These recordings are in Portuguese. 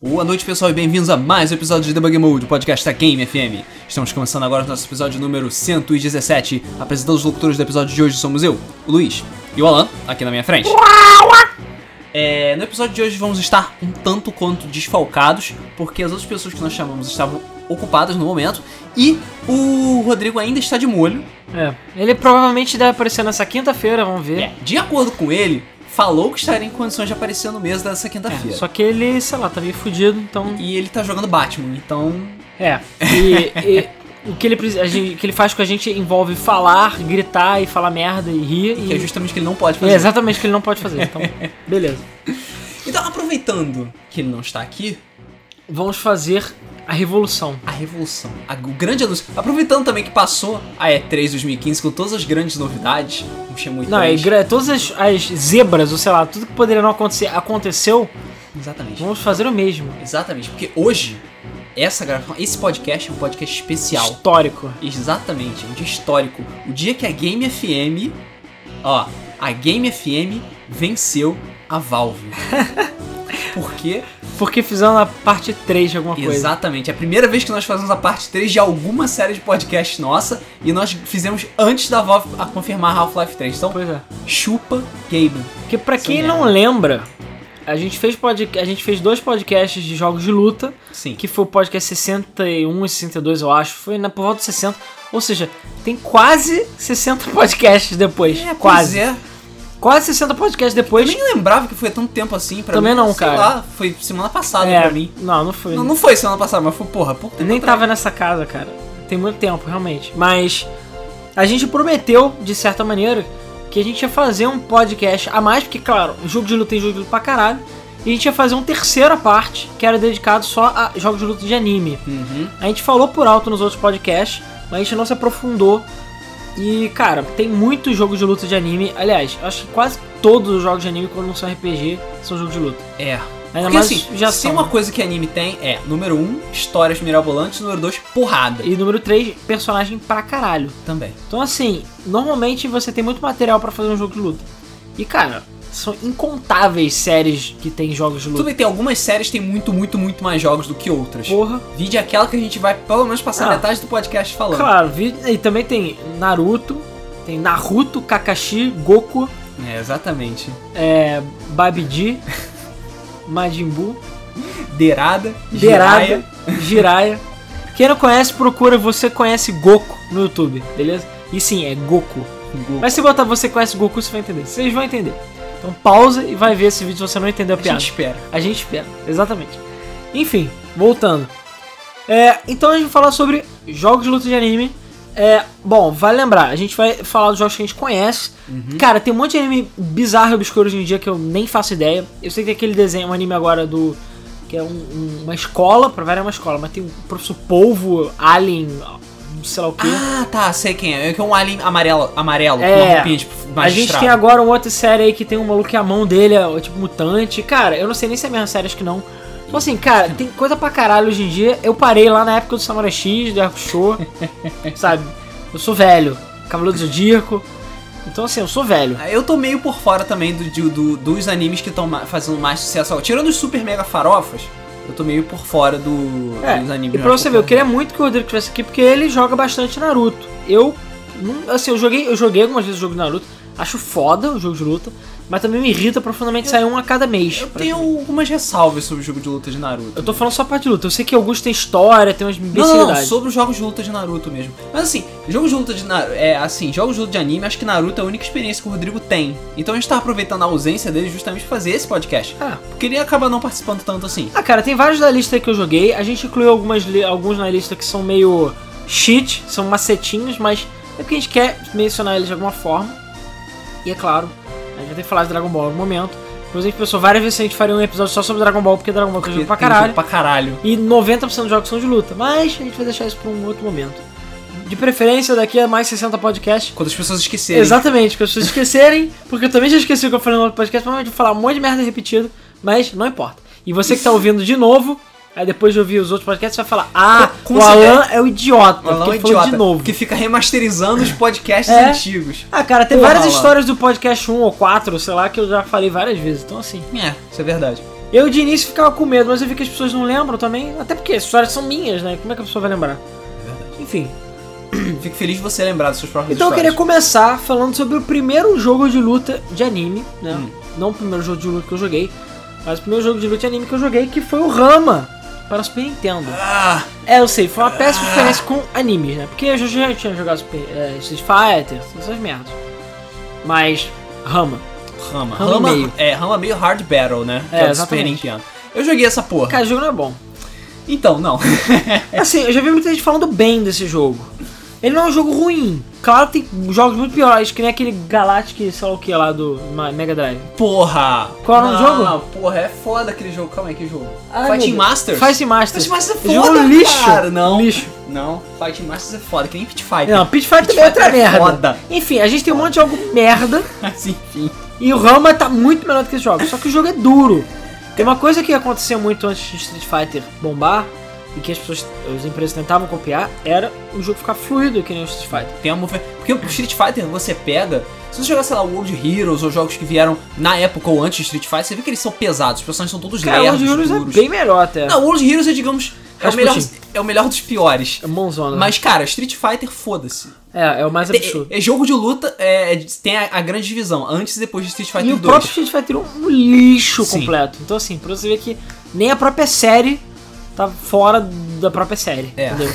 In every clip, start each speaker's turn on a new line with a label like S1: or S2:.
S1: Boa noite, pessoal, e bem-vindos a mais um episódio de Debug Mode, o podcast da Game FM. Estamos começando agora o nosso episódio número 117. Apresentando os locutores do episódio de hoje somos eu, o Luiz, e o Alan, aqui na minha frente. É, no episódio de hoje vamos estar um tanto quanto desfalcados, porque as outras pessoas que nós chamamos estavam ocupadas no momento, e o Rodrigo ainda está de molho.
S2: É. Ele provavelmente deve aparecer nessa quinta-feira, vamos ver.
S1: É, de acordo com ele, falou que estaria em condições de aparecer no mês dessa quinta-feira.
S2: É, Só que ele, sei lá, tá meio fudido, então.
S1: E ele tá jogando Batman, então
S2: É. E, e o que ele, precisa- a gente- o que ele faz com a gente envolve falar, gritar e falar merda e rir.
S1: que é
S2: E...
S1: justamente o que ele não pode
S2: É
S1: fazer.
S2: exatamente o que ele não pode fazer. Então, beleza.
S1: Então, aproveitando que ele não está aqui,
S2: Vamos fazer a revolução.
S1: a revolução, a- o grande anúncio. Aproveitando também que passou a E3 2015 com todas as grandes novidades, não tinha muito
S2: Não, é,
S1: mais.
S2: gra- todas as, as zebras, ou sei lá, tudo que poderia não acontecer, aconteceu,
S1: Exatamente.
S2: vamos fazer o mesmo.
S1: Exatamente, porque hoje, essa gravação, esse podcast é um podcast especial.
S2: Histórico.
S1: Exatamente, é um dia histórico. O dia que a Game FM, ó, a Game FM venceu a Valve. Porque
S2: Porque fizeram a parte 3 de alguma coisa.
S1: Exatamente. É a primeira vez que nós fazemos a parte 3 de alguma série de podcast nossa e nós fizemos antes da Valve a confirmar Half-Life 3. Então,
S2: Pois é.
S1: chupa Gamer.
S2: Porque pra
S1: Essa
S2: quem
S1: merda.
S2: não lembra, a gente fez pod... a gente fez dois podcasts de jogos de luta,
S1: Sim.
S2: que foi o podcast 61 e 62, eu acho, foi na por volta de 60. Ou seja, tem quase 60 podcasts depois,
S1: É,
S2: quase.
S1: pois é.
S2: Quase 60 podcasts
S1: Eu
S2: depois.
S1: nem lembrava que foi tanto tempo assim pra
S2: Também
S1: mim.
S2: não,
S1: sei
S2: cara.
S1: lá, foi semana passada
S2: É,
S1: Tá pra mim.
S2: Não, não foi.
S1: Não, não foi semana passada, mas foi, porra, pouco tempo
S2: Nem
S1: atrás.
S2: tava nessa casa, cara. Tem muito tempo, realmente. Mas a gente prometeu, de certa maneira, que a gente ia fazer um podcast a mais, porque, claro, jogo de luta tem jogo de luta pra caralho. E a gente ia fazer uma terceira parte, que era dedicado só a jogos de luta de anime.
S1: Uhum.
S2: A gente falou por alto nos outros podcasts, mas a gente não se aprofundou. E, cara, tem muitos jogos de luta de anime. Aliás, acho que quase todos os jogos de anime, quando não são RPG, são jogos de luta.
S1: É. Porque
S2: Ainda mais
S1: assim,
S2: já
S1: se
S2: são.
S1: uma coisa que anime tem é, número 1, um, histórias mirabolantes, número 2, porrada.
S2: E número 3, personagem pra caralho.
S1: Também.
S2: Então, assim, normalmente você tem muito material pra fazer um jogo de luta. E, cara, são incontáveis séries que tem jogos de
S1: Tudo
S2: luta.
S1: bem, tem algumas séries que tem muito, muito, muito mais jogos do que outras.
S2: Porra.
S1: Vide é aquela que a gente vai pelo menos passar
S2: Ah.
S1: metade do podcast falando.
S2: Claro, vi- e também tem Naruto, tem Naruto, Kakashi, Goku,
S1: É, exatamente.
S2: é, Babidi, Majin Buu,
S1: Derada,
S2: Derada,
S1: Jiraiya.
S2: Jiraiya. Quem não conhece, procura Você Conhece Goku no YouTube, beleza? E sim, é Goku.
S1: Goku.
S2: Mas se botar Você Conhece Goku, você vai entender. Vocês vão entender. Então pausa e vai ver esse vídeo se você não entendeu a
S1: a
S2: piada.
S1: gente espera.
S2: A gente espera, exatamente. Enfim, voltando. É, então a gente vai falar sobre jogos de luta de anime. É, bom, vale lembrar, a gente vai falar dos jogos que a gente conhece. Cara, tem um monte de anime bizarro e obscuro hoje em dia que eu nem faço ideia. Eu sei que tem aquele desenho, um anime agora do. que é um- um- uma escola, pra variar é uma escola, mas tem o professor Polvo, Alien, sei lá o que.
S1: Ah, tá, sei quem é. É que é um alien amarelo, amarelo com
S2: É.
S1: uma roupinha tipo, de
S2: A gente tem
S1: magistrado.
S2: agora uma outra série aí que tem um maluco que a mão dele é tipo mutante. Cara, eu não sei nem se é a mesma série, acho que não. Então assim, cara, tem coisa pra caralho hoje em dia. Eu parei lá na época do Samurai X, do Hakusho, sabe? Eu sou velho. Cavaleiro do Zodíaco. Então assim, eu sou velho.
S1: Eu tô meio por fora também do, de- do- dos animes que estão fazendo mais sucesso. agora. Tirando os super mega farofas, eu tô meio por fora do,
S2: É,
S1: dos
S2: E
S1: animes.
S2: pra você ver, eu queria muito que o Rodrigo estivesse aqui porque ele joga bastante Naruto. Eu, não- assim, eu joguei, eu joguei algumas vezes o jogo de Naruto. Acho foda o jogo de luta, mas também me irrita profundamente sair um a cada mês.
S1: Eu tenho algumas ressalvas sobre o jogo de luta de Naruto.
S2: Eu tô falando só parte de luta. Eu sei que alguns têm história, tem umas
S1: Não, não, não,
S2: imbecilidades.
S1: sobre os jogos de luta de Naruto mesmo. Mas assim, jogos de luta de Naruto, é assim, jogos de luta de anime, acho que Naruto é a única experiência que o Rodrigo tem. Então a gente tá aproveitando a ausência dele justamente pra fazer esse podcast.
S2: Ah.
S1: Porque ele acaba não participando tanto assim.
S2: Ah, cara, tem vários da lista aí que eu joguei. A gente incluiu algumas li- alguns na lista que são meio cheat, são macetinhos, mas é porque a gente quer mencionar eles de alguma forma. E é claro, a gente vai ter que falar de Dragon Ball em algum momento. Inclusive, pessoal, várias vezes a gente faria um episódio só sobre Dragon Ball, porque Dragon Ball é um jogo pra
S1: Tem
S2: caralho.
S1: pra caralho.
S2: E 90% dos jogos são de luta, mas a gente vai deixar isso pra um outro momento. De preferência, daqui a mais 60 podcasts,
S1: Quando as pessoas esquecerem.
S2: Exatamente, que as pessoas esquecerem, porque eu também já esqueci o que eu falei no outro podcast, provavelmente vou falar um monte de merda repetido, mas não importa. E você que tá ouvindo de novo, aí depois de ouvir os outros podcasts, você vai falar: Ah,
S1: Com
S2: o
S1: certeza.
S2: Alan é o idiota,
S1: O Alan é
S2: porque
S1: um
S2: ele falou
S1: idiota,
S2: de novo.
S1: Que fica remasterizando os podcasts
S2: É.
S1: antigos.
S2: Ah, cara, tem
S1: Porra,
S2: várias
S1: Alan.
S2: um histórias do podcast 1 ou 4, sei lá, que eu já falei várias vezes, então assim.
S1: É, isso é verdade.
S2: Eu de início ficava com medo, mas eu vi que as pessoas não lembram também. Até porque as histórias são minhas, né? Como é que a pessoa vai lembrar?
S1: É verdade.
S2: Enfim.
S1: Fico feliz de você lembrar dos seus próprios
S2: Então eu queria
S1: histórias.
S2: começar falando sobre o primeiro jogo de luta de anime, né?
S1: Hum.
S2: Não o primeiro jogo de luta que eu joguei, mas o primeiro jogo de luta de anime que eu joguei, que foi o Rama, para Super Nintendo.
S1: Ah,
S2: É, eu sei, foi uma péssima experiência com animes, né? Porque eu já tinha jogado Super, eh, Street Fighter, essas merdas. Mas, Rama.
S1: Rama.
S2: Rama
S1: Rama,
S2: meio.
S1: é, Rama meio hard battle, né? Que
S2: É,
S1: é, do Super
S2: exatamente.
S1: Nintendo. Eu joguei essa porra.
S2: Cara, o jogo não é bom.
S1: Então, não.
S2: Assim, eu já vi muita gente falando bem desse jogo. Ele não é um jogo ruim. Claro que tem jogos muito piores, que nem aquele Galactic, sei lá o que lá do Ma- Mega Drive.
S1: porra!
S2: Qual era o
S1: não,
S2: jogo?
S1: Não, porra, é foda aquele jogo. Calma aí, que jogo?
S2: Ai,
S1: Fighting
S2: meu Deus.
S1: Masters?
S2: Fighting Masters.
S1: Fighting Masters é
S2: Esse jogo
S1: foda,
S2: é um lixo.
S1: cara. Não.
S2: Lixo.
S1: Não, Fighting Masters é foda, que nem Pit Fighter.
S2: Não, Pit Fighter também é
S1: Fighter
S2: outra
S1: é
S2: merda.
S1: foda.
S2: Enfim, a gente tem um monte de jogo merda.
S1: Mas enfim.
S2: E o Rama tá muito melhor do que esse jogo. Só que o jogo é duro. Tem uma coisa que acontecia muito antes de Street Fighter bombar e que as pessoas, as empresas tentavam copiar, era o jogo ficar fluido que nem o Street Fighter.
S1: Tem uma move- Porque o Street Fighter você pega. Se você jogar, sei lá, World Heroes ou jogos que vieram na época ou antes de Street Fighter, você vê que eles são pesados, os personagens são todos
S2: Cara,
S1: lerdos,
S2: o Heroes é
S1: duros.
S2: bem melhor até.
S1: Não, World Heroes é, digamos, é o,
S2: Rasputin.
S1: melhor, é o melhor dos piores.
S2: É mãozona.
S1: Mas, cara, Street Fighter, foda-se.
S2: É, é o mais absurdo.
S1: É, é jogo de luta, é, tem a, a grande divisão, antes e depois de Street Fighter
S2: E o
S1: 2.
S2: próprio Street Fighter é um lixo
S1: Sim.
S2: completo. Então, assim, pra você ver que nem a própria série tá fora da própria série.
S1: É.
S2: Entendeu?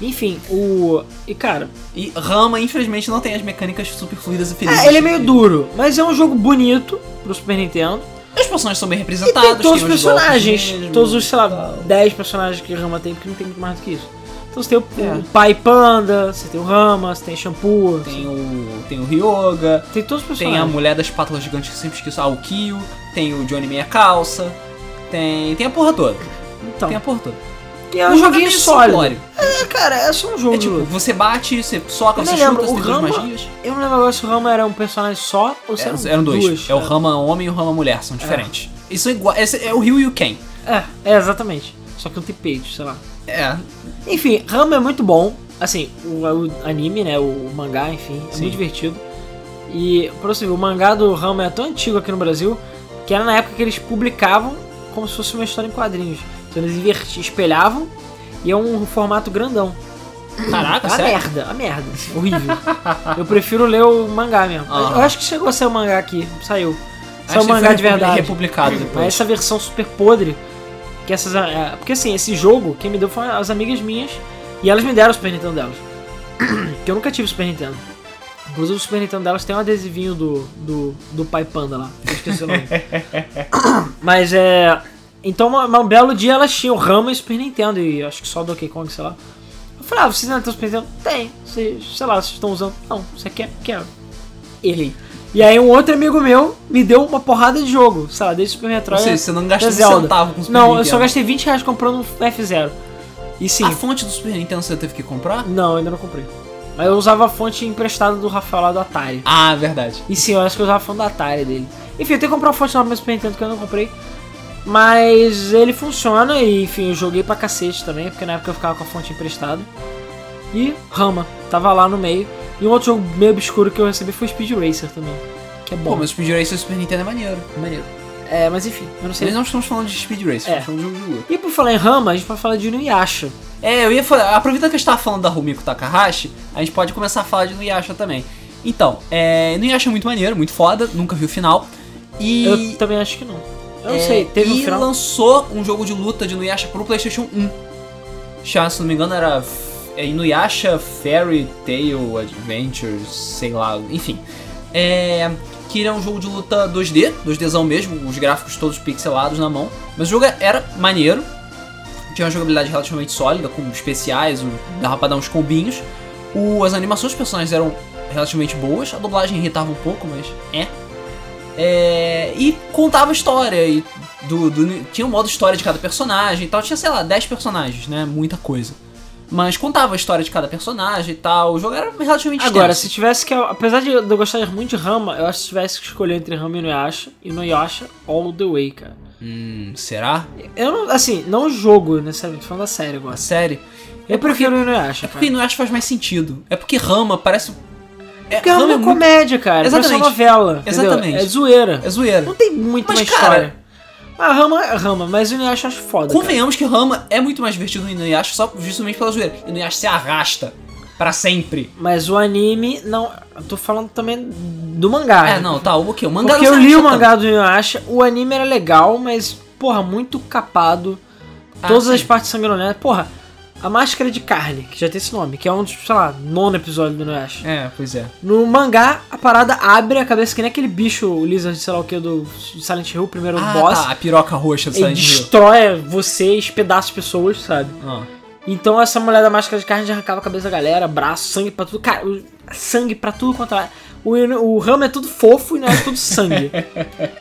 S2: Enfim, o. E cara,
S1: E Rama, infelizmente, não tem as mecânicas super fluidas e felizes.
S2: é, ele é meio duro, mas é um jogo bonito pro Super Nintendo.
S1: Os personagens são bem
S2: E
S1: representados,
S2: tem todos os
S1: golpes
S2: personagens.
S1: mesmo, Tá.
S2: Todos os, sei lá,
S1: tal.
S2: 10 personagens que o Rama tem, porque não tem muito mais do que isso. Então você tem o,
S1: É.
S2: o Pai Panda, você tem o Rama, você tem Shampoo, você-
S1: Tem o, tem o Ryoga,
S2: tem todos os
S1: tem
S2: personagens.
S1: a mulher das pátulas gigantes que eu sempre esqueço, ah, o Kyo, tem o Johnny Meia Calça, tem, tem a porra toda.
S2: Então,
S1: Tem a porra toda.
S2: e é
S1: O
S2: um
S1: jogo é
S2: joguinho
S1: meio
S2: sólido.
S1: simplório.
S2: É, cara, é só um jogo.
S1: É
S2: de
S1: tipo,
S2: luta.
S1: você bate, você soca,
S2: Eu
S1: você
S2: nem
S1: chuta,
S2: lembro,
S1: você
S2: o
S1: tem duas
S2: Rambo-
S1: magias.
S2: Eu não lembro agora se o Rama era um personagem só ou se
S1: É,
S2: eram,
S1: eram dois.
S2: duas.
S1: É o Rama homem e o Rama mulher, são diferentes. Isso é igual. Esse é o Ryu e o Ken.
S2: É, é, exatamente. Só que não tem peito, sei lá.
S1: É.
S2: Enfim, Rama é muito bom. Assim, o, o anime, né? O mangá, enfim, é
S1: Sim.
S2: muito divertido. E, pra você ver, o mangá do Rama é tão antigo aqui no Brasil que era na época que eles publicavam como se fosse uma história em quadrinhos. Então eles inverti- espelhavam e é um formato grandão.
S1: Caraca,
S2: A
S1: Ah, sério?
S2: merda, a merda. Horrível. Eu prefiro ler o mangá mesmo.
S1: Ah.
S2: Eu acho que chegou a ser o mangá aqui, saiu. Saiu
S1: Acho
S2: o
S1: que
S2: mangá
S1: foi é
S2: de verdade.
S1: republicado
S2: Mas
S1: depois.
S2: essa versão super podre. Que essas, é, porque assim, esse jogo, quem me deu foram as amigas minhas. E elas me deram o Super Nintendo delas. que eu nunca tive Super Nintendo. Inclusive o Super Nintendo delas tem um adesivinho do, do, do Pai Panda lá. Eu esqueci o nome. Mas é. Então, uma- uma- um belo dia elas tinham Rama e Super Nintendo. E acho que só Donkey Kong, sei lá. Eu falei, ah, vocês ainda estão Super Nintendo? Tem. Vocês, sei lá, vocês estão usando. Não, você quer? Quero. Errei. E aí um outro amigo meu me deu uma porrada de jogo, sei lá, desde Super
S1: Ou
S2: Metroid.
S1: seja, você não gastou um
S2: da Zelda.
S1: centavo com o Super
S2: não,
S1: Nintendo.
S2: eu só gastei 20 reais comprando um F0. E sim,
S1: A fonte do Super Nintendo você teve que comprar?
S2: não, eu ainda não comprei. Mas eu usava a fonte emprestada do Rafael lá do Atari.
S1: Ah, verdade.
S2: E sim, eu acho que eu usava a fonte do Atari dele. Enfim, eu tenho que comprar uma fonte nova pra Super Nintendo que eu não comprei. Mas ele funciona e, enfim, eu joguei pra cacete também, porque na época eu ficava com a fonte emprestada. E Rama, tava lá no meio. E um outro jogo meio obscuro que eu recebi foi Speed Racer também. Que é bom.
S1: Pô, mas Speed Racer e Super Nintendo é maneiro.
S2: Maneiro. É, mas enfim, eu não
S1: Nós
S2: sei.
S1: não estamos falando de Speed Racer,
S2: É.
S1: estamos falando de um jogo de luta.
S2: E por falar em Rama, a gente pode falar de Inuyasha.
S1: É, eu ia falar, aproveitando que a gente tava falando da Rumiko Takahashi, a gente pode começar a falar de Nuyasha também. Então, é, Nuyasha é muito maneiro, muito foda, nunca vi o final. E
S2: Eu também acho que não. Eu não
S1: É,
S2: sei, teve
S1: e
S2: um final.
S1: lançou um jogo de luta de Inuyasha pro PlayStation 1. Já, se não me engano, era é, Inuyasha Fairy Tail Adventures, sei lá, enfim. É, que ele é um jogo de luta 2D, 2Dzão mesmo, os gráficos todos pixelados na mão. Mas o jogo era maneiro, tinha uma jogabilidade relativamente sólida, com especiais, o- dava pra dar uns combinhos. O- as animações dos personagens eram relativamente boas, a dublagem irritava um pouco, mas é. É, e contava a história. E do, do- tinha um modo história de cada personagem e tal. Tinha, sei lá, 10 personagens, né? Muita coisa. Mas contava a história de cada personagem e tal. O jogo era relativamente
S2: Agora,
S1: extenso.
S2: se tivesse que. Apesar de eu gostar muito de Rama, eu acho que se tivesse que escolher entre Rama e Inuyasha, Inuyasha All the Way, cara.
S1: Hum, será?
S2: Eu não. Assim, não jogo, necessariamente, tô falando da série
S1: A
S2: agora.
S1: série?
S2: Eu prefiro Inuyasha,
S1: É porque
S2: cara.
S1: Inuyasha faz mais sentido. É porque Rama parece. É,
S2: Porque é uma
S1: muito-
S2: comédia, cara. Parece uma
S1: Exatamente.
S2: novela. entendeu?
S1: Exatamente.
S2: É zoeira.
S1: É zoeira.
S2: Não tem muito
S1: Mas,
S2: mais
S1: cara,
S2: história. Mas Rama é Rama, mas o Inuyasha eu acho foda. cara.
S1: Convenhamos que Rama é muito mais divertido no Inuyasha só justamente pela zoeira. Inuyasha se arrasta pra sempre.
S2: Mas o anime, não. Eu tô falando também do mangá. né?
S1: É, não, tá, o que? O mangá
S2: Porque
S1: não
S2: eu
S1: se
S2: li o
S1: arrasta
S2: mangá do Inuyasha, o anime era legal, mas, porra, muito capado.
S1: Ah,
S2: todas
S1: sim.
S2: as partes sanguinolentas. Porra, a máscara de carne, que já tem esse nome, que é um dos, sei lá, nono episódio do Inuyasha.
S1: tanto. É, pois é.
S2: No mangá, a parada abre a cabeça, que nem aquele bicho, o Lizard, sei lá o que, do Silent Hill, o primeiro
S1: Ah,
S2: boss. é
S1: tá, a piroca roxa do
S2: Ele
S1: Silent Hill.
S2: destrói você, espedaça as pessoas, sabe?
S1: Ah.
S2: Então essa mulher da máscara de carne arrancava a cabeça da galera, braço, sangue pra tudo. Cara, o- sangue pra tudo quanto é. O, Inu- o Rama é tudo fofo e não é tudo sangue.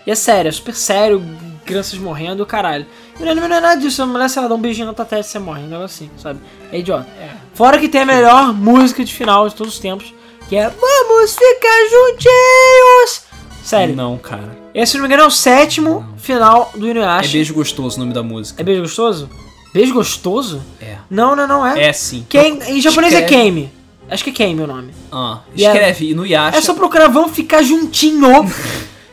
S2: e é sério, é super sério, crianças morrendo, caralho. E não é não é nada disso, a mulher, sei lá, dá um beijinho na tua testa e você morre, um negócio assim, sabe? É idiota. Fora que tem a melhor música de final de todos os tempos, que é Vamos ficar juntinhos! Sério,
S1: Não, cara.
S2: esse, se não me engano, é o sétimo final do
S1: É
S2: Inuyasha.
S1: beijo gostoso o nome da música.
S2: É beijo gostoso? Beijo gostoso?
S1: É.
S2: Não, não, não é.
S1: É sim.
S2: Que é em, em japonês é
S1: Escreve-
S2: Kame. Acho que é Kame o nome.
S1: Ah,
S2: E é-
S1: escreve Inuyasha.
S2: É só procurar, vamos ficar juntinho.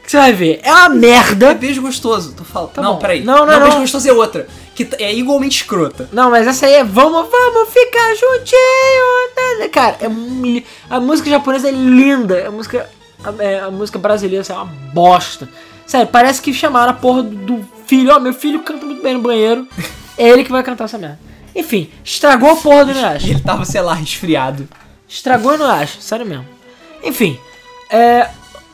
S2: que você vai ver. É uma merda.
S1: beijo gostoso, tô falando.
S2: Tá
S1: não,
S2: bom.
S1: peraí.
S2: Não, não,
S1: Beijo
S2: não.
S1: gostoso é outra. Que t- é igualmente escrota.
S2: Não, mas essa aí é vamos, vamos ficar juntinho. tá, né? Cara, é um li- a música japonesa é linda. A música, a, é, a música brasileira assim, é uma bosta. Sério, parece que chamaram a porra do, do filho. Ó, meu filho canta muito bem no banheiro. É ele que vai cantar essa merda. Enfim, estragou a porra do Inuyasha.
S1: E ele tava, sei lá, resfriado.
S2: Estragou eu não acho, sério mesmo. Enfim, é,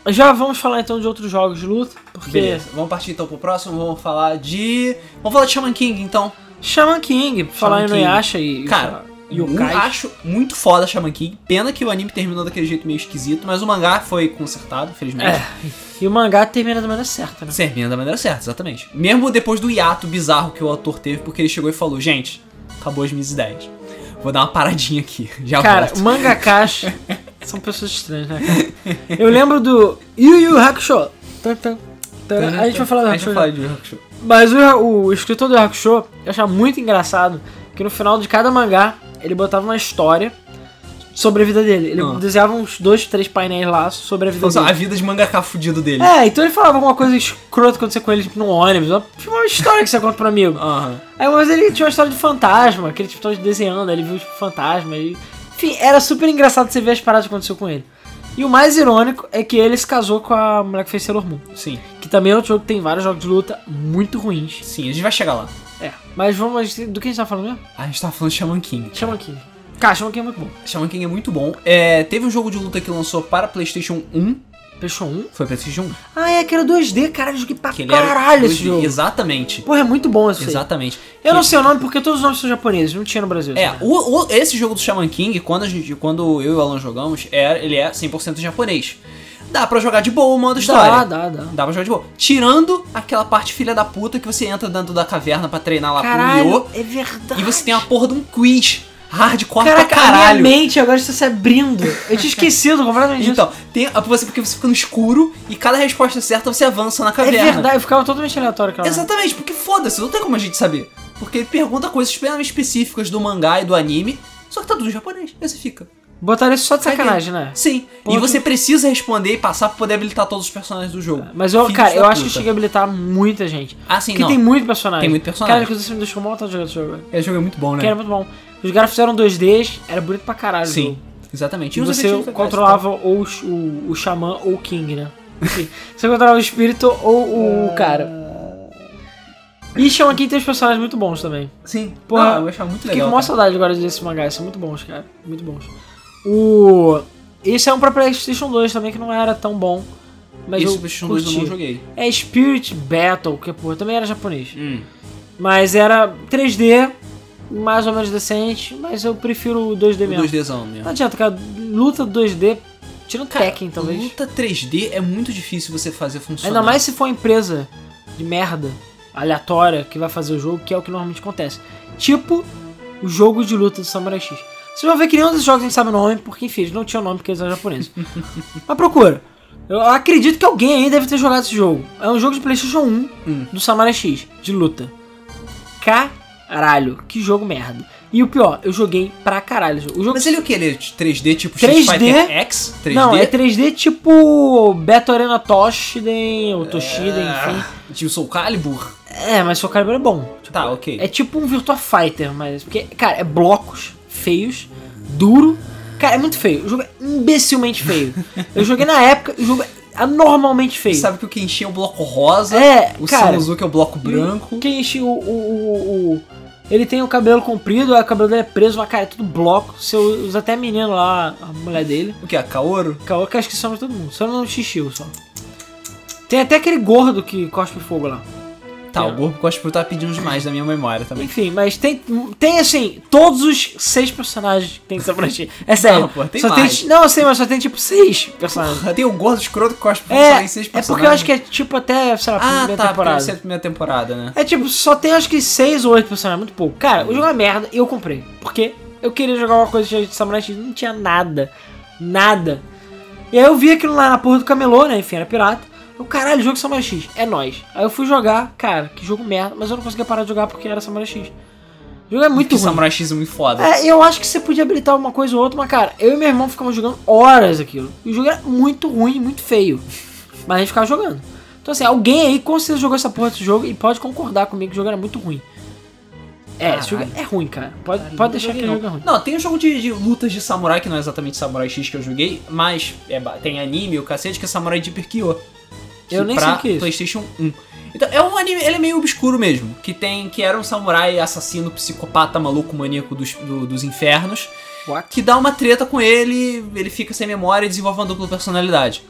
S2: já vamos falar então de outros jogos de luta, porque
S1: Beleza, vamos partir então pro próximo, vamos falar de. Vamos falar de Shaman King então.
S2: Shaman King, pra falar em
S1: King.
S2: Inuyasha e
S1: Cara,
S2: e
S1: eu
S2: Yokai.
S1: acho muito foda Shaman King. Pena que o anime terminou daquele jeito meio esquisito, mas o mangá foi consertado, felizmente.
S2: É, E o mangá termina da maneira certa, né?
S1: É. Servindo da maneira certa, exatamente. Mesmo depois do hiato bizarro que o autor teve, porque ele chegou e falou: gente, acabou as minhas ideias. Vou dar uma paradinha aqui, já
S2: Cara,
S1: volto.
S2: mangakás são pessoas estranhas, né? cara? Eu lembro do Yu Yu Hakusho. Tan, tan, tan. A gente vai falar do
S1: A gente
S2: Hakusho.
S1: vai
S2: já.
S1: falar de Hakusho.
S2: Mas o, o escritor do Hakusho, eu achava muito engraçado que no final de cada mangá ele botava uma história sobre a vida dele. Ele
S1: Ah.
S2: desenhava uns dois, três painéis lá sobre a vida
S1: Então, a
S2: dele.
S1: vida de mangaka fudido dele.
S2: É, então ele falava alguma coisa escrota quando você com ele tipo, num ônibus, uma, tipo, uma história que você conta pro amigo.
S1: Aham.
S2: Aí uma vez ele tinha uma história de fantasma, que ele tipo, tava desenhando, aí ele viu tipo, fantasma. E... Enfim, era super engraçado você ver as paradas que aconteceu com ele. E o mais irônico é que ele se casou com a mulher que fez Sailor Moon.
S1: Sim,
S2: Que também é outro jogo que tem vários jogos de luta muito ruins.
S1: sim, a gente vai chegar lá.
S2: É, mas vamos. Do que a gente tá falando mesmo?
S1: A gente tava falando de Shaman King.
S2: Chama aqui. Cara, chama aqui é muito bom.
S1: Shaman King é muito bom. É, teve um jogo de luta que lançou para PlayStation 1.
S2: Fechou um?
S1: Foi PlayStation 1?
S2: Ah, é que era 2D, caralho, eu joguei pra
S1: Que ele era
S2: caralho esse
S1: 2D.
S2: jogo.
S1: Exatamente.
S2: Porra, é muito bom esse aí.
S1: Exatamente.
S2: Eu não sei o nome porque todos os nomes são japoneses, não tinha no Brasil.
S1: É, o- o- esse jogo do Shaman King, quando, a gente, quando eu e o Alan jogamos, é, ele é 100% japonês. Dá pra jogar de boa o modo história.
S2: dá, dá, dá.
S1: Dá pra jogar de boa. Tirando aquela parte filha da puta que você entra dentro da caverna pra treinar lá pro
S2: Caralho,
S1: Yo.
S2: é verdade.
S1: E você tem uma porra de um quiz. Hardcore
S2: Caraca,
S1: pra
S2: a
S1: caralho.
S2: minha mente agora está se abrindo. Eu tinha esquecido completamente disso.
S1: Então, tem a- você, porque você fica no escuro e cada resposta certa você avança na
S2: é
S1: caverna.
S2: verdade, eu ficava totalmente aleatório, cara.
S1: Exatamente, porque foda-se, não tem como a gente saber. Porque ele pergunta coisas extremamente específicas do mangá e do anime, só que tá tudo em japonês. Aí você fica.
S2: Botaram isso só de sacanagem, né?
S1: Sim.
S2: Porra,
S1: e você precisa responder e passar pra poder habilitar todos os personagens do jogo.
S2: É, Mas eu,
S1: Filhos
S2: cara, eu
S1: da
S2: acho que eu
S1: puta.
S2: cheguei a habilitar muita gente.
S1: Ah, sim,
S2: Porque
S1: não.
S2: tem muito personagem.
S1: Tem muito personagem.
S2: Cara, inclusive você me deixou mal jogando esse jogo.
S1: Esse jogo é muito bom, né?
S2: Que era muito bom. Os caras fizeram 2Ds, era bonito pra caralho. o jogo.
S1: Sim, exatamente.
S2: E
S1: os
S2: você
S1: efeitos legais,
S2: controlava ou o, ch- o, o xamã ou o king, né? Enfim, você controlava o espírito ou
S1: Ah.
S2: o cara. E Shaman King tem os personagens muito bons também.
S1: tá? Sim.
S2: Porra,
S1: Porra, eu achava muito
S2: Fiquei com
S1: legal. tá.
S2: maior
S1: cara.
S2: saudade agora desse mangá, eles são muito bons, cara. Muito bons. O... Esse é um pra Playstation 2 também, que não era tão bom. Mas
S1: Esse
S2: eu
S1: PlayStation um 2 eu
S2: curti.
S1: não joguei.
S2: É Spirit Battle, que porra, também era japonês. Mas era 3D, mais ou menos decente, mas eu prefiro o 2D
S1: O
S2: mesmo. Ah,
S1: 2Dzão mesmo.
S2: Não adianta, cara. Luta 2D, tirando um Tekken, talvez.
S1: Luta 3D é muito difícil você fazer funcionar.
S2: Ainda mais se for uma empresa de merda, aleatória, que vai fazer o jogo, que é o que normalmente acontece. Tipo o jogo de luta do Samurai X. Vocês vão ver que nenhum dos jogos a gente sabe o nome, porque enfim, eles não tinham nome porque eles eram japoneses. Mas procura. Eu acredito que alguém aí deve ter jogado esse jogo. É um jogo de Playstation 1
S1: Hum.
S2: do Samurai X, de luta. Caralho, que jogo merda. E o pior, eu joguei pra caralho. o jogo. O jogo
S1: Mas ele é o que? Ele é 3D tipo
S2: 3D?
S1: Street Fighter X? 3D?
S2: Não, é 3D
S1: É.
S2: tipo Battle Arena Toshiden, ou Toshiden, enfim.
S1: Tipo Soul Calibur?
S2: É, mas seu calibre é bom. Tipo,
S1: Tá, ok.
S2: É tipo um Virtua Fighter, mas. Porque, cara, é blocos feios, duro. Cara, é muito feio. O jogo é imbecilmente feio. Eu joguei na época, o jogo é anormalmente feio.
S1: Sabe que o Kenshin é o bloco rosa,
S2: É,
S1: o
S2: cara.
S1: Samuzuki é o bloco branco.
S2: Quem enche o, o, o- o- Ele tem o cabelo comprido, aí o cabelo dele é preso, mas, cara, é tudo bloco. Você usa até menino lá, a mulher dele.
S1: O que? A Kaoru?
S2: Caô que acho que soma todo mundo. Só não xixi, só. Tem até aquele gordo que cospe fogo lá.
S1: Tá,
S2: É.
S1: o Gorbo Cosperu tá pedindo demais na minha memória também.
S2: Enfim, mas tem, tem assim, todos os seis personagens que tem que ser preenchidos. É sério.
S1: Não, pô, tem
S2: só
S1: mais.
S2: Tem, não, eu sei, mas só tem tipo seis personagens.
S1: Tem o gordo escroto que cospe
S2: É,
S1: só em seis
S2: é porque eu
S1: personagens.
S2: acho que é tipo até, sei lá,
S1: Ah,
S2: primeira
S1: tá, porque
S2: temporada.
S1: essa é a primeira temporada, né?
S2: É tipo, só tem acho que seis ou oito personagens, muito pouco. Cara, o jogo é uma merda e eu comprei. Porque eu queria jogar uma coisa cheia de Samurai X, não tinha nada. Nada. E aí eu vi aquilo lá na porra do camelô, né? Enfim, era pirata. Eu, caralho, jogo Samurai X, é nóis. Aí eu fui jogar, cara, que jogo merda, mas eu não conseguia parar de jogar porque era Samurai X. O jogo é muito
S1: Porque
S2: ruim.
S1: Samurai X é muito foda.
S2: É, eu acho que você podia habilitar alguma coisa ou outra, mas cara, eu e meu irmão ficamos jogando horas aquilo. E o jogo era muito ruim, muito feio. Mas a gente ficava jogando. Então assim, alguém aí com certeza jogou essa porra desse jogo e pode concordar comigo que o jogo era muito ruim. É, esse jogo
S1: Caralho.
S2: é ruim, cara. Pode,
S1: Caralho,
S2: pode
S1: não
S2: deixar que
S1: joguei,
S2: o
S1: não.
S2: jogo é ruim.
S1: Não, tem um jogo de, de lutas de samurai, que não é exatamente Samurai X que eu joguei, mas é ba- tem anime, o cacete, que é Samurai Deeper Kyo. que
S2: Eu nem
S1: pra
S2: sei o que é isso.
S1: Playstation 1. Então, é um anime, ele é meio obscuro mesmo, que tem, que era um samurai assassino, psicopata, maluco, maníaco dos, do- dos infernos,
S2: What?
S1: que dá uma treta com ele, ele fica sem memória e desenvolve uma dupla personalidade.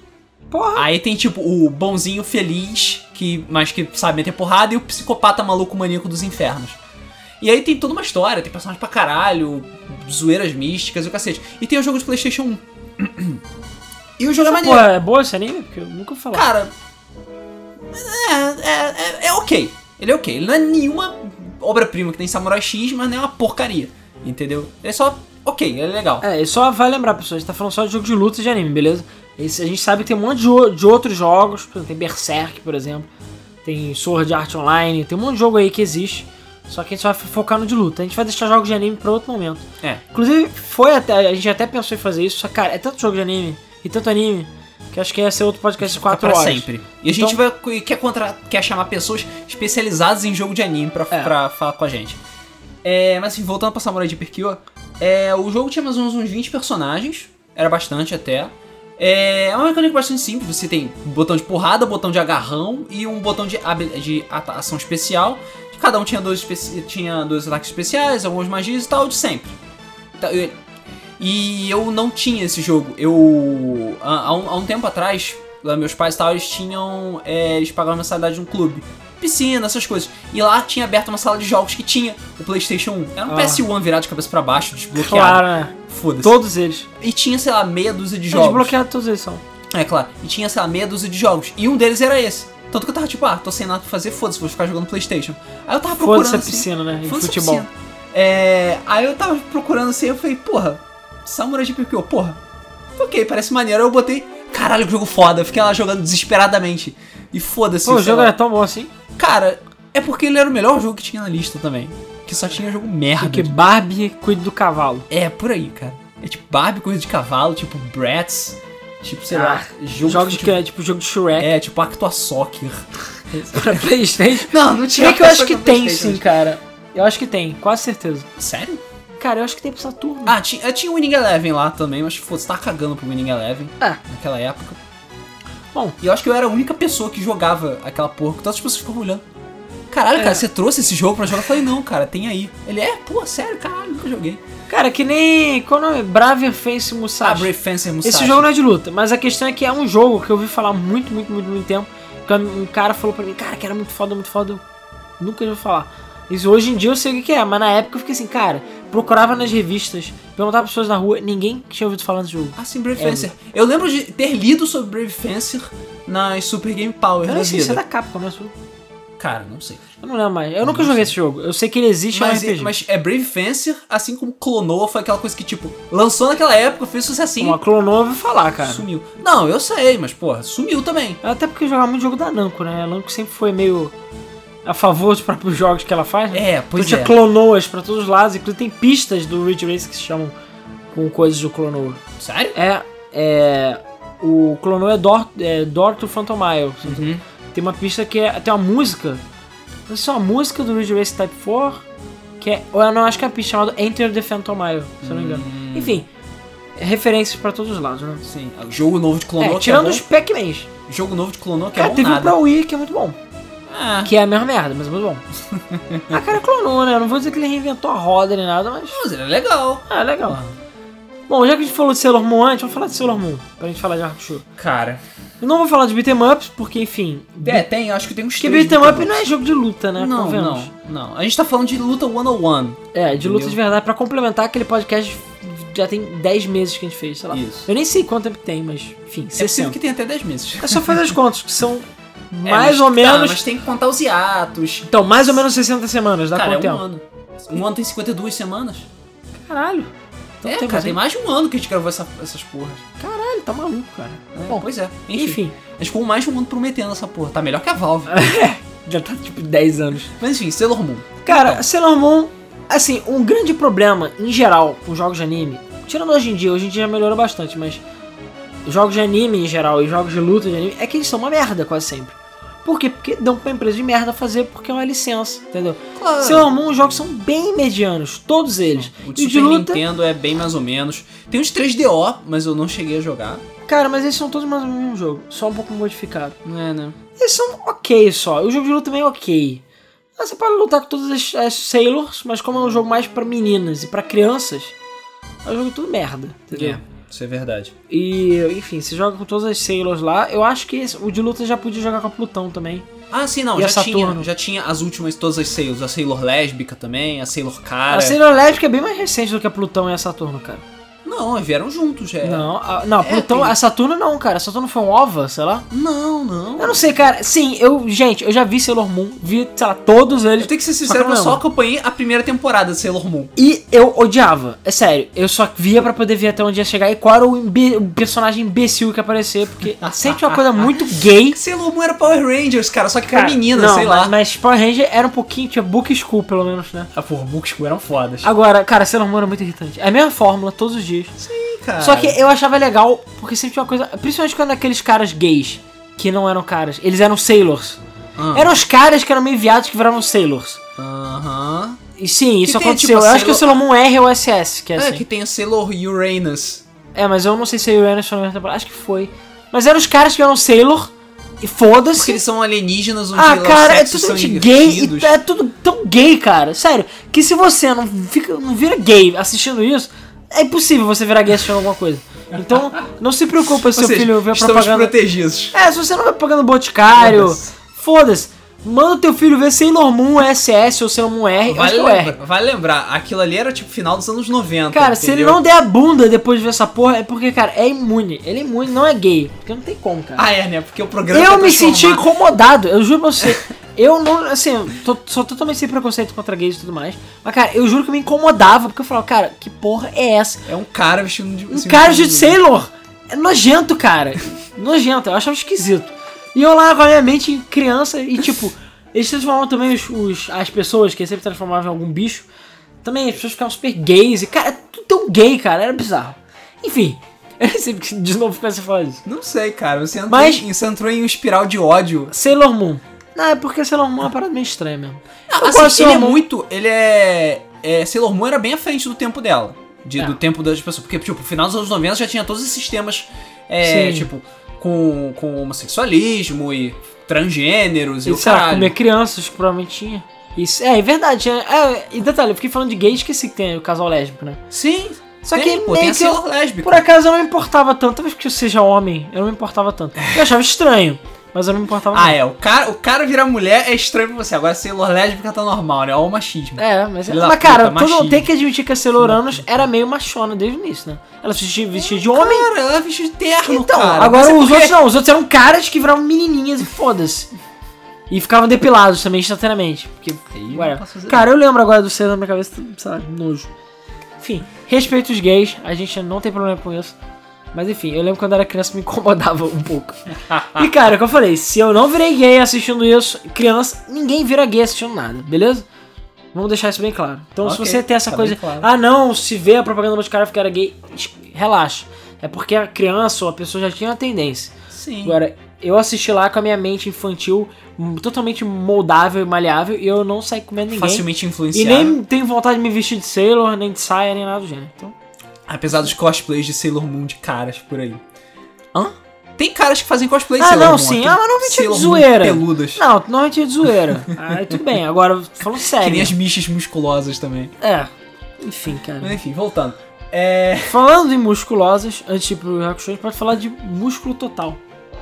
S2: Porra!
S1: Aí tem tipo o bonzinho feliz, que mas que sabe meter porrada, e o psicopata maluco maníaco dos infernos. E aí tem toda uma história, tem personagens pra caralho, zoeiras místicas e o cacete. E tem o jogo de Playstation 1. E o jogo é
S2: Essa
S1: maneiro.
S2: porra é boa esse anime? Porque eu nunca ouvi falar.
S1: Cara. É, é, é, é ok. Ele é ok. Ele não é nenhuma obra-prima que tem Samurai X, mas não é uma porcaria. Entendeu? Ele é só ok, ele é legal.
S2: É, e só vai lembrar, pessoal, a gente tá falando só de jogo de luta e de anime, beleza? Esse- a gente sabe que tem um monte de, o- de outros jogos, por exemplo, tem Berserk, por exemplo, tem Sword Art Online, tem um monte de jogo aí que existe, só que a gente só vai focar no de luta. A gente vai deixar jogos de anime pra outro momento.
S1: É.
S2: Inclusive, foi até, a gente até pensou em fazer isso, só que, cara, é tanto jogo de anime e tanto anime que acho que ia ser outro podcast de 4
S1: pra
S2: horas. Então-
S1: sempre. E a gente vai, e quer, contra, quer chamar pessoas especializadas em jogo de anime pra,
S2: É.
S1: pra falar com a gente. É, mas assim, voltando pra Samurai Deeper Kill, é, o jogo tinha mais ou menos uns 20 personagens, era bastante até. É, é uma mecânica bastante simples, você tem um botão de porrada, um botão de agarrão e um botão de, habi- de ata- ação especial. Cada um tinha dois, especi- tinha dois ataques especiais, algumas magias e tal, de sempre. Tá, eu- E eu não tinha esse jogo. Eu. Há há um, há um tempo atrás, lá meus pais e tal, eles tinham. é, eles pagavam mensalidade de um clube. Piscina, essas coisas. E lá tinha aberto uma sala de jogos que tinha o PlayStation 1. Era um
S2: Ah.
S1: PS1 virado de cabeça pra baixo, desbloqueado.
S2: Claro, né?
S1: Foda-se.
S2: Todos eles.
S1: E tinha, sei lá, meia dúzia de
S2: É,
S1: jogos.
S2: Desbloqueado todos eles são.
S1: É claro, e tinha, sei lá, meia dúzia de jogos. E um deles era esse. Tanto que eu tava tipo, ah, tô sem nada pra fazer, foda-se, vou ficar jogando Playstation. Aí eu tava procurando.
S2: Foda-se a
S1: assim,
S2: piscina, né? E
S1: foda-se a
S2: futebol.
S1: piscina. É, aí eu tava procurando assim, eu falei, porra, Samurai de Pipio, porra. Ok, parece maneiro. Aí eu botei, caralho, que jogo foda. Eu fiquei lá jogando desesperadamente. E foda-se.
S2: Pô, o
S1: sei
S2: jogo
S1: lá.
S2: era tão bom assim.
S1: Cara, é porque ele era o melhor jogo que tinha na lista também. Que só tinha jogo merda.
S2: Porque Barbie cuida do cavalo.
S1: É, por aí, cara. É tipo Barbie, coisa de cavalo, tipo Bratz. Tipo, sei lá, jogo
S2: Ah, Jogos
S1: de
S2: que é tipo jogo de Shrek
S1: é, tipo Actua Soccer.
S2: pra Playstation.
S1: Não, não
S2: Se bem que eu acho que tem sim, cara. Eu acho que tem, quase certeza.
S1: Sério?
S2: Cara, eu acho que tem pro Saturno.
S1: Ah, tinha, tinha o Winning Eleven lá também, mas foda-se, tava cagando pro Winning Eleven
S2: Ah.
S1: naquela época.
S2: Bom.
S1: E eu acho que eu era a única pessoa que jogava aquela porra, que todas as pessoas ficavam olhando. Caralho,
S2: É.
S1: cara, você trouxe esse jogo pra jogar? Eu falei, não, cara, tem aí. Ele é, pô, sério, caralho, nunca joguei.
S2: Cara, que nem. Qual o nome? Braver Face Musashi.
S1: Ah, Brave Fencer Musashi.
S2: Tá. Esse jogo não é de luta, mas a questão é que é um jogo que eu ouvi falar muito, muito, muito, muito tempo. Que um cara falou pra mim, cara, que era muito foda, muito foda. Eu nunca ouvi falar. Isso hoje em dia eu sei o que que é, mas na época eu fiquei assim, cara, procurava nas revistas, perguntava pra pessoas na rua, ninguém tinha ouvido falar desse jogo.
S1: Ah, sim, Brave
S2: É.
S1: Fencer. Eu lembro de ter lido sobre Brave Fencer nas Super Game Power
S2: Eu
S1: da
S2: nem sei se é
S1: vida.
S2: da Capcom, né?
S1: Cara, não sei.
S2: Eu não lembro mais. Eu nunca joguei esse jogo. Eu sei que ele existe,
S1: Mas,
S2: é um RPG.
S1: mas é Brave Fencer, assim como Clonoa foi aquela coisa que, tipo, lançou naquela época, fez sucessinho,
S2: Uma clonou, Um eu ouvi falar, cara.
S1: sumiu. Não, eu sei, mas, porra, sumiu também.
S2: Até porque eu jogava muito jogo da Namco, né? A Namco sempre foi meio a favor dos próprios jogos que ela faz, né?
S1: É, pois
S2: então tinha
S1: é.
S2: clonoas pra todos os lados, inclusive tem pistas do Ridge Race que se chamam com coisas do Clonoa.
S1: Sério?
S2: É, é. O
S1: Uhum.
S2: Clonoa é Door, é Door to Phantom Isle. Tem uma pista que é. Tem uma música Não sei se é uma música do Ridge Race Type 4, que é, ou eu não acho que é uma pista chamada Enter the Phantom Mile, se eu não me engano.
S1: Hum.
S2: Enfim, referências pra todos os lados, né?
S1: Sim, o jogo novo de Clonok
S2: É, tirando
S1: é
S2: os Pac-Mans.
S1: bom. Jogo novo de Clonok é
S2: Cara,
S1: bom
S2: teve um
S1: nada.
S2: pra Wii que é muito bom.
S1: Ah,
S2: Que é a mesma merda, mas é muito bom. ah, cara clonou, né? Eu Não vou dizer que ele reinventou a roda nem nada, mas.
S1: mas ele é legal.
S2: Ah, é legal. Bom, já que a gente falou de Sailor Moon antes, vamos falar de Sailor Moon, pra gente falar de Hakusho.
S1: Cara,
S2: Eu não vou falar de beat'em ups, porque, enfim.
S1: é, tem, acho que tem uns
S2: Porque
S1: três
S2: beat'em
S1: de
S2: up não é jogo de luta, né?
S1: Não,
S2: Convenhamos.
S1: não, não. A gente tá falando de luta 101.
S2: É, de luta
S1: Entendeu?
S2: de verdade, pra complementar aquele podcast já tem 10 meses que a gente fez, sei lá.
S1: Isso.
S2: Eu nem sei quanto tempo tem, mas, enfim,
S1: É possível
S2: 60.
S1: que tenha até 10 meses.
S2: É só fazer as contas, que são
S1: É,
S2: mais
S1: mas-
S2: ou
S1: tá,
S2: menos.
S1: mas tem que contar os hiatos.
S2: Então, mais ou menos 60 semanas, dá
S1: Cara, é
S2: quanto
S1: um
S2: tempo?
S1: ano. Um ano tem 52 semanas.
S2: Caralho. Então
S1: é,
S2: temos,
S1: cara,
S2: hein?
S1: tem mais de um ano que a gente gravou essa- essas porras.
S2: Caralho, tá maluco, cara.
S1: É,
S2: Bom,
S1: pois é. Enfim,
S2: Enfim,
S1: A gente ficou mais de um ano prometendo essa porra. Tá melhor que a Valve. É,
S2: já tá tipo 10 anos.
S1: Mas enfim, Sailor Moon.
S2: Cara,
S1: Então.
S2: Sailor Moon, assim, um grande problema em geral com jogos de anime, tirando hoje em dia, hoje em dia já melhorou bastante, mas jogos de anime em geral e jogos de luta de anime é que eles são uma merda quase sempre. Por quê? Porque dão pra empresa de merda fazer porque é uma licença, entendeu?
S1: Claro.
S2: Sailor Moon, os jogos são bem medianos, todos eles.
S1: Ah. O de
S2: E de
S1: Super
S2: luta,
S1: Nintendo é bem mais ou menos. Tem uns 3DO, mas eu não cheguei a jogar.
S2: cara, mas eles são todos mais ou menos o mesmo jogo, só um pouco modificado.
S1: Não é, né?
S2: Eles são ok só. O jogo de luta também é ok. Ah, Você pode lutar com todas as, as Sailors, mas como é um jogo mais pra meninas e pra crianças, é um jogo tudo merda, entendeu?
S1: É, isso é verdade.
S2: E, enfim, você joga com todas as Sailors lá. Eu acho que esse- o de luta já podia jogar com a Plutão também.
S1: Ah, sim, não.
S2: E a
S1: já, tinha,
S2: Saturno?
S1: já tinha as últimas, todas as Sailors. A Sailor Lésbica também, a Sailor Cara.
S2: a Sailor Lésbica é bem mais recente do que a Plutão e a Saturno, cara.
S1: Não, vieram juntos, é.
S2: Não, a, não, a
S1: É,
S2: Plutão...
S1: tem-
S2: A Saturno não, cara. A Saturno foi um OVA, sei lá.
S1: Não, não.
S2: Eu não sei, cara. Sim, eu... Gente, eu já vi Sailor Moon. Vi, sei lá, todos eles.
S1: Eu tenho que ser
S2: Só
S1: sincero, eu
S2: que eu
S1: só
S2: lembro.
S1: acompanhei a primeira temporada de Sailor Moon.
S2: E eu odiava, é sério. Eu só via pra poder ver até onde ia chegar e qual era o, imbe- o personagem imbecil que ia aparecer, porque sempre uma coisa muito gay.
S1: Sailor Moon era Power Rangers, cara, só que com menina,
S2: não,
S1: sei
S2: mas,
S1: lá.
S2: Mas Power Ranger era um pouquinho, tinha book school pelo menos, né?
S1: Ah, porra, Book School eram fodas.
S2: Agora, cara, Sailor Moon era muito irritante. É a mesma fórmula todos os dias.
S1: Sim, cara.
S2: Só que eu achava legal, porque sempre tinha uma coisa. Principalmente quando aqueles caras gays, que não eram caras, eles eram Sailors.
S1: Ah.
S2: Eram os caras que eram meio viados que viravam Sailors.
S1: Aham.
S2: E sim, isso
S1: tem,
S2: aconteceu.
S1: tipo,
S2: eu
S1: a
S2: acho que o Sailor Moon R ou SS, que é,
S1: É,
S2: assim.
S1: que tem a Sailor Uranus.
S2: É, mas eu não sei se a Uranus foi na mesma temporada. Acho que foi. Mas eram os caras que eram Sailor.
S1: Porque
S2: E foda-se.
S1: eles são alienígenas onde
S2: Ah,
S1: os
S2: cara, é
S1: sexos são
S2: totalmente gay.
S1: invertidos.
S2: E é tudo tão gay, cara. Sério. Que se você não, fica, não vira gay assistindo isso, é impossível você virar gay assistindo alguma coisa. Então, não se preocupa se
S1: Ou
S2: seu
S1: seja,
S2: filho vê a
S1: estamos
S2: propaganda.
S1: protegidos.
S2: É, se você não vê propaganda do Boticário,
S1: Foda-se.
S2: foda-se. Manda teu filho ver Sailor Moon SS ou Sailor Moon R. eu acho
S1: Vale
S2: que é o R.
S1: lembrar, vale lembrar, aquilo ali era tipo final dos anos 90.
S2: Cara, se ele
S1: entendeu?
S2: não der a bunda depois de ver essa porra, é porque, cara, é imune. Ele é imune, não é gay. Porque não tem como, cara. tá
S1: Ah, é, né? Porque o programa.
S2: eu
S1: quer
S2: me senti
S1: transformar-
S2: incomodado, eu juro pra você. Eu não, assim, eu tô, sou totalmente sem preconceito contra gays e tudo mais. Mas, cara, eu juro que me incomodava, porque eu falava, cara, que porra é essa?
S1: É um cara vestindo de.
S2: Um cara de
S1: né?
S2: Sailor! É nojento, cara. Nojento, eu achava esquisito. E eu lá com a minha mente criança e, tipo, eles transformavam também os, os- as pessoas, que sempre transformavam em algum bicho. Também as pessoas ficavam super gays. E, cara, é tudo tão gay, cara, era bizarro. Enfim, eu nem sei porque de novo começa a falar disso.
S1: Não sei, cara. Você entrou,
S2: Mas-
S1: em, você entrou em um espiral de ódio.
S2: Sailor Moon. Não, é porque Sailor Moon é uma parada meio estranha mesmo. Eu
S1: Assim,
S2: gosto de
S1: ele é
S2: Sailor Moon.
S1: muito. Ele é, é. Sailor Moon era bem à frente do tempo dela. de-
S2: É.
S1: Do tempo das pessoas. Porque, tipo, no final dos anos 90 já tinha todos esses sistemas. É,
S2: Sim.
S1: tipo, com, com homossexualismo e transgêneros e,
S2: E
S1: o
S2: sei lá, é
S1: caralho.
S2: comer crianças, que provavelmente tinha. Isso, é, é verdade. tinha- é, e detalhe, eu fiquei falando de gay e esqueci que tem o casal lésbico, né?
S1: Sim.
S2: Só
S1: tem,
S2: que
S1: pô, tem
S2: meio
S1: a
S2: que eu-
S1: Sailor lésbica.
S2: Por acaso eu não me importava tanto, talvez porque eu seja homem, eu não me importava tanto. Eu achava estranho, mas eu não me importava
S1: Ah, é. O cara, o cara virar mulher é estranho pra você. Agora, Sailor lésbica tá normal, né? Ó, o machismo.
S2: É, mas,
S1: Filho da
S2: mas cara,
S1: puta,
S2: todo,
S1: machismo.
S2: tem que admitir que a Celoranos era meio machona desde o início, né? Ela se vestia, vestia de homem.
S1: Cara, ela é vestido de terno,
S2: Então,
S1: cara.
S2: agora
S1: Mas é
S2: os
S1: porque-
S2: outros não, os outros eram caras que viravam menininhas e foda-se. E ficavam depilados também instantaneamente. Porque,
S1: Aí
S2: ué,
S1: não posso fazer
S2: cara, eu lembro agora do cedo na minha cabeça, sei lá, nojo. Enfim, respeito os gays, a gente não tem problema com isso. Mas enfim, eu lembro quando eu era criança me incomodava um pouco. e cara, como eu falei, se eu não virei gay assistindo isso, criança, ninguém vira gay assistindo nada, beleza? Vamos deixar isso bem claro. Então, se
S1: Ok,
S2: você tem essa
S1: tá
S2: coisa,
S1: bem claro.
S2: ah não, se vê a propaganda um do Boticário ficar gay, es- relaxa. É porque a criança ou a pessoa já tinha uma tendência.
S1: Sim.
S2: Agora, eu assisti lá com a minha mente infantil hum, totalmente moldável e maleável e eu não saí comendo ninguém.
S1: Facilmente né?
S2: E
S1: influenciado.
S2: nem tenho vontade de me vestir de Sailor, nem de saia, nem nada do gênero. Então,
S1: Apesar dos cosplays de Sailor Moon de caras por aí. Hã? Tem caras que fazem cosplay de
S2: Ah,
S1: Sailor
S2: não,
S1: Moon.
S2: sim.
S1: aquele
S2: Ah, mas não vestido de
S1: Sailor Moon
S2: zoeira.
S1: Peludas.
S2: não, normalmente é de zoeira. Aí tudo bem, agora falando
S1: Que
S2: Ah, sério.
S1: nem as michas musculosas também.
S2: É. Enfim,
S1: Mas
S2: cara.
S1: enfim, voltando. É.
S2: Falando em musculosas, antes de ir pro Hakusho, a gente pode falar de músculo total.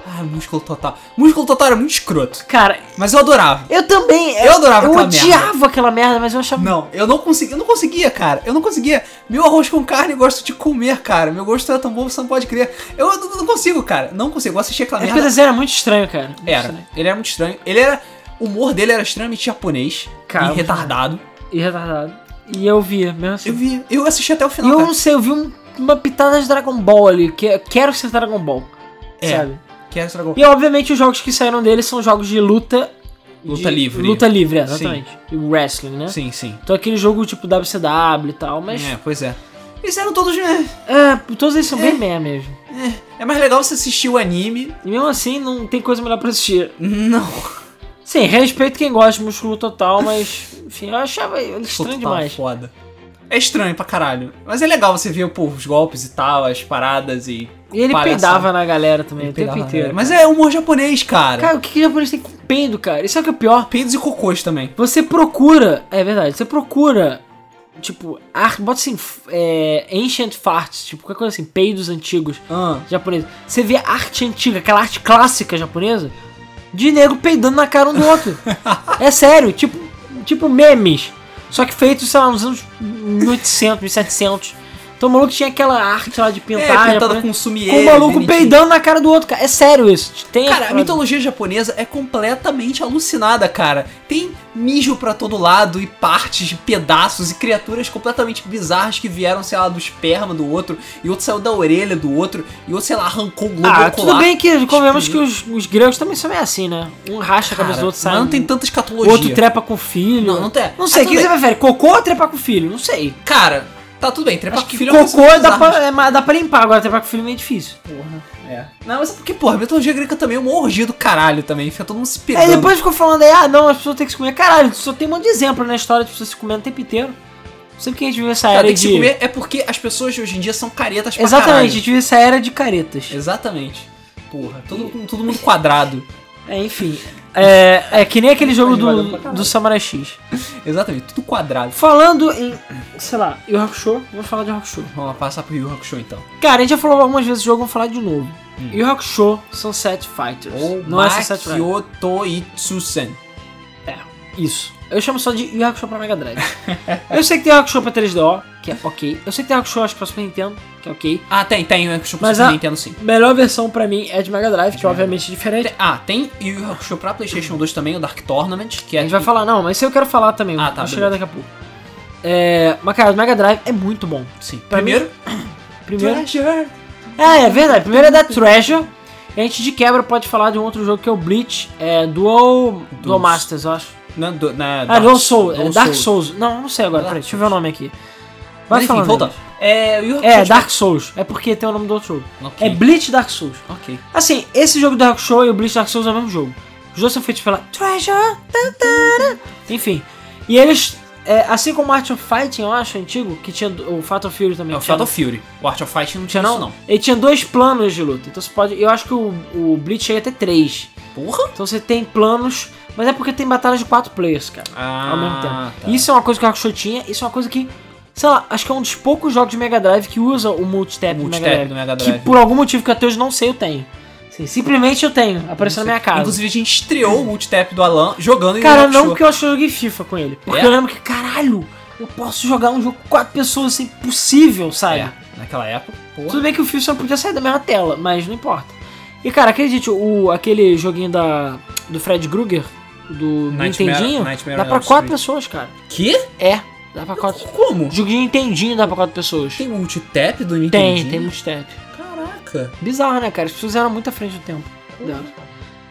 S1: Ah, músculo total. Músculo total era muito escroto.
S2: Cara,
S1: Mas eu adorava.
S2: eu também.
S1: Eu adorava
S2: É, Eu
S1: aquela
S2: odiava aquela merda, mas eu achava.
S1: Não, eu não conseguia, eu não conseguia, cara. Eu não conseguia. Meu arroz com carne eu gosto de comer, cara. Meu gosto é tão bom, você não pode crer. Eu não, não consigo, cara. Não consigo. Eu assisti aquela
S2: É né?
S1: merda.
S2: porque era muito estranho, cara. Muito
S1: Era.
S2: estranho.
S1: Ele era muito estranho. Ele era. O humor dele era extremamente japonês
S2: Cara,
S1: e retardado.
S2: E retardado. E eu via, mesmo assim.
S1: Eu vi, eu assisti até o
S2: E
S1: final.
S2: eu
S1: cara.
S2: não sei, eu vi um- uma pitada de Dragon Ball ali. Que, é, quero ser Dragon Ball.
S1: É.
S2: Sabe?
S1: Que era Dragon Ball.
S2: E obviamente os jogos que saíram dele são jogos de luta.
S1: Luta
S2: de-
S1: livre.
S2: Luta livre, é, exatamente. E wrestling, né?
S1: Sim, sim.
S2: Então aquele jogo tipo WCW e tal, mas.
S1: É, pois é. Eles eram todos. né?
S2: É, todos eles são bem meia mesmo.
S1: É mais legal você assistir o anime.
S2: E mesmo assim, não tem coisa melhor pra assistir.
S1: Não.
S2: É Sim, respeito quem gosta de músculo total, mas. Enfim, eu achava ele estranho
S1: Total
S2: demais.
S1: tá Foda. É estranho pra caralho. Mas é legal você ver pô, os golpes e tal, as paradas e.
S2: E ele
S1: palhaçada.
S2: peidava na galera também o tempo
S1: Peidava,
S2: inteiro. é,
S1: né? Mas é humor japonês, cara.
S2: Cara, o que, que japonês tem com peido, cara? Isso é o que é pior.
S1: Peidos e cocôs também.
S2: Você procura. É verdade, você procura. Tipo, ar, bota assim, f- é, ancient farts, tipo, qualquer coisa assim, peidos antigos
S1: Ah,
S2: japoneses. Você vê arte antiga, aquela arte clássica japonesa, de nego peidando na cara um do outro. é sério, tipo, tipo memes. Só que feito, sei lá, nos anos 1800, 1700. Então o maluco tinha aquela arte lá de pintar,
S1: é, pintada
S2: japonesa,
S1: com sumiê.
S2: com o maluco
S1: bonitinho.
S2: peidando na cara do outro, cara. É sério isso. Tem
S1: Cara, a
S2: então
S1: mitologia japonesa é completamente alucinada, cara. Tem mijo pra todo lado e partes, e pedaços e criaturas completamente bizarras que vieram, sei lá, do esperma do outro, e outro saiu da orelha do outro, e outro, sei lá, arrancou o globo
S2: Ah,
S1: ocular.
S2: tudo bem que convenhamos que os, os gregos também são meio assim, né? Um racha a
S1: Cara,
S2: cabeça do outro,
S1: mas
S2: sai.
S1: não tem
S2: um-
S1: tanta
S2: o
S1: escatologia.
S2: outro trepa com o filho.
S1: Não, não tem.
S2: Não
S1: Ah,
S2: sei, o
S1: tudo
S2: que
S1: bem.
S2: você prefere? Cocô ou trepar com o filho? Não sei.
S1: Cara, tá tudo bem, trepar
S2: Acho
S1: com
S2: que
S1: filho é uma
S2: cocô
S1: coisa
S2: dá
S1: bizarra,
S2: pra, é, mas dá pra limpar, agora trepar com o filho é meio difícil.
S1: mas- É. Não, mas é porque, porra, a mitologia grega também é uma orgia do caralho também, fica todo mundo se pegando.
S2: Aí depois ficou falando aí, ah não, as pessoas têm que se comer. Caralho, só tem um monte de exemplo na história de pessoas se comendo o tempo inteiro. Sempre que a gente vive essa
S1: Cara,
S2: era
S1: tem que
S2: de.
S1: se comer, é porque as pessoas de hoje em dia são caretas pra
S2: Exatamente, a
S1: caralho.
S2: gente vive essa era de caretas.
S1: Exatamente. Porra, todo, todo mundo quadrado.
S2: É, enfim. É, é que nem aquele jogo
S1: Tá devagar
S2: do,
S1: pra caralho.
S2: do Samurai X.
S1: Exatamente, tudo quadrado.
S2: Falando em, sei lá, Yu Hakusho, vamos falar de Yu Hakusho.
S1: Vamos lá, passar pro Yu Hakusho então.
S2: Cara, a gente já falou algumas vezes do jogo, vamos falar de novo.
S1: Hum.
S2: Yu Hakusho Sunset Fighters.
S1: Oh,
S2: não é Sunset Fighters.
S1: Makyoto Itsusen.
S2: Isso. Eu chamo só de Yu Hakusho pra Mega Drive. eu sei que tem Yu Hakusho pra 3DO, que é ok. Eu sei que tem Yu Hakusho acho que pra Super Nintendo, que é ok.
S1: Ah, tem, tem Yu Hakusho pra
S2: Mas
S1: Super
S2: a-
S1: Nintendo sim.
S2: Melhor versão pra mim é de Mega Drive, que é obviamente diferente.
S1: Tem- ah, tem Yu Hakusho pra Playstation 2 também, o Dark Tournament, que
S2: A
S1: é...
S2: gente vai falar, não, mas isso eu quero falar também.
S1: Ah, tá,
S2: Vou chegar daqui a pouco. É, mas cara, o Mega Drive é muito bom.
S1: tipo, Sim.
S2: pra mim-
S1: Primeiro...
S2: Primeiro.
S1: Treasure.
S2: Ah, é verdade. Primeiro é da Treasure. E a gente de quebra pode falar de um outro jogo que é o Bleach, é Dual, Dual
S1: Dual-
S2: Masters, eu acho.
S1: Na, do, na
S2: Ah, Dark Souls.
S1: Dark
S2: é Dark Souls. Não, não sei agora,
S1: Dark
S2: peraí, deixa eu ver o nome aqui.
S1: Mas
S2: Vai
S1: enfim,
S2: falando.
S1: volta. É, Yu
S2: É,
S1: Hakusho-
S2: Dark Souls. É porque tem o nome do outro jogo.
S1: Ok.
S2: É Bleach Dark Souls.
S1: Ok.
S2: Assim, esse jogo do Dark Show e o Bleach Dark Souls é o mesmo jogo. Os dois são feitos pela Treasure. tan, tan, tan. Enfim. E eles, é, assim como o Art of Fighting, eu acho, antigo, que tinha do- o Fatal Fury também.
S1: É o
S2: tinha,
S1: Fatal Fury. O Art of Fight não tinha
S2: tinha,
S1: não,
S2: não?
S1: não.
S2: Ele tinha dois planos de luta. Então você pode. Eu acho que o, o Bleach chega até três.
S1: Porra?
S2: Então você tem planos, mas é porque tem batalhas de quatro players, cara.
S1: Ah,
S2: ao mesmo tempo.
S1: tá.
S2: Isso é uma coisa que o Hakusho tinha, isso é uma coisa que, sei lá, acho que é um dos poucos jogos de Mega Drive que usa o multitap
S1: O
S2: do é Mega
S1: multitap
S2: Drive.
S1: do Mega
S2: Que
S1: Drive.
S2: por algum motivo que até hoje não sei, eu tenho. Assim, simplesmente eu tenho, apareceu na Tá minha casa.
S1: Inclusive a gente estreou o multitap do Alan jogando em
S2: Cara,
S1: Yu Hakusho.
S2: não que eu acho que eu joguei FIFA com ele. Porque
S1: É?
S2: eu lembro que, caralho, eu posso jogar um jogo com quatro pessoas assim, possível, sabe?
S1: É, naquela época, porra.
S2: Tudo bem que o FIFA só podia sair da mesma tela, mas não importa. E cara, acredite, o, aquele joguinho da, do Fred Krueger, do
S1: Nightmare-
S2: Nintendinho,
S1: Nightmare
S2: dá
S1: on
S2: pra
S1: Elm
S2: quatro
S1: Street.
S2: pessoas, cara.
S1: Que?
S2: É, dá pra quatro.
S1: Como?
S2: Jogo de Nintendinho dá pra quatro pessoas.
S1: Tem multitap do
S2: Tem,
S1: Nintendo?
S2: tem multitap.
S1: Caraca.
S2: Bizarro, né, cara? As pessoas eram muito à frente do tempo. delas.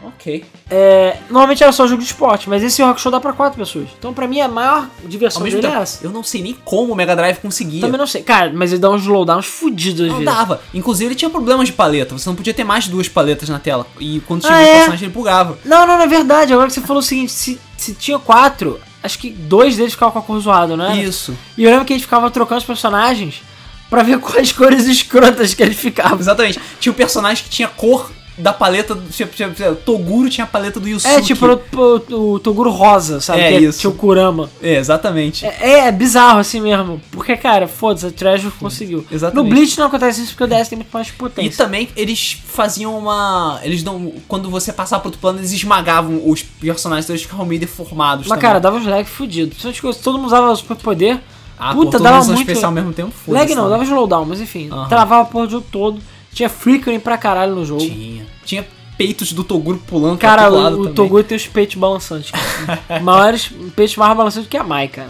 S1: Ok.
S2: É, normalmente era só jogo de esporte, mas esse Rock Show dá pra quatro pessoas. Então, pra mim, a maior
S1: Ao
S2: diversão
S1: mesmo
S2: dele
S1: tempo,
S2: é essa.
S1: eu não sei nem como o Mega Drive conseguia.
S2: Também não sei. Cara, mas ele dá uns slowdowns fudidos às
S1: Não
S2: vezes.
S1: dava. Inclusive, ele tinha problemas de paleta. Você não podia ter mais de duas paletas na tela. E quando
S2: Ah,
S1: chegou o
S2: é?
S1: personagem, ele bugava.
S2: Não, não, na verdade, agora que você falou o seguinte, se, se tinha quatro, acho que dois deles ficavam com a cor zoada, não é?
S1: Isso.
S2: E eu lembro que a gente ficava trocando os personagens pra ver quais cores escrotas que eles ficavam.
S1: Exatamente. Tinha o personagem que tinha cor da paleta. do- Tinha, tinha- tinha- Toguro tinha a paleta do Yusuke.
S2: É, tipo o, o, o Toguro Rosa, sabe?
S1: É
S2: que
S1: isso.
S2: Tinha o Kurama.
S1: É, exatamente.
S2: É, é bizarro assim mesmo. Porque, cara, foda-se, a Treasure conseguiu.
S1: Exatamente.
S2: No Bleach não acontece isso porque o DS tem muito mais
S1: E
S2: potência.
S1: também eles faziam uma. Eles dão. Quando você passava pro outro plano, eles esmagavam os personagens, então eles ficavam meio deformados.
S2: Mas,
S1: também.
S2: cara, dava uns lag fudido. Principalmente quando todo mundo usava superpoder.
S1: ah, pô,
S2: puta,
S1: todo
S2: dava
S1: mundo usando
S2: muito-
S1: especial ao mesmo tempo? Foda-se,
S2: Lag não,
S1: né?
S2: dava slowdown, mas enfim.
S1: Aham.
S2: Travava a porra do jogo todo. Tinha flickering pra caralho no jogo.
S1: Tinha. Tinha peitos do Toguro pulando pra
S2: Cara,
S1: todo lado
S2: o, o
S1: também.
S2: Toguro tem os peitos balançantes. cara. Maiores peitos mais balançantes que a Mai, cara.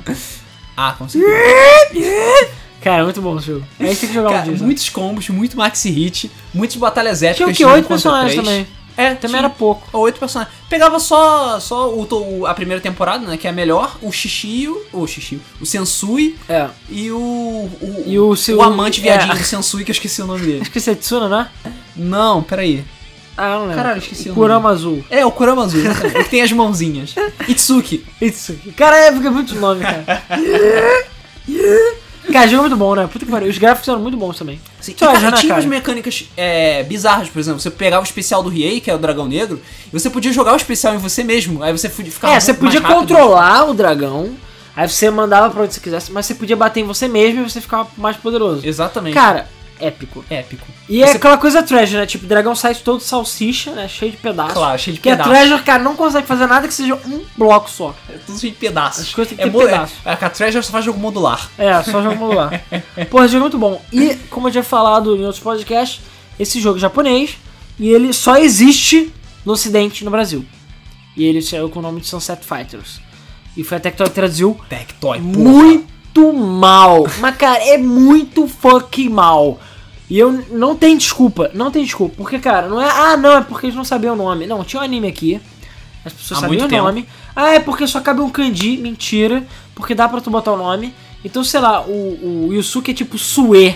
S1: Ah, com certeza.
S2: Cara, é muito bom esse jogo. É isso que tem que jogar um
S1: Cara,
S2: dia. sabe?
S1: muitos combos, muito maxi hit, muitas batalhas épicas.
S2: Tinha o que?
S1: de um
S2: Oito
S1: contra
S2: personagens
S1: três.
S2: também.
S1: É,
S2: Também
S1: tinha.
S2: era pouco.
S1: Oito personagens. Pegava só, só o, to- a primeira temporada, né? Que é a melhor, o Shishio, o Shishio, o Sensui
S2: É.
S1: e o. o
S2: E o seu.
S1: amante viadinho do
S2: É.
S1: Sensui, que eu esqueci o nome dele.
S2: Acho que esse é Tsuna, né?
S1: Não, peraí.
S2: Ah, eu não lembro.
S1: Caralho, esqueci o nome.
S2: Kurama Azul.
S1: É, o Kurama Azul, exatamente, ele que tem as mãozinhas. Itsuki.
S2: Isso. Cara, é, fica muito nome, cara. cara, jogo é muito bom, né? Puta que pariu. Os gráficos eram muito bons também.
S1: Sim, e,
S2: Tu acha,
S1: cara, e
S2: né,
S1: tinha
S2: cara?
S1: umas mecânicas é, bizarras, por exemplo, você pegava o especial do Riei, que é o Dragão Negro, e você podia jogar o especial em você mesmo, aí você fu- ficava
S2: é, você
S1: muito mais
S2: podia
S1: rápido.
S2: controlar o dragão, aí você mandava pra onde você quisesse, mas você podia bater em você mesmo e você ficava mais poderoso.
S1: Exatamente.
S2: Cara, épico.
S1: épico.
S2: E é
S1: Você-
S2: aquela coisa Treasure, né? Tipo, dragão sai todo salsicha, né? Cheio de pedaços.
S1: Claro, é cheio de
S2: Porque a
S1: pedaços.
S2: Treasure, cara, não consegue fazer nada que seja um bloco só.
S1: É tudo em pedaços.
S2: As coisas têm que
S1: é
S2: ter
S1: mo-
S2: pedaço.
S1: É, a Treasure só faz jogo modular.
S2: É, só jogo modular. Porra, esse jogo é muito bom. E, como eu tinha falado em outros podcasts, esse jogo é japonês e ele só existe no ocidente, no Brasil. E ele saiu com o nome de Sunset Fighters. E foi a Tectoy que traduziu
S1: Tectoy, porra.
S2: É muito mal. Mas, cara, é muito fucking mal. E eu não tem desculpa, não tem desculpa. Porque, cara, não é. Ah, não, é porque eles não sabiam o nome. Não, tinha um anime aqui. As pessoas
S1: Há
S2: sabiam
S1: muito
S2: o
S1: tempo.
S2: nome. Ah, é porque só cabe um kanji. Mentira. Porque dá pra tu botar o nome. Então, sei lá, o, o Yusuke é tipo Sue.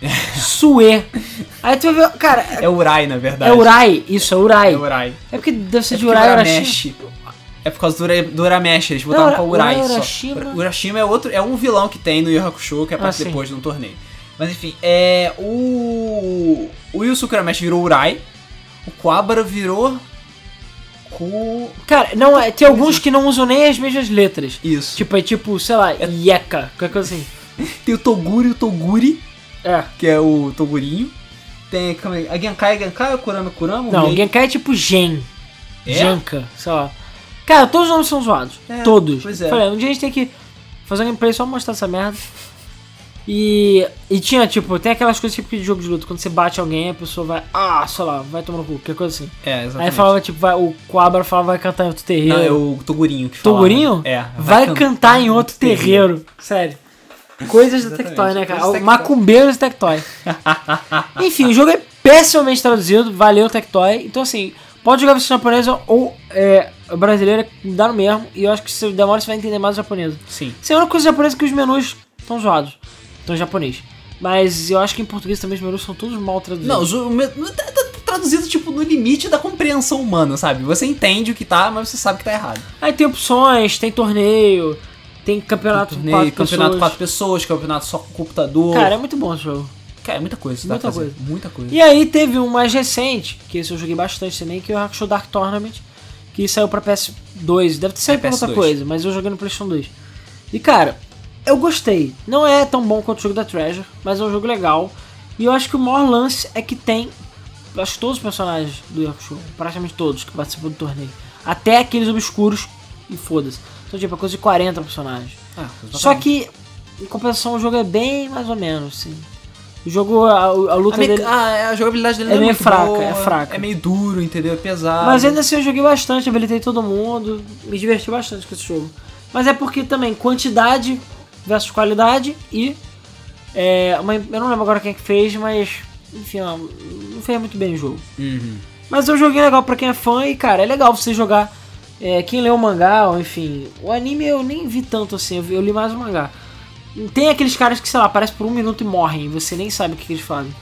S2: Sue. Aí tu vai ver. Cara,
S1: É Urai, na verdade.
S2: é Urai. Isso, é Urai.
S1: É Urai.
S2: É porque deve ser
S1: É
S2: de
S1: porque
S2: Urai Urashi.
S1: Uramesh- É por causa do, Ura, do Uramesh, eles botaram
S2: Ura-
S1: pra Urai
S2: Urai
S1: só.
S2: Urashima.
S1: é Urashima é outro, é um vilão que tem no Yu Yu Hakusho, que
S2: Ah,
S1: aparece
S2: sim.
S1: depois de um torneio. Mas enfim, é o o Yusuke Uramesh virou Urai, o Quabra virou Ku...
S2: Cara, não, é- tem alguns que não usam nem as mesmas letras.
S1: Isso.
S2: Tipo, é tipo, sei lá, Yeka, qualquer coisa assim.
S1: Tem o Toguri, o Toguri,
S2: É.
S1: que é o Togurinho. Tem calma aí, a Genkai, Genkai, o Kurama, Kurama. o
S2: Não,
S1: Rei.
S2: Genkai é tipo Gen.
S1: Uhum. É?
S2: Genka, sei lá. Cara, todos os nomes são zoados.
S1: É,
S2: todos.
S1: pois é.
S2: Falei, um dia a gente tem que fazer um gameplay só pra mostrar essa merda. E, e tinha, tipo, tem aquelas coisas tipo de jogo de luta. Quando você bate alguém, a pessoa vai, ah, sei lá, vai tomar no cu, qualquer coisa assim.
S1: É,
S2: Aí
S1: exatamente.
S2: falava, tipo, vai, o Quabra falava, vai cantar em outro terreiro.
S1: Não, é o Togurinho que fala.
S2: Togurinho?
S1: É.
S2: Vai, cantar, em outro terreiro. Sério. Coisas da
S1: Exatamente.
S2: Tectoy, né,
S1: Coisas
S2: cara?
S1: da
S2: O
S1: Tectoy.
S2: macumbeiros da Tectoy. Enfim, o jogo é pessimamente traduzido. Valeu, Tectoy. Então, assim, pode jogar versão japonesa ou é, brasileira, dá no mesmo. E eu acho que se demora, você vai entender mais o japonês.
S1: Sim.
S2: Isso é a única coisa japonesa que os menus estão zoados. Estão em japonês. Mas eu acho que em português também os menus são todos mal traduzidos.
S1: Não, o jogo mesmo- tá- tá traduzido tipo no limite da compreensão humana, sabe? Você entende o que tá, mas você sabe que tá errado.
S2: Aí tem opções, tem torneio, tem campeonato
S1: Torneio,
S2: com quatro
S1: Tipo, campeonato
S2: pessoas.
S1: quatro pessoas, campeonato só com computador.
S2: Cara, é muito bom esse jogo.
S1: Cara, é muita coisa,
S2: muita
S1: tá fazendo. Muita coisa.
S2: E aí teve um mais recente, que esse eu joguei bastante também, que é o Hakusho Dark Tournament, que saiu pra PS2. Deve ter saído pra outra
S1: PS2.
S2: coisa, mas eu joguei no PlayStation 2. E cara, eu gostei. Não é tão bom quanto o jogo da Treasure, mas é um jogo legal. E eu acho que o maior lance é que tem, eu acho que todos os personagens do Hakusho, praticamente todos que participam do torneio, até aqueles obscuros e foda-se. Então, tipo, é coisa de 40 personagens.
S1: Ah, exatamente.
S2: Só que, em compensação, o jogo é bem mais ou menos, assim. O jogo, a, a luta
S1: a, meca-
S2: dele...
S1: ah, a jogabilidade dele
S2: É
S1: não
S2: meio
S1: muito
S2: fraca,
S1: boa,
S2: é fraca.
S1: É meio duro, entendeu? É pesado.
S2: Mas ainda assim eu joguei bastante, habilitei todo mundo, me diverti bastante com esse jogo. Mas é porque também quantidade versus qualidade e. é, uma- eu não lembro agora quem é que fez, mas. Enfim, ó, não fez muito bem o jogo.
S1: Uhum.
S2: Mas é um joguinho legal pra quem é fã e, cara, é legal você jogar. É, quem lê o mangá, ou enfim. O anime eu nem vi tanto assim, eu, vi- eu li mais o mangá. Tem aqueles caras que, sei lá, aparecem por um minuto e morrem, e você nem sabe o que, que eles fazem.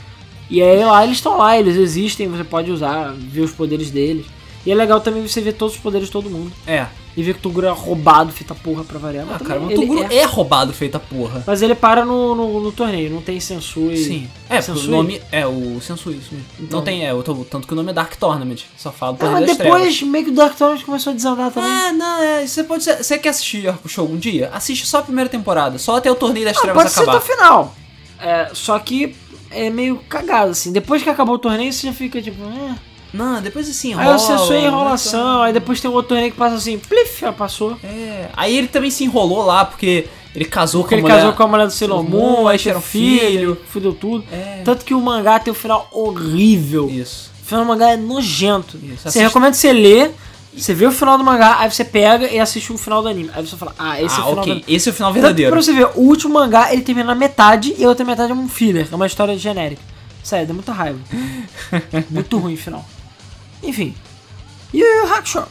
S2: E aí lá eles estão lá, eles existem, você pode usar, ver os poderes deles. E é legal também você ver todos os poderes de todo mundo.
S1: É.
S2: E ver que o Toguro é roubado, feita porra pra variar.
S1: Ah,
S2: também
S1: cara, mas o
S2: ele
S1: Toguro
S2: é-
S1: é roubado feita porra.
S2: Mas ele para no, no, no torneio, não tem censura. e-
S1: Sim. É, porque o
S2: Sensui?
S1: nome é o Sensui, isso mesmo.
S2: Então.
S1: Não tem, é, eu tô- tanto que o nome é Dark Tournament. Só falo
S2: Ah,
S1: por né?
S2: mas
S1: das
S2: depois meio que o Dark Tournament começou a desandar também.
S1: trevas. É, não, é, você pode ser- você quer assistir Yakusho algum dia? Assiste só a primeira temporada, só até o torneio das
S2: Ah,
S1: trevas
S2: pode ser até
S1: acabar.
S2: o final. É, só que é meio cagado, assim. Depois que acabou o torneio, você já fica tipo. "Eh".
S1: Não, depois assim,
S2: Aí
S1: enrola.
S2: eu censura a
S1: né,
S2: enrolação, aí depois tem um outro torneio que passa assim, plif, já passou.
S1: então. É. Aí ele também se enrolou lá porque ele casou
S2: Porque
S1: com
S2: ele
S1: a mulher.
S2: casou com a mulher do Sailor
S1: Sailor
S2: Moon,
S1: Moon,
S2: aí
S1: tiveram
S2: tiveram filho,
S1: um filho.
S2: fudeu tudo.
S1: É.
S2: Tanto que o mangá tem um final horrível.
S1: Isso.
S2: O final do mangá é nojento.
S1: Isso,
S2: Você
S1: assiste-
S2: recomenda você ler, você vê o final do mangá, aí você pega e assiste o final do anime. Aí você fala, ah, esse é o
S1: ah,
S2: final do
S1: ok.
S2: anime.
S1: Esse é o final
S2: Tanto que pra
S1: verdadeiro.
S2: você ver, o último mangá ele termina na metade e a outra metade é um filler, é uma história genérica. Sério, dá muita raiva. Muito ruim o final. Enfim. E o Yu Yu Hakusho.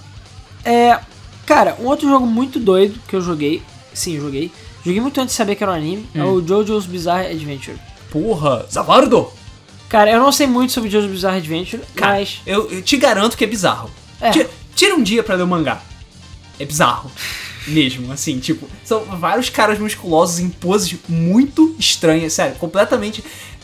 S2: É. Cara, um outro jogo muito doido que eu joguei. Sim, eu joguei. Joguei muito antes de saber que era um anime. É
S1: Hum.
S2: o JoJo's Bizarre Adventure.
S1: Porra, Zavardo!
S2: Cara, eu não sei muito sobre JoJo's Bizarre Adventure,
S1: Cara,
S2: mas.
S1: eu, eu te garanto que é bizarro.
S2: É.
S1: Ti- Tira um dia pra ler o mangá. É bizarro. Mesmo, assim, tipo, são vários caras musculosos em poses muito estranhas, sério, completamente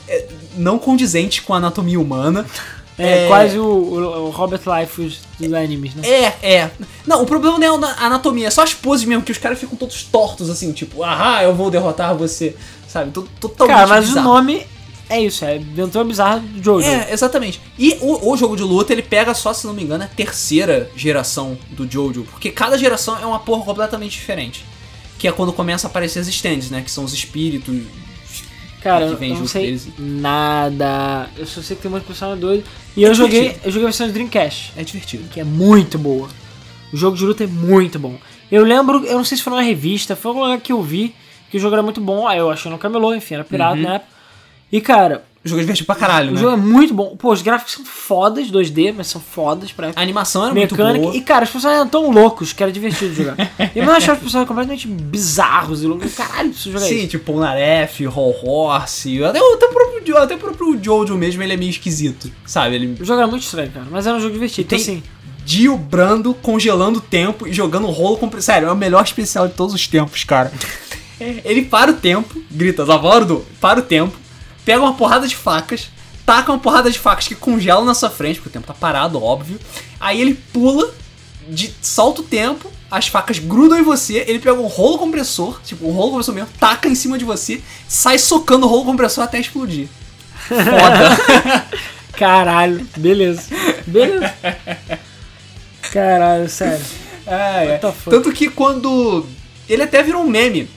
S1: é, não condizentes com a anatomia humana.
S2: É, quase o, o- o Robert Liefeld dos animes, né?
S1: É, é. Não, o problema não é a anatomia, é só as poses mesmo, que os caras ficam todos tortos, assim, tipo, ahá, eu vou derrotar você, sabe? Tô- Totalmente
S2: Cara, mas
S1: bizarro.
S2: o nome é isso, é Aventura Bizarra do Jojo.
S1: É, exatamente. E o, o jogo de luta, ele pega só, se não me engano, a terceira geração do Jojo. Porque cada geração é uma porra completamente diferente. Que é quando começa a aparecer as stands, né? Que são os espíritos.
S2: Cara,
S1: que
S2: eu
S1: vem
S2: eu não
S1: junto
S2: sei
S1: deles.
S2: nada. Eu só sei que tem um monte de personagem doido. E eu
S1: É
S2: joguei,
S1: divertido.
S2: eu joguei a versão de Dreamcast,
S1: É divertido.
S2: que é muito boa. O jogo de luta é muito bom. Eu lembro, eu não sei se foi numa revista, foi um lugar que eu vi que o jogo era muito bom. Aí eu achei no camelô, enfim, era pirata na época. E cara,
S1: O jogo é divertido pra caralho,
S2: o
S1: Uhum. né?
S2: jogo é muito bom. Pô, os gráficos são fodas, 2D, mas são fodas pra
S1: A animação era Ah, é muito
S2: é mecânica.
S1: boa.
S2: E, cara, os personagens eram tão loucos que era divertido jogar. eu não achava os personagens completamente bizarros e loucos. Caralho, preciso jogar
S1: Sim,
S2: é isso.
S1: tipo Polnareff, Hall Horse, até, o- até, o próprio, Jo- até o próprio Jojo mesmo, ele é meio esquisito, sabe? Ele
S2: O jogo era muito estranho, cara, mas era um jogo divertido.
S1: tem
S2: Então, assim,
S1: Dio Brando congelando o tempo e jogando rolo com. Sério, é o melhor especial de todos os tempos, cara. Ele para o tempo, grita, Zavardo, para o tempo, pega uma porrada de facas, taca uma porrada de facas que congelam na sua frente, porque o tempo tá parado, óbvio. Aí ele pula, de, solta o tempo, as facas grudam em você, ele pega um rolo compressor, tipo um rolo compressor mesmo, taca em cima de você, sai socando o rolo compressor até explodir. Foda.
S2: Caralho, beleza. Beleza. Caralho, sério.
S1: é, é.
S2: What the fuck?
S1: Tanto que quando. Ele até virou um meme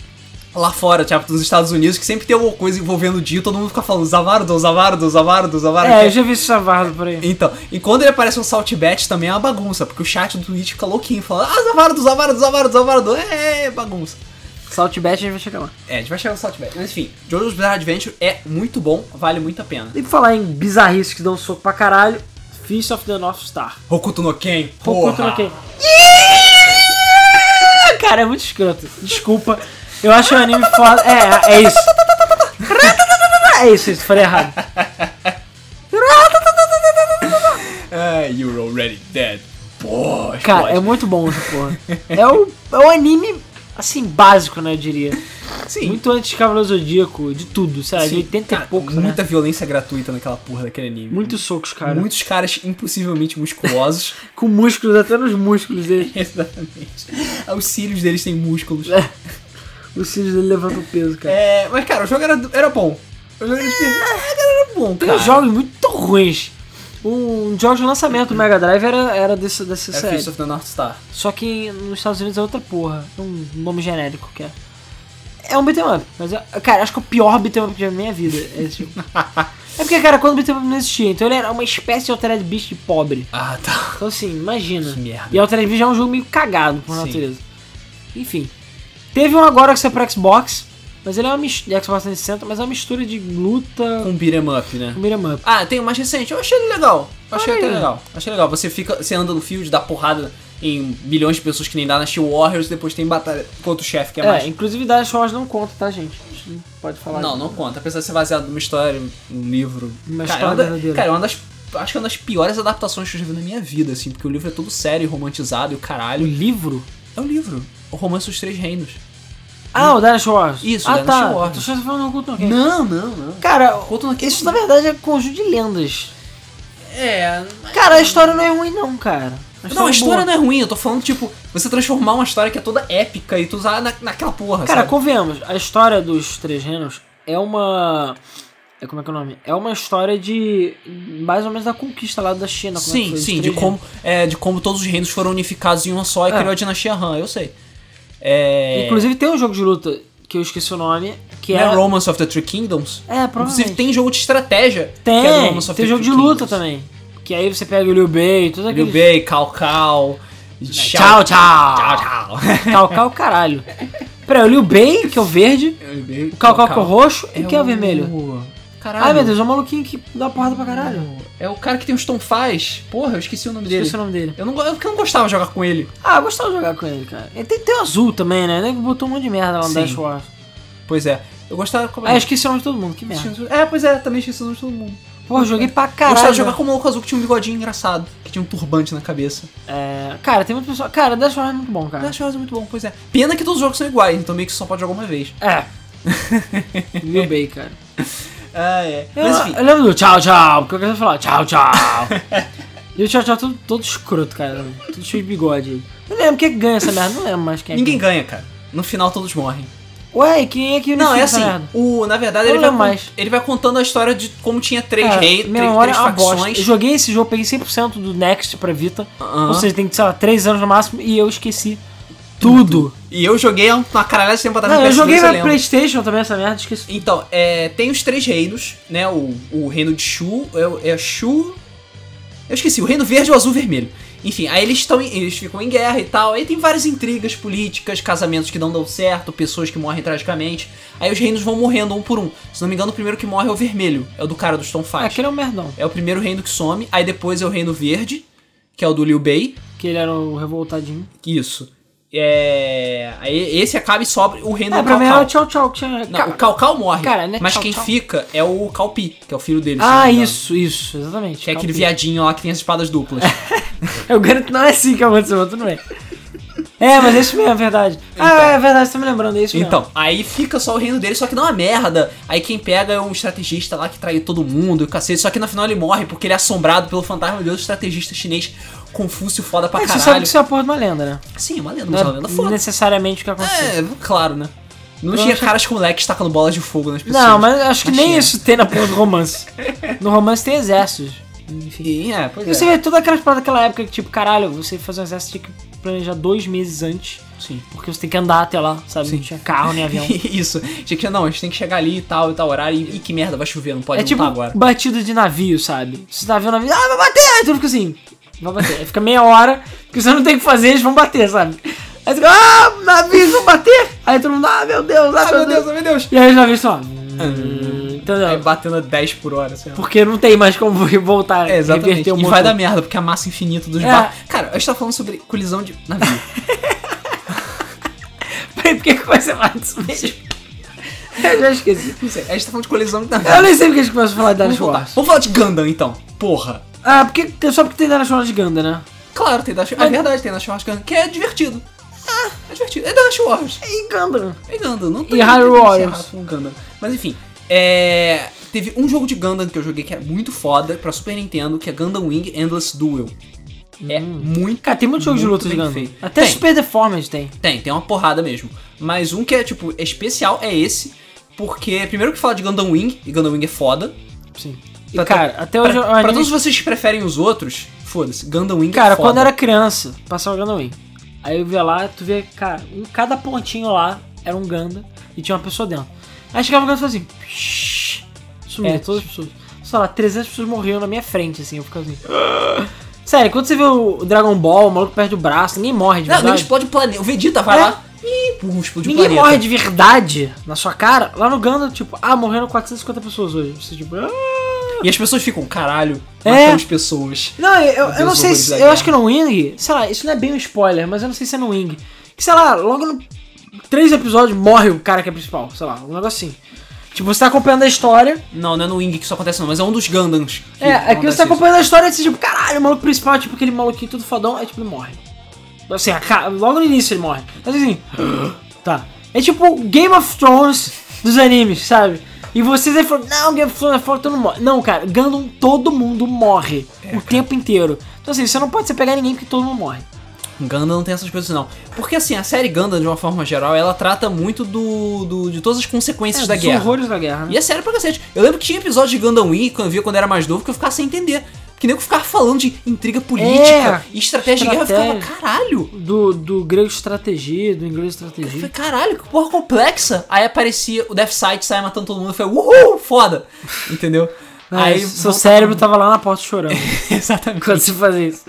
S1: lá fora, tipo, nos Estados Unidos, que sempre tem alguma coisa envolvendo o Dio, todo mundo fica falando Zavardo, Zavardo, Zavardo, Zavardo.
S2: É, eu já vi esse chavardo por aí.
S1: Então, e quando ele aparece um saltbet também é uma bagunça, porque o chat do Twitch fica louquinho, falando, ah, Zavardo, Zavardo, Zavardo, Zavardo, é, é, bagunça.
S2: Saltbat a gente vai chegar lá.
S1: É, a gente vai chegar no saltbet. Mas enfim, Jojo's Bizarre Adventure é muito bom, vale muito a pena.
S2: E pra falar em bizarrice que dão soco pra caralho, Feast of the North Star.
S1: Hokuto no Ken,
S2: Pouco
S1: porra.
S2: troquei. Cara, é muito escroto. Desculpa. Eu acho o anime foda. É, é isso. É isso, isso, falei errado.
S1: Ah, you're already dead. Porra,
S2: Cara, é muito bom essa porra. É o, é o anime, assim, básico, né, eu diria.
S1: Sim.
S2: Muito antes de Cavaleiro Zodíaco, de tudo, sei lá, de
S1: Sim,
S2: 80
S1: cara,
S2: e poucos, né?
S1: Muita violência gratuita naquela porra daquele anime.
S2: Muitos socos, cara.
S1: Muitos caras impossivelmente musculosos.
S2: Com músculos, até nos músculos dele.
S1: Exatamente. Os cílios deles têm músculos.
S2: Os cílios dele levantam peso, cara.
S1: É, mas, cara, o jogo era, era bom. O jogo era, divertido. Ah, cara, era bom,
S2: Tem
S1: cara.
S2: uns jogos muito ruins. Um jogo de lançamento do Mega Drive era, era desse, dessa
S1: Era
S2: série.
S1: É Fist of the North Star.
S2: Só que nos Estados Unidos é outra porra. É um nome genérico que é. É um beat'em up, mas é- cara, acho que é o pior beat'em up da minha vida. É, esse jogo. é porque, cara, quando o beat'em up não existia, então ele era uma espécie de Altered Beast de pobre.
S1: Ah, tá.
S2: Então assim, imagina.
S1: Que merda.
S2: E Altered Beast já é um jogo meio cagado por
S1: Sim.
S2: natureza. Enfim. Teve um agora que saiu pra Xbox. Mas ele é uma mistura. Xbox 360, mas é uma mistura de luta
S1: Com beat'em up, né?
S2: com beat'em up.
S1: Ah, tem o mais recente. Eu achei ele legal. Eu achei
S2: Olha
S1: até
S2: aí.
S1: legal. Achei legal. Você fica, você anda no field, dá porrada em bilhões de pessoas que nem dá na Steel Warriors, depois tem batalha contra o chefe, que é,
S2: É,
S1: mais.
S2: inclusive Dash Wars não conta, tá, gente? A gente não pode falar
S1: Não,
S2: de-
S1: não conta. Apesar de ser baseado numa história, um livro.
S2: Uma
S1: cara,
S2: história
S1: é uma da-
S2: verdadeira.
S1: Cara, é uma das. Acho que é uma das piores adaptações que eu já vi na minha vida, assim, porque o livro é todo sério, e romantizado e o
S2: O
S1: caralho.
S2: livro?
S1: É o livro. O romance dos três reinos.
S2: Ah, o Dynasty Wars.
S1: Isso,
S2: ah,
S1: Dynasty
S2: tá.
S1: Wars.
S2: Tô achando que você falou no Oculto Arcade.
S1: Não, não, não.
S2: Cara,
S1: Oculto no Arcade
S2: isso na verdade é um conjunto de lendas.
S1: É.
S2: Cara, a história não é ruim não, cara.
S1: Não, a
S2: é
S1: história
S2: boa.
S1: não é ruim, eu tô falando, tipo, você transformar uma história que é toda épica e tu usar na- naquela porra,
S2: Cara,
S1: sabe?
S2: convenhamos, a história dos Três Reinos é uma... É, como é que é o nome? É uma história de... Mais ou menos da conquista lá da China. como é que
S1: Sim,
S2: foi, dos
S1: sim, de
S2: Três
S1: como, é, de como todos os reinos foram unificados em uma só e
S2: É.
S1: criou a dinastia Han, eu sei. É,
S2: Reinos. Inclusive tem um jogo de luta que eu esqueci o nome, que
S1: não
S2: é...
S1: é Romance of the Three Kingdoms?
S2: É, provavelmente.
S1: Inclusive tem jogo de estratégia.
S2: Tem,
S1: que é do Romance of
S2: tem
S1: the
S2: jogo de
S1: Three
S2: luta
S1: Kingdoms.
S2: também. Que aí você pega o Liu Bei, tudo aquilo.
S1: Liu Bei, Cao Cao, Tchau,
S2: Tchau, tchau.
S1: tchau.
S2: Cao Cao, caralho. Peraí, o Liu Bei, que é o verde, o Cao Cao, que é o roxo, e o que é o vermelho?
S1: um Caralho.
S2: Ai, meu Deus, é o maluquinho que dá porrada pra caralho.
S1: É o cara que tem os tonfais. Porra, eu esqueci o nome dele.
S2: Esqueci o nome dele.
S1: Eu não, go- eu porque eu não gostava de jogar com ele.
S2: Ah, eu gostava de jogar com ele, cara. Ele tem, tem o azul também, né? Ele botou um monte de merda lá no
S1: Sim.
S2: Dash Wars.
S1: Pois é. Eu gostava como
S2: Ah, eu esqueci o nome de todo mundo, que merda.
S1: É, pois é, também esqueci o nome de todo mundo.
S2: Pô, eu joguei pra
S1: Eu
S2: caralho.
S1: gostava de jogar com o maluco azul que tinha um bigodinho engraçado, que tinha um turbante na cabeça.
S2: É, cara, tem muito pessoal. Cara, Dash Wars é muito bom, cara.
S1: Dash Wars é muito bom, pois é. Pena que todos os jogos são iguais, então meio que só pode jogar uma vez.
S2: É. Liu Bei, cara.
S1: Ah, é.
S2: Eu,
S1: Mas enfim,
S2: eu lembro do tchau, tchau, porque eu queria falar tchau, tchau. e o tchau, tchau todo, todo escroto, cara. Todo cheio de bigode. Não lembro quem é que ganha essa merda, não lembro mais quem é. que
S1: ninguém ganha, cara. No final todos morrem.
S2: Ué, quem é que
S1: Não, é
S2: unifica
S1: assim,
S2: essa merda?
S1: o, na verdade
S2: Eu
S1: ele
S2: não
S1: vai,
S2: lembro
S1: con-
S2: mais.
S1: ele vai contando a história de como tinha três
S2: Cara,
S1: reis,
S2: minha
S1: três,
S2: memória
S1: três
S2: é uma bosta. Eu
S1: facções.
S2: joguei esse jogo, peguei 100% do Next pra Vita.
S1: Aham.
S2: Ou seja, tem que, sei lá, 3 anos no máximo e eu esqueci tudo.
S1: E eu joguei há uma caralhada de tempo atrás.
S2: Não,
S1: no
S2: eu
S1: PS2,
S2: joguei
S1: eu
S2: na
S1: lembro.
S2: Playstation também essa merda, esqueci.
S1: Então, é, tem os três reinos, né? O, o reino de Shu, é, o- é Shu. Eu esqueci, o reino verde, o azul, o vermelho. Enfim, aí eles estão, em- eles ficam em guerra e tal. Aí tem várias intrigas políticas, casamentos que não dão certo, pessoas que morrem tragicamente. Aí os reinos vão morrendo um por um. Se não me engano, o primeiro que morre é o vermelho, é o do cara dos
S2: Ah,
S1: Tonfaz.
S2: aquele é um merdão.
S1: É o primeiro reino que some. Aí depois é o reino verde, que é o do Liu Bei.
S2: Que ele era o revoltadinho.
S1: Isso. É... Aí esse acaba e sobra o reino
S2: É,
S1: do
S2: pra
S1: Cao
S2: mim era
S1: Cao.
S2: o tchau, tchau. Que tinha...
S1: Não, o Calcal morre.
S2: Cara, né,
S1: Mas
S2: Cao
S1: quem
S2: Cao.
S1: fica é o Calpi, que é o filho dele. se não
S2: Ah,
S1: me engano.
S2: isso, isso, exatamente.
S1: Que é aquele
S2: Calpi.
S1: viadinho lá que tem as espadas duplas.
S2: Eu garanto que não é assim que aconteceu, mas tudo bem. É, mas é isso mesmo, é verdade.
S1: Então.
S2: Ah, é verdade, você tá me lembrando, é isso mesmo.
S1: então, aí fica só o reino dele, só que não é uma merda. Aí quem pega é um estrategista lá que traiu todo mundo e o cacete. Só que no final ele morre porque ele é assombrado pelo fantasma de outro estrategista chinês. Confúcio foda pra
S2: Mas você sabe
S1: caralho.
S2: que isso é a porra de uma lenda, né?
S1: Sim, é uma lenda,
S2: Não
S1: mas é uma
S2: é
S1: lenda foda.
S2: necessariamente o que aconteceu.
S1: É, claro, né? Não
S2: Eu
S1: tinha
S2: acho-
S1: caras com leques tacando bolas de fogo nas pessoas.
S2: Não, mas acho que nem
S1: Imagina.
S2: isso tem na porra do romance. No romance tem exércitos.
S1: Enfim, é, pois
S2: E você
S1: é.
S2: vê toda aquela parada daquela época que, tipo, caralho, você fazer um exército tinha que planejar dois meses antes,
S1: Sim.
S2: porque você tem que andar até lá, sabe?
S1: Sim.
S2: Não tinha carro nem avião.
S1: Isso. Tinha que, não, a gente tem que chegar ali e tal, e tal horário. E, e que merda, vai chover, não pode
S2: É
S1: não
S2: tipo
S1: tá agora.
S2: batida de navio, sabe? Você tá vendo o navio, ah, vai bater! Aí tu fica assim, vai bater. Aí fica meia hora, que você não tem o que fazer, eles vão bater, sabe? Aí você fica, ah, navios vão bater! Aí todo mundo, ah, meu Deus, ah,
S1: Ai, meu Deus, ai, meu Deus.
S2: E aí os navios só, "Hum",
S1: Aí
S2: entendeu?
S1: batendo a 10 por hora, sei lá.
S2: Porque não tem mais como voltar,
S1: É, exatamente.
S2: reverter o
S1: E
S2: mundo.
S1: vai dar merda, porque a massa infinita dos
S2: É.
S1: barcos. Cara, a gente tá falando sobre colisão de navio.
S2: Peraí, por que que vai ser mais isso mesmo? Eu já esqueci.
S1: Não sei, a gente tá falando de colisão de navio.
S2: Eu nem sei porque a gente começa a falar de
S1: Vamos
S2: Dynasty
S1: voltar.
S2: Wars.
S1: Vamos falar de Gundam então. Porra.
S2: Ah, porque, só porque tem Dynasty Wars de Ganda, né?
S1: Claro, tem Dash. É verdade, tem Dash Wars Gundam, que é divertido. Ah, é divertido. É Dash Wars.
S2: E Ganda.
S1: É Gundam, não
S2: E Hyrule
S1: não tem
S2: Warriors.
S1: errado com Gundam. Mas enfim, é... teve um jogo de Gundam que eu joguei que é muito foda pra Super Nintendo, que é Gundam Wing Endless Duel. É muito.
S2: Hum. Cara, tem muito jogo de
S1: Muito
S2: luta de
S1: bem
S2: Ganda.
S1: feito.
S2: Até
S1: Tem.
S2: Super Deformed tem.
S1: Tem, tem uma porrada mesmo. Mas um que é, tipo, especial é esse, porque primeiro que fala de Gundam Wing, e Gundam Wing é foda.
S2: Sim. E,
S1: Pra-
S2: cara, até hoje...
S1: pra,
S2: eu
S1: pra
S2: anime-
S1: todos vocês que preferem os outros, foda-se, Gundam Wing é
S2: Cara,
S1: foda.
S2: quando eu era criança, passava Ganda Wing. Aí eu via lá, tu via, cara, em cada pontinho lá era um Ganda e tinha uma pessoa dentro. Aí chegava o Ganda e fazia assim... psh, Sumia
S1: É.
S2: todas as pessoas. Sei lá, 300 pessoas morriam na minha frente, assim. Eu ficava assim... Sério, quando você vê o Dragon Ball, o maluco perde o braço, ninguém morre de
S1: Não, não
S2: verdade.
S1: explode o planeta. O Vegeta vai
S2: É.
S1: lá. Ih, por explodir o
S2: Ninguém
S1: planeta.
S2: morre de verdade na sua cara. Lá no Ganda, tipo, ah, morreram 450 pessoas hoje. Você, tipo, ah.
S1: E as pessoas ficam, caralho,
S2: É.
S1: matamos pessoas.
S2: Não, eu, eu
S1: Deus
S2: não sei
S1: horrores
S2: se.
S1: da
S2: Eu
S1: guerra.
S2: acho que no Wing, sei lá, isso não é bem um spoiler, mas eu não sei se é no Wing. Que, sei lá, logo no. Três episódios morre o cara que é principal, sei lá, um negócio assim. Tipo, você tá acompanhando a história.
S1: Não, não é no Wing que isso acontece, não, mas é um dos Gundams. que
S2: é, aqui
S1: acontece
S2: você tá
S1: isso.
S2: acompanhando a história e você, tipo, caralho, o maluco principal, tipo, aquele maluquinho todo fodão, aí, tipo, ele morre. Assim, a ca- logo no início ele morre. Mas assim, tá. É tipo Game of Thrones dos animes, sabe? E vocês aí falam, não, Game of Thrones é foda, todo mundo morre. Não, cara, Gundam, todo mundo morre.
S1: É,
S2: o tempo inteiro. Então assim, você não pode se pegar ninguém porque todo mundo morre.
S1: Gundam não tem essas coisas não. Porque assim, a série Gundam, de uma forma geral, ela trata muito do, do- de todas as consequências da
S2: É, dos
S1: guerra.
S2: horrores da guerra, né?
S1: E é sério pra cacete. Eu lembro que tinha episódio de Gundam Wing, quando eu via quando eu era mais novo, que eu ficava sem entender. Que nem eu ficava falando de intriga política e estratégia, de guerra. Eu
S2: É, estratégia.
S1: ficava, caralho,
S2: Do, do grego estratégia, do inglês
S1: Eu falei,
S2: estratégia.
S1: caralho, que porra complexa. Aí aparecia o Death Sight, saia matando todo mundo. Eu falei, uhul, foda. Entendeu?
S2: Não,
S1: Aí.
S2: seu cérebro tava lá na porta chorando
S1: Exatamente.
S2: quando você fazia isso.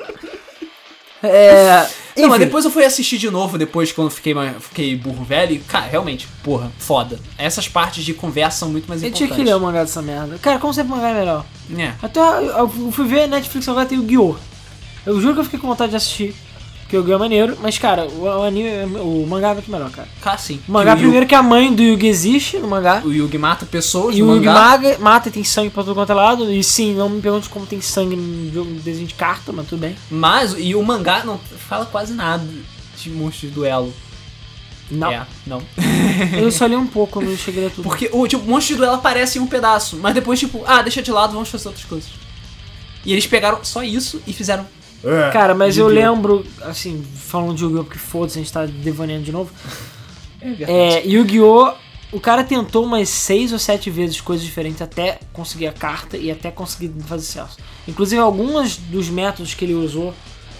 S2: É.
S1: Não, mas
S2: enfim.
S1: depois eu fui assistir de novo, depois quando eu fiquei, mais- fiquei burro velho. E, cara, realmente, porra, foda. Essas partes de conversa são muito mais
S2: Eu
S1: importantes.
S2: tinha que ler o mangá dessa merda. Cara, como sempre mangá é melhor.
S1: É.
S2: Até eu, eu fui ver Netflix agora tem o Guiô. Eu juro que eu fiquei com vontade de assistir. Porque o Guiô é maneiro, mas cara, o, o anime, é- o mangá é muito melhor, cara.
S1: Cara, sim.
S2: O mangá
S1: Que o
S2: primeiro que a mãe do Yugi existe no mangá.
S1: Yugi- O Yugi mata pessoas
S2: E
S1: no
S2: o Yugi
S1: mangá.
S2: maga- mata e tem sangue pra tudo quanto é lado. E sim, não me pergunte como tem sangue no jogo no desenho de carta, mas tudo bem.
S1: Mas, e o mangá não fala quase nada de monstros de duelo.
S2: Não.
S1: É, não.
S2: Eu só li um pouco, não cheguei a tudo.
S1: Porque o tipo, monstro de duelo aparece em um pedaço, mas depois, tipo, ah, deixa de lado, vamos fazer outras coisas. E eles pegaram só isso e fizeram.
S2: Cara, mas eu
S1: Yu-Gi-Oh!
S2: lembro, assim, falando de Yu-Gi-Oh! porque foda-se, a gente tá devaneando de novo.
S1: É verdade.
S2: É, Yu-Gi-Oh! O cara tentou umas seis ou sete vezes coisas diferentes até conseguir a carta e até conseguir fazer sucesso. Inclusive, alguns dos métodos que ele usou,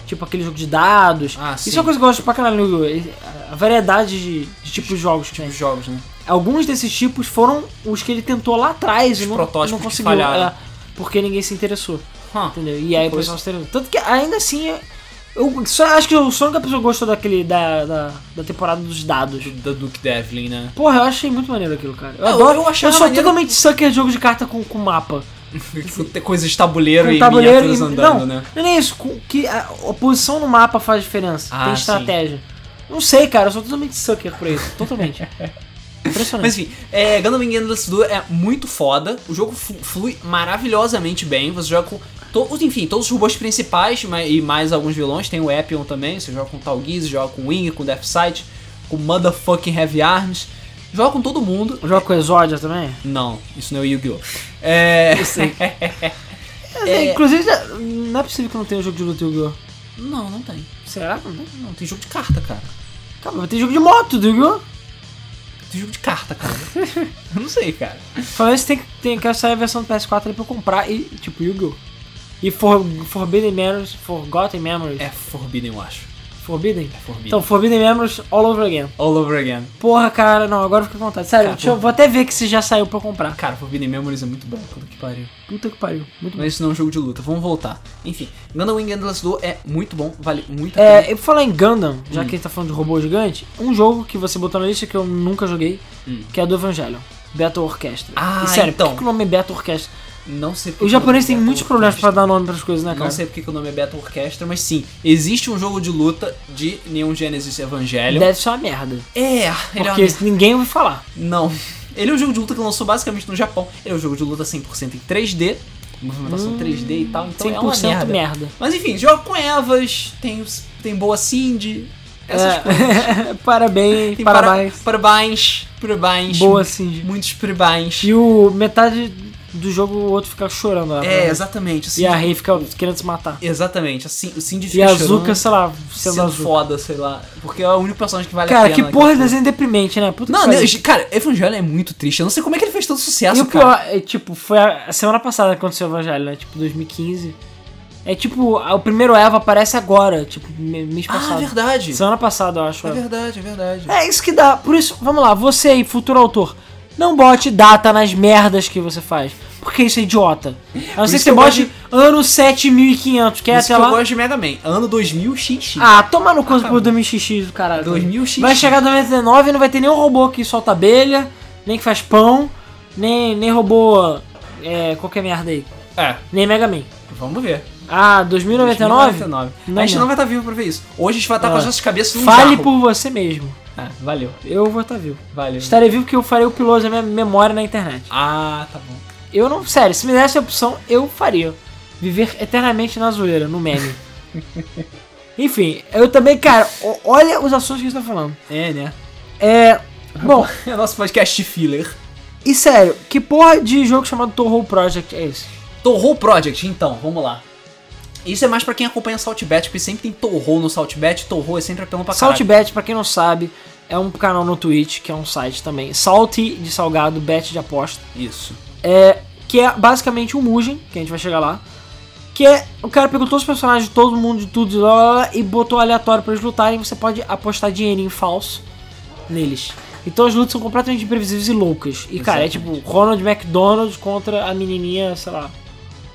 S2: tipo aquele jogo de dados.
S1: Ah,
S2: isso
S1: sim.
S2: é uma coisa que eu gosto pra caralho no Yu-Gi-Oh! ele- A variedade de, de tipos de jogos que tem.
S1: Os jogos, né?
S2: Alguns desses tipos foram os que ele tentou lá atrás e
S1: Os
S2: não,
S1: protótipos
S2: não
S1: que
S2: conseguiu.
S1: falharam.
S2: é, porque ninguém se interessou.
S1: Hum.
S2: Entendeu? E aí o
S1: Pois.
S2: pessoal se interessou. Tanto que ainda assim. Eu só, acho que eu só nunca pessoa gostou daquele. Da, da, da temporada dos dados.
S1: Do, da Duke Devlin, né?
S2: Porra, eu achei muito maneiro aquilo, cara. Eu
S1: Ah, eu-
S2: adoro.
S1: eu
S2: Eu,
S1: achava
S2: sou
S1: maneiro-
S2: totalmente sucker de jogo de carta com, com mapa.
S1: Tem coisas de tabuleiro
S2: Com
S1: e
S2: tabuleiro e.
S1: miniaturas
S2: não,
S1: andando, né?
S2: não é nem isso. com- que a, a posição no mapa faz diferença.
S1: Ah,
S2: tem
S1: sim.
S2: estratégia. Não sei, cara. Eu sou totalmente sucker por isso. Totalmente. Impressionante.
S1: Mas enfim, é, Gundam Wing Endless Duel é muito foda. O jogo flu- flui maravilhosamente bem. Você joga com. To, enfim, todos os robôs principais ma- e mais alguns vilões. Tem o Epion também. Você joga com o Tal'Giz, joga com o Wing, com o Death Sight, com o Motherfucking Heavy Arms. Joga com todo mundo.
S2: Eu Jogo com Exódia também?
S1: Não, isso não é o Yu-Gi-Oh! É.
S2: Inclusive, não é possível que não tenha jogo de luta Yu-Gi-Oh!
S1: Não, não tem.
S2: Será? Não tem?
S1: Não, tem jogo de carta, cara.
S2: Calma, mas tem jogo de moto do Yu-Gi-Oh!
S1: Tem jogo de carta, cara. Eu não sei, cara.
S2: Falando isso, tem, que- tem que sair a versão do PS4 ali pra eu comprar e, tipo, Yu-Gi-Oh! E For, Forbidden Memories, Forgotten Memories,
S1: É Forbidden, eu acho.
S2: Forbidden?
S1: É Forbidden.
S2: Então, Forbidden Memories all over again.
S1: All over again.
S2: Porra, cara, não, agora eu fiquei com vontade. Sério,
S1: Cara,
S2: deixa eu,
S1: porra.
S2: vou até ver que se já saiu pra eu comprar.
S1: Cara, Forbidden Memories é muito bom, puta que pariu.
S2: Puta que pariu, muito bom.
S1: Mas isso não é um jogo de luta, vamos voltar. Enfim, Gundam Wing Endless Duel é muito bom, vale muito a pena.
S2: É, eu vou falar em Gundam,
S1: Hum.
S2: já que a gente tá falando de robô gigante, um jogo que você botou na lista que eu nunca joguei,
S1: Hum.
S2: que é do Evangelion, Battle Orchestra.
S1: Ah,
S2: e sério,
S1: então.
S2: por que, que o nome é Battle Orchestra?
S1: Não sei porque
S2: O
S1: que o
S2: japonês
S1: nome
S2: tem
S1: é
S2: muitos
S1: Battle
S2: problemas pra
S1: Orchestra.
S2: dar nome pras coisas, né, cara?
S1: Não sei porque que o nome é Battle Orchestra, mas sim, existe um jogo de luta de Neon Genesis Evangelion.
S2: Deve ser uma merda.
S1: É, ele é uma
S2: Porque ninguém ouviu falar.
S1: Não. Ele é um jogo de luta que lançou basicamente no Japão. Ele é um jogo de luta 100% em 3D,
S2: Hum,
S1: movimentação 3D e tal, então é uma
S2: 100%
S1: merda.
S2: merda.
S1: Mas enfim, joga com Evas, tem, os- tem boa Cindy, essas
S2: É.
S1: coisas.
S2: Parabéns,
S1: Tem para-
S2: parabéns.
S1: parabéns, parabéns.
S2: Boa, sim.
S1: Muitos parabéns.
S2: E o metade do jogo, o outro fica chorando lá.
S1: É,
S2: né?
S1: exatamente. o
S2: E
S1: Cindy-
S2: a Rei fica querendo se matar.
S1: Exatamente, assim, o Cindy
S2: E
S1: fica
S2: a
S1: chorando,
S2: Azuka, sei lá,
S1: sendo,
S2: sendo Azuka.
S1: foda, sei lá. Porque é o único personagem que vale
S2: Cara,
S1: a
S2: que
S1: pena.
S2: porra de
S1: naquela
S2: desenho deprimente, né? Puta
S1: Não,
S2: que pariu.
S1: né, cara, Evangelho é muito triste. Eu não sei como é que ele fez tanto sucesso,
S2: E o
S1: cara.
S2: pior, é, tipo, foi a a semana passada que aconteceu o Evangelho, né? Tipo, 2015. É tipo, a- o primeiro Eva aparece agora, tipo, me- mês
S1: Ah, é
S2: passado.
S1: verdade.
S2: semana passada, eu acho.
S1: É
S2: Eva.
S1: verdade, é verdade.
S2: É isso que dá. Por isso, vamos lá, você aí, futuro autor, não bote data nas merdas que você faz. porque isso é idiota. A não ser que
S1: isso
S2: você
S1: eu
S2: bote
S1: gosto
S2: ano 7500, que é
S1: Isso que
S2: até
S1: eu
S2: lá.
S1: gosto de Mega Man. Ano 2000 XX.
S2: Ah, toma no canto
S1: Ah,
S2: pro 2000xx do caralho. tá
S1: 2000 XX.
S2: Vai chegar 99 e não vai ter nenhum robô que solta abelha, nem que faz pão, nem, nem robô. É, qualquer merda aí.
S1: É,
S2: Nem Mega Man.
S1: vamos ver.
S2: Ah, 2099?
S1: 99.
S2: Não,
S1: a gente
S2: não.
S1: não vai estar vivo pra ver isso. Hoje a gente vai estar com as
S2: Ah.
S1: nossas cabeças num
S2: Fale
S1: jarro.
S2: por você mesmo.
S1: Ah, valeu.
S2: Eu vou estar vivo.
S1: Valeu.
S2: Estarei vivo porque eu farei o piloto da minha memória na internet.
S1: Ah, tá bom.
S2: Eu não, sério, se me desse a opção, eu faria. Viver eternamente na zoeira, no meme. Enfim, eu também, cara, o- olha os assuntos que você tá falando.
S1: É, né?
S2: É. Bom,
S1: É o nosso podcast filler.
S2: e sério, que porra de jogo chamado Toho Project é esse?
S1: Torrou Project, então, vamos lá. Isso é mais pra quem acompanha Saltbet, porque sempre tem Torrou no Saltbet, Torrou é sempre apelão pra caralho.
S2: Saltbet, pra quem não sabe, é um canal no Twitch, que é um site também. Salty de salgado, bet de aposta.
S1: Isso.
S2: É, que é basicamente o Mugen, que a gente vai chegar lá. Que é, o cara pegou todos os personagens de todo mundo, de tudo, de lá, lá, lá, e botou aleatório pra eles lutarem. Você pode apostar dinheirinho falso neles. Então as lutas são completamente imprevisíveis e loucas. E cara, é
S1: Exatamente.
S2: tipo Ronald McDonald contra a menininha, sei lá.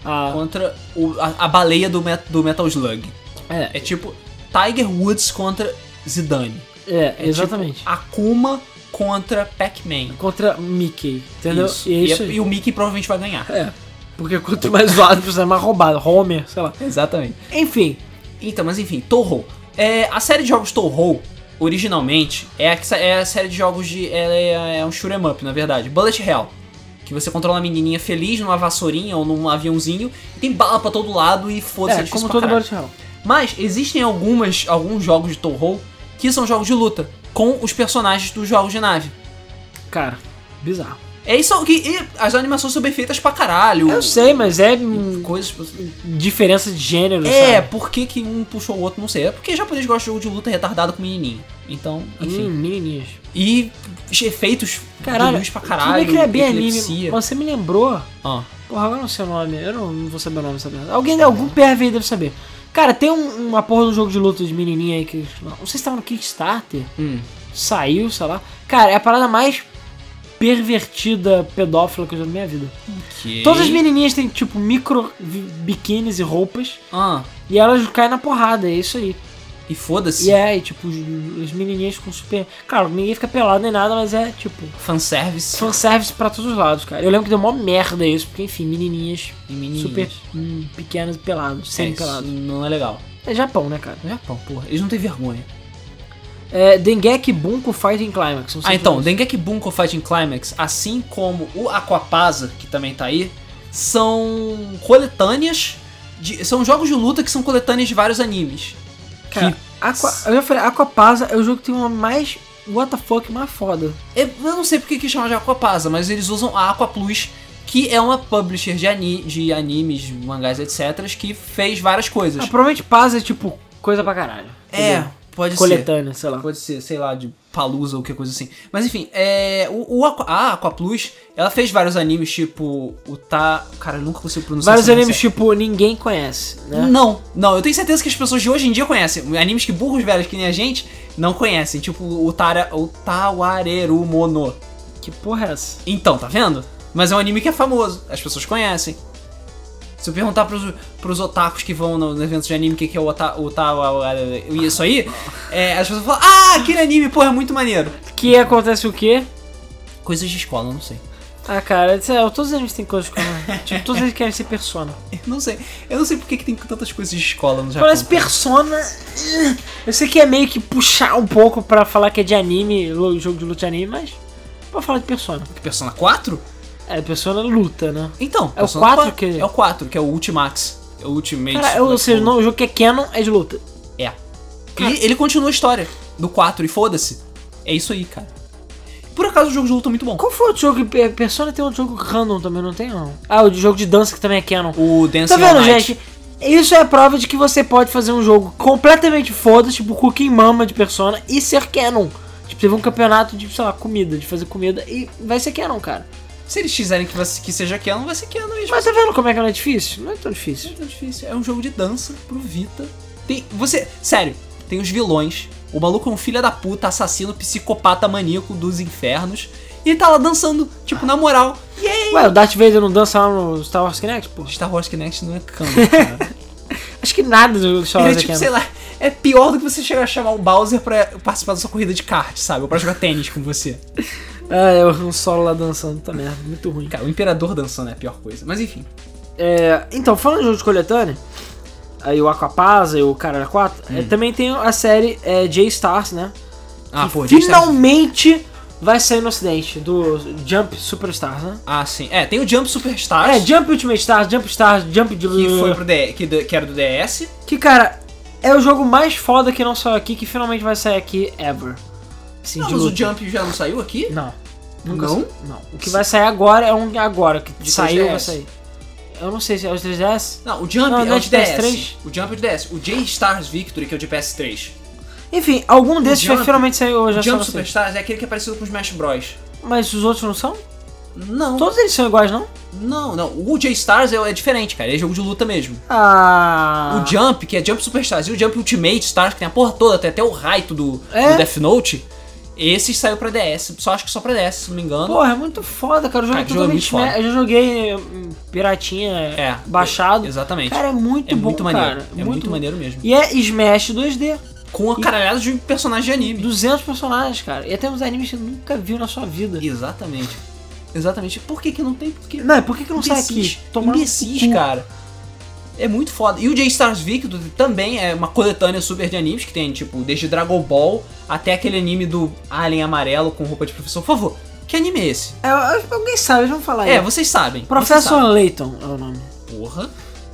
S2: A,
S1: Contra o- a, a baleia do, Met- do Metal Slug.
S2: é,
S1: É tipo Tiger Woods contra Zidane.
S2: é,
S1: É
S2: exatamente.
S1: Tipo Akuma contra Pac-Man.
S2: Contra Mickey, entendeu?
S1: Isso.
S2: E é
S1: E,
S2: isso
S1: é-
S2: aí.
S1: e o Mickey provavelmente vai ganhar.
S2: É. Porque quanto mais zoado, precisa mais roubado. Homer, sei lá.
S1: Exatamente.
S2: Enfim,
S1: Então, mas enfim, Torro. É, a série de jogos Torro, originalmente, é a, que sa- é a série de jogos de. É, é- é um shoot'em up, na verdade. Bullet Hell. Que você controla uma menininha feliz numa vassourinha ou num aviãozinho, e tem bala pra todo lado e foda-se, é,
S2: é,
S1: difícil
S2: como
S1: pra
S2: todo
S1: caralho.
S2: Battle Royale.
S1: Mas existem algumas, alguns jogos de Torro que são jogos de luta, com os personagens dos jogos de nave.
S2: Cara, bizarro.
S1: É isso que. e as animações são bem feitas pra caralho.
S2: Eu sei, mas é hum,
S1: Coisas.
S2: diferença de gênero,
S1: É,
S2: sabe?
S1: por que, que um puxou o outro, não sei. É porque japonês gosta de jogo de luta retardado com menininho. Então, enfim.
S2: Hum, menininhas.
S1: E efeitos de
S2: Caralho,
S1: luz pra
S2: Tudo bem
S1: caralho.
S2: que é bem anime.
S1: epilepsia.
S2: Você me lembrou.
S1: Ah,
S2: Porra, agora eu não sei o nome. Eu não, não vou saber o nome dessa merda. Alguém, algum PRV deve saber. Cara, tem um- uma porra de um jogo de luta de menininha aí que. Não sei se tava no Kickstarter.
S1: hum.
S2: Saiu, sei lá. Cara, é a parada mais pervertida, pedófila que eu já vi na minha vida.
S1: ok.
S2: Todas as menininhas têm, tipo, micro vi- biquínis e roupas.
S1: Ah,
S2: E elas caem na porrada, é isso aí.
S1: e foda-se.
S2: E é, e, tipo, os, os menininhos com super. Cara, ninguém fica pelado nem nada, mas é, tipo,
S1: Fanservice
S2: fanservice pra todos os lados, cara. Eu lembro que deu mó merda isso, porque, enfim, menininhas
S1: e menininhos.
S2: super hum, pequenas e peladas,
S1: É, isso
S2: semi-peladas.
S1: Não é legal.
S2: É Japão, né, cara?
S1: No Japão, porra. Eles não têm vergonha.
S2: É, Dengeki Bunko Fighting Climax. não sei
S1: Ah,
S2: se
S1: então,
S2: você-
S1: Dengeki Bunko Fighting Climax, assim como o Aquapasa, que também tá aí, são coletâneas de- são jogos de luta que são coletâneas de vários animes.
S2: Cara, Aqua, eu já falei, Aquapasa é o jogo que tem uma mais. What the fuck, mais foda.
S1: Eu É, eu não sei porque que chama de Aquapasa, mas eles usam a Aqua Plus, que é uma publisher de, ani- de animes, mangás, etc, que fez várias
S2: Ah,
S1: coisas.
S2: provavelmente Paz é tipo coisa pra caralho.
S1: é,
S2: Entendeu?
S1: pode ser.
S2: Coletânea, sei lá.
S1: Pode ser, sei lá, de Palusa ou que coisa assim. Mas enfim, é, o, o Aqua, a Aqua Plus, ela fez vários animes, tipo o Ta... Cara, eu nunca consigo pronunciar
S2: Vários
S1: esse nome
S2: animes, tipo, ninguém conhece, né?
S1: Não, não, eu tenho certeza que as pessoas de hoje em dia conhecem. Animes que burros velhos que nem a gente não conhecem, tipo o, Tara, o Tawareru Mono.
S2: Que porra é essa?
S1: Então, tá vendo? Mas é um anime que é famoso, as pessoas conhecem. Se eu perguntar pros, pros otakus que vão no- nos eventos de anime o que, que é o Ota- o Tawareru e isso aí, é, as pessoas falam, ah, aquele anime, porra, é muito maneiro.
S2: Que acontece o quê?
S1: Coisas de escola, eu não sei.
S2: Ah, cara, sei lá, todos eles têm coisas como. tipo, todos eles querem ser persona.
S1: Eu não sei. Eu não sei por que que tem tantas coisas de escola no Japão.
S2: Parece persona. Eu sei que é meio que puxar um pouco pra falar que é de anime, lo- jogo de luta de anime, mas. Pra falar de persona.
S1: Persona 4?
S2: É, persona luta, né?
S1: Então,
S2: É o
S1: Persona
S2: 4 que-
S1: É o 4, que é o Ultimax. É o Ultimate.
S2: Cara, eu- ou seja,
S1: Ultimate.
S2: não, o jogo que é canon é de luta.
S1: É.
S2: Cara-
S1: E ele continua a história do 4 e foda-se. É isso aí, cara. Por acaso o jogo de luta é muito bom.
S2: Qual foi outro jogo que. eh, Persona tem outro jogo random também, não tem não? Ah, o de jogo de dança que também é canon.
S1: O Dance
S2: Tá vendo,
S1: Night.
S2: gente? Isso é a prova de que você pode fazer um jogo completamente foda, tipo Cooking Mama de Persona, e ser canon. Tipo, teve um campeonato de, sei lá, comida, de fazer comida, e vai ser canon, cara.
S1: Se eles quiserem que, você, que seja Canon, vai ser Canon. Eles
S2: Mas tá vendo como é que não é difícil? Não é tão
S1: Não
S2: difícil.
S1: é tão difícil. É um jogo de dança pro Vita. Tem. Você. Sério, tem os vilões. O maluco é um filho da puta, assassino, psicopata maníaco dos infernos. E ele tá lá dançando, tipo, na moral. Yay!
S2: Ué, o Darth Vader não dança lá no Star Wars Kinect, pô?
S1: Star Wars Kinect não é canon, cara.
S2: Acho que nada do Star
S1: Ele é
S2: Wars é
S1: tipo,
S2: canon.
S1: sei lá, é pior do que você chegar a chamar o Bowser pra participar da sua corrida de kart, sabe? Ou pra jogar tênis com você.
S2: Ah, eu um solo lá dançando, tá merda, muito ruim.
S1: Cara, o Imperador dançando é a pior coisa. Mas enfim.
S2: É, então, falando de jogo de coletânea, aí o Aquapaz e o Caralho 4, é, também tem a série é, J-Stars, né?
S1: Ah,
S2: que
S1: pô, a gente tá-
S2: finalmente vai sair no ocidente, do Jump Superstars, né?
S1: Ah, sim. É, tem o Jump Superstars.
S2: É, Jump Ultimate Stars, Jump Stars, Jump de
S1: que foi pro D, que, do- que era do DS.
S2: Que, cara, é o jogo mais foda que não saiu aqui, que finalmente vai sair aqui ever. Assim,
S1: Não,
S2: de
S1: mas o
S2: luta.
S1: Jump já não saiu aqui?
S2: Não.
S1: Não?
S2: sa- Não. O que vai sair agora é um agora, que
S1: De
S2: saiu, vai
S1: 3DS.
S2: sair. Eu não sei se é os 3DS.
S1: Não, o Jump
S2: Não,
S1: é
S2: não
S1: o
S2: é
S1: de
S2: de
S1: DS.
S2: PS3.
S1: O Jump é o de DS. O J-Stars Victory, que é o de PS3.
S2: Enfim, algum desses
S1: Jump-
S2: vai finalmente sair
S1: O
S2: hoje. eu assim. só
S1: Jump
S2: não sei.
S1: Superstars é aquele que é parecido com os Smash Bros.
S2: Mas os outros não são?
S1: Não,
S2: Todos eles são iguais, não?
S1: não, não. O J-Stars é, é diferente, cara. É jogo de luta mesmo.
S2: Ah.
S1: O Jump, que é Jump Superstars, e o Jump Ultimate Stars, que tem a porra toda, tem até o Raito do,
S2: É?
S1: do Death Note. Esse saiu pra DS. Só acho que só pra DS, se não me engano.
S2: Porra, é muito foda, cara. O jogo
S1: Cara,
S2: é
S1: que jogo é muito
S2: totalmente. me- Eu já joguei hum, Piratinha,
S1: é.
S2: baixado.
S1: Exatamente.
S2: Cara, é muito
S1: é
S2: bom,
S1: muito maneiro.
S2: cara.
S1: É muito, maneiro mesmo.
S2: E é Smash 2D.
S1: Com a caralhada de um personagem de anime.
S2: 200 personagens, cara. E até uns animes que você nunca viu na sua vida.
S1: Exatamente. Exatamente. Por que que não tem? Porque
S2: Não, por que, que não sai
S1: imbecis.
S2: aqui? no
S1: Imbecis,
S2: cu.
S1: cara. É muito foda. E o J-Stars Victor também é uma coletânea super de animes que tem, tipo, desde Dragon Ball até aquele anime do Alien Amarelo com roupa de professor. Por favor, que anime é esse?
S2: É, eu- alguém sabe, eles vão falar
S1: É,
S2: aí.
S1: vocês sabem. vocês
S2: Professor
S1: sabem.
S2: Layton é o nome.
S1: Porra.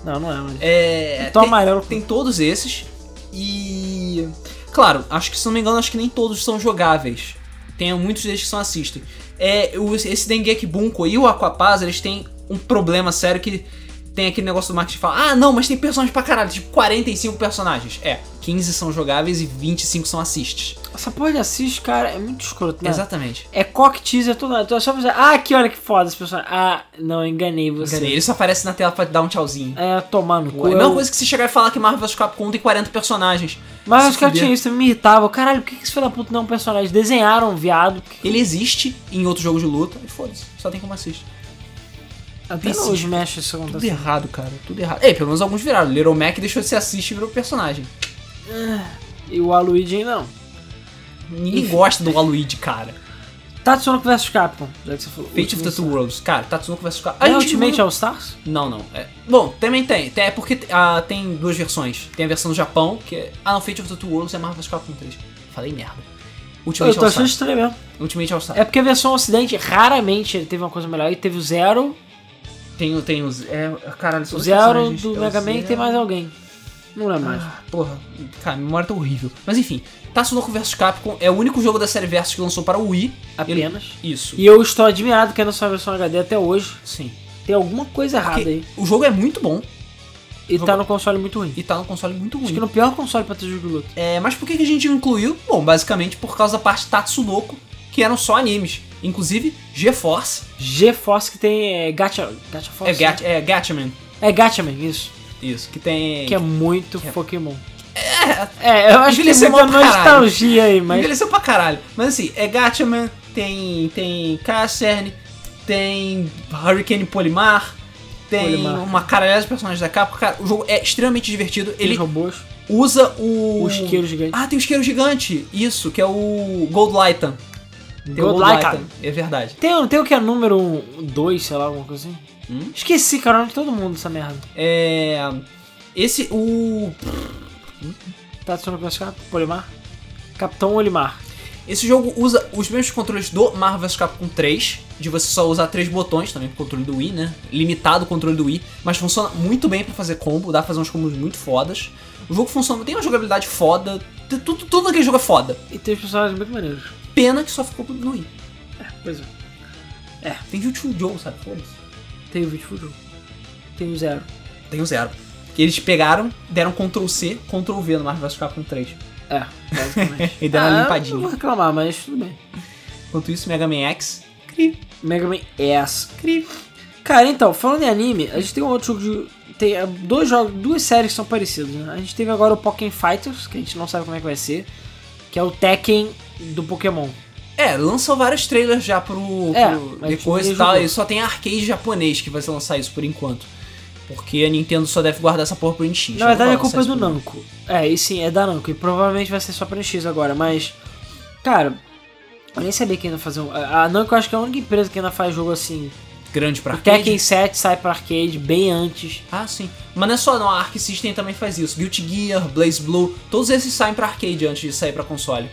S2: Não, não é, mas...
S1: É.
S2: Tom
S1: tem-
S2: Amarelo.
S1: Tem todos esses. E. Claro, acho que se não me engano, acho que nem todos são jogáveis. Tem muitos deles que são assistem. É, o- esse Dengeki Bunko e o Aquapaz, eles têm um problema sério que tem aquele negócio do marketing que fala: ah, não, mas tem personagens pra caralho, tipo 45 personagens. É, 15 são jogáveis e 25 são assists.
S2: Essa porra de assiste, cara, é muito escroto, né?
S1: Exatamente.
S2: É cock teaser toda Então é só pra dizer, ah, que olha que foda esse personagem. Ah, não, enganei você.
S1: Enganei. Ele só aparece na tela pra dar um tchauzinho.
S2: É, tomar no cu.
S1: É a mesma
S2: Eu-
S1: coisa que se chegar e falar que Marvel vs Capcom tem 40 personagens.
S2: Mas
S1: Se
S2: os caras
S1: fuder.
S2: tinham isso, eu me irritava. Caralho, por que que esse filho da puta não é um personagem? Desenharam um viado.
S1: Ele existe em outro jogo de luta. E foda-se, só tem como assistir.
S2: Até
S1: Isso.
S2: no Smash isso
S1: Tudo
S2: acontece.
S1: errado, cara. Tudo errado. Ei, pelo menos alguns viraram. Little Mac deixou de ser assiste e virou personagem.
S2: E o Aluigi ainda não.
S1: Ninguém gosta do Aluigi, cara.
S2: Tatsunoko vs Capcom, já que você falou.
S1: Fate of the Two Worlds. Cara, Tatsunoko vs. Capcom.
S2: É Ultimate
S1: né?
S2: All Stars?
S1: Não, não. É- Bom, também tem. Tem- É porque ah, tem duas versões. Tem a versão do Japão, que é... Ah, não. Fate of the Two Worlds é Marvel vs. Capcom 3. Falei merda. é
S2: Eu
S1: Ultimate
S2: tô achando
S1: All-Star.
S2: estranho mesmo.
S1: Ultimate All-Star.
S2: É porque a versão Ocidente raramente ele teve uma coisa melhor. E teve o Zero,
S1: Tem, o- tem os... É, caralho, são
S2: o
S1: os
S2: Zero
S1: personagens.
S2: do
S1: É o
S2: Mega Man e
S1: Zero.
S2: tem mais alguém. Não lembro mais.
S1: Ah, Porra, cara, minha memória tá horrível. Mas enfim, Tatsunoko vs Capcom é o único jogo da série Versus que lançou para o Wii. Ah, Ele-
S2: Apenas.
S1: Isso.
S2: E eu estou admirado que ainda só a versão HD até hoje.
S1: Sim.
S2: Tem alguma coisa errada aí.
S1: Porque o jogo é muito bom
S2: E
S1: jogo-
S2: tá no console muito ruim.
S1: e tá no console muito
S2: Acho
S1: ruim.
S2: que no pior console pra ter jogo de luta.
S1: É, mas por que que a gente incluiu? Bom, basicamente por causa da parte Tatsunoko, que eram só animes. Inclusive, GeForce
S2: GeForce que tem é, Gacha, Gacha Force.
S1: é, Gat é Gatchaman.
S2: É Gatchaman, isso.
S1: Isso, que tem.
S2: Que é muito
S1: Que é-
S2: Pokémon. É, eu acho que ele
S1: Envelheceu
S2: uma
S1: pra caralho.
S2: nostalgia aí, mas.
S1: Envelheceu pra caralho. Mas assim, é Gatchaman, tem. tem Cassern, tem Hurricane Polimar. Tem
S2: Polimar.
S1: uma caralhada de personagens da capa. Cara, o jogo é extremamente divertido.
S2: Ele
S1: Ele
S2: robôs,
S1: usa o.
S2: o isqueiro gigante.
S1: Ah, tem o isqueiro gigante. Isso, que é o Gold Lightan. Ah, Tem o
S2: Gold Lightan.
S1: É verdade.
S2: Tem, não tem o que é número 2, sei lá, alguma coisa assim?
S1: Hum?
S2: Esqueci, cara, o nome de todo mundo essa merda.
S1: É. Esse. O.
S2: Tá adicionando com esse cara? Polimar? Capitão Olimar.
S1: Esse jogo usa os mesmos controles do Marvel vs Capcom 3, de você só usar três botões também pro controle do Wii, né? Limitado o controle do Wii, mas funciona muito bem pra fazer combo, dá pra fazer uns combos muito fodas. O jogo funciona, tem uma jogabilidade foda, tem tudo, tudo naquele jogo é foda.
S2: E tem os personagens muito maneiros.
S1: Pena que só ficou pro Wii.
S2: Pois é.
S1: Tem Jutsu Joe, sabe? Foda-se.
S2: Tem o vídeo Fujo. Tem o Zero.
S1: Tem o zero. Que eles pegaram, deram um Ctrl C, Ctrl V no Marvel vs Capcom 3.
S2: É, basicamente.
S1: E dá uma
S2: Ah, eu
S1: limpadinha.
S2: Não vou reclamar, mas tudo bem.
S1: Enquanto isso, Mega Man X. Cri,
S2: Mega Man S.
S1: cri.
S2: Cara, então, falando em anime, a gente tem um outro jogo de. Tem eh, dois jogos, duas séries que são parecidas, né? A gente teve agora o Pokémon Fighters, que a gente não sabe como é que vai ser, que é o Tekken do Pokémon.
S1: É, lançou vários trailers já pro,
S2: É,
S1: pro
S2: mas
S1: depois e
S2: ninguém
S1: tal.
S2: jogou.
S1: E só tem arcade japonês que vai lançar isso por enquanto. Porque a Nintendo só deve guardar essa porra pro NX.
S2: Na
S1: ela não
S2: verdade,
S1: vai
S2: a culpa é
S1: lançar
S2: do
S1: isso pro-
S2: Namco. É, e sim, é da Namco. E provavelmente vai ser só pra NX agora, mas. Cara, eu nem sabia que ainda fazer um. A a Namco eu acho que é a única empresa que ainda faz jogo assim.
S1: Grande pra
S2: O
S1: arcade.
S2: Tekken 7 sai pra arcade bem antes.
S1: Ah, sim. Mas não é só não, a Arc System também faz isso. Guilty Gear, Blaze Blue, todos esses saem pra arcade antes de sair pra console.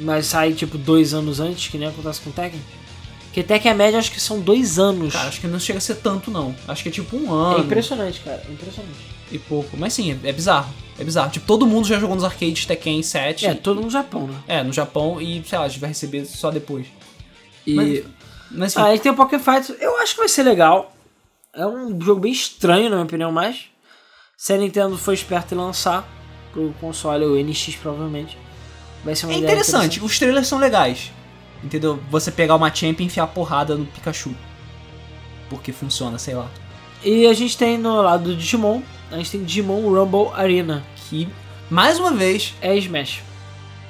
S2: Mas sai tipo dois anos antes, que nem acontece com o Tekken. Porque Tekken a média acho que são dois anos.
S1: Cara, acho que não chega a ser tanto não. Acho que é tipo um
S2: é
S1: ano
S2: impressionante, cara. É impressionante.
S1: e pouco. Mas sim, é, é bizarro. É bizarro. Tipo, todo mundo já jogou nos arcades Tekken 7.
S2: É, todo no Japão, né?
S1: É, no Japão e, sei lá, a gente vai receber só depois.
S2: E.
S1: Mas- Mas enfim,
S2: Ah, aí tem o Pocket Fight, eu acho que vai ser legal. É um jogo bem estranho, na minha opinião, mas se a Nintendo for esperta e lançar pro console ou NX, provavelmente, vai ser uma
S1: é
S2: ideia
S1: interessante. Os trailers são legais. Entendeu? Você pegar uma champ e enfiar porrada no Pikachu. Porque funciona, sei lá.
S2: E a gente tem no lado do Digimon, a gente tem Digimon Rumble Arena.
S1: Que, mais uma vez,
S2: É Smash.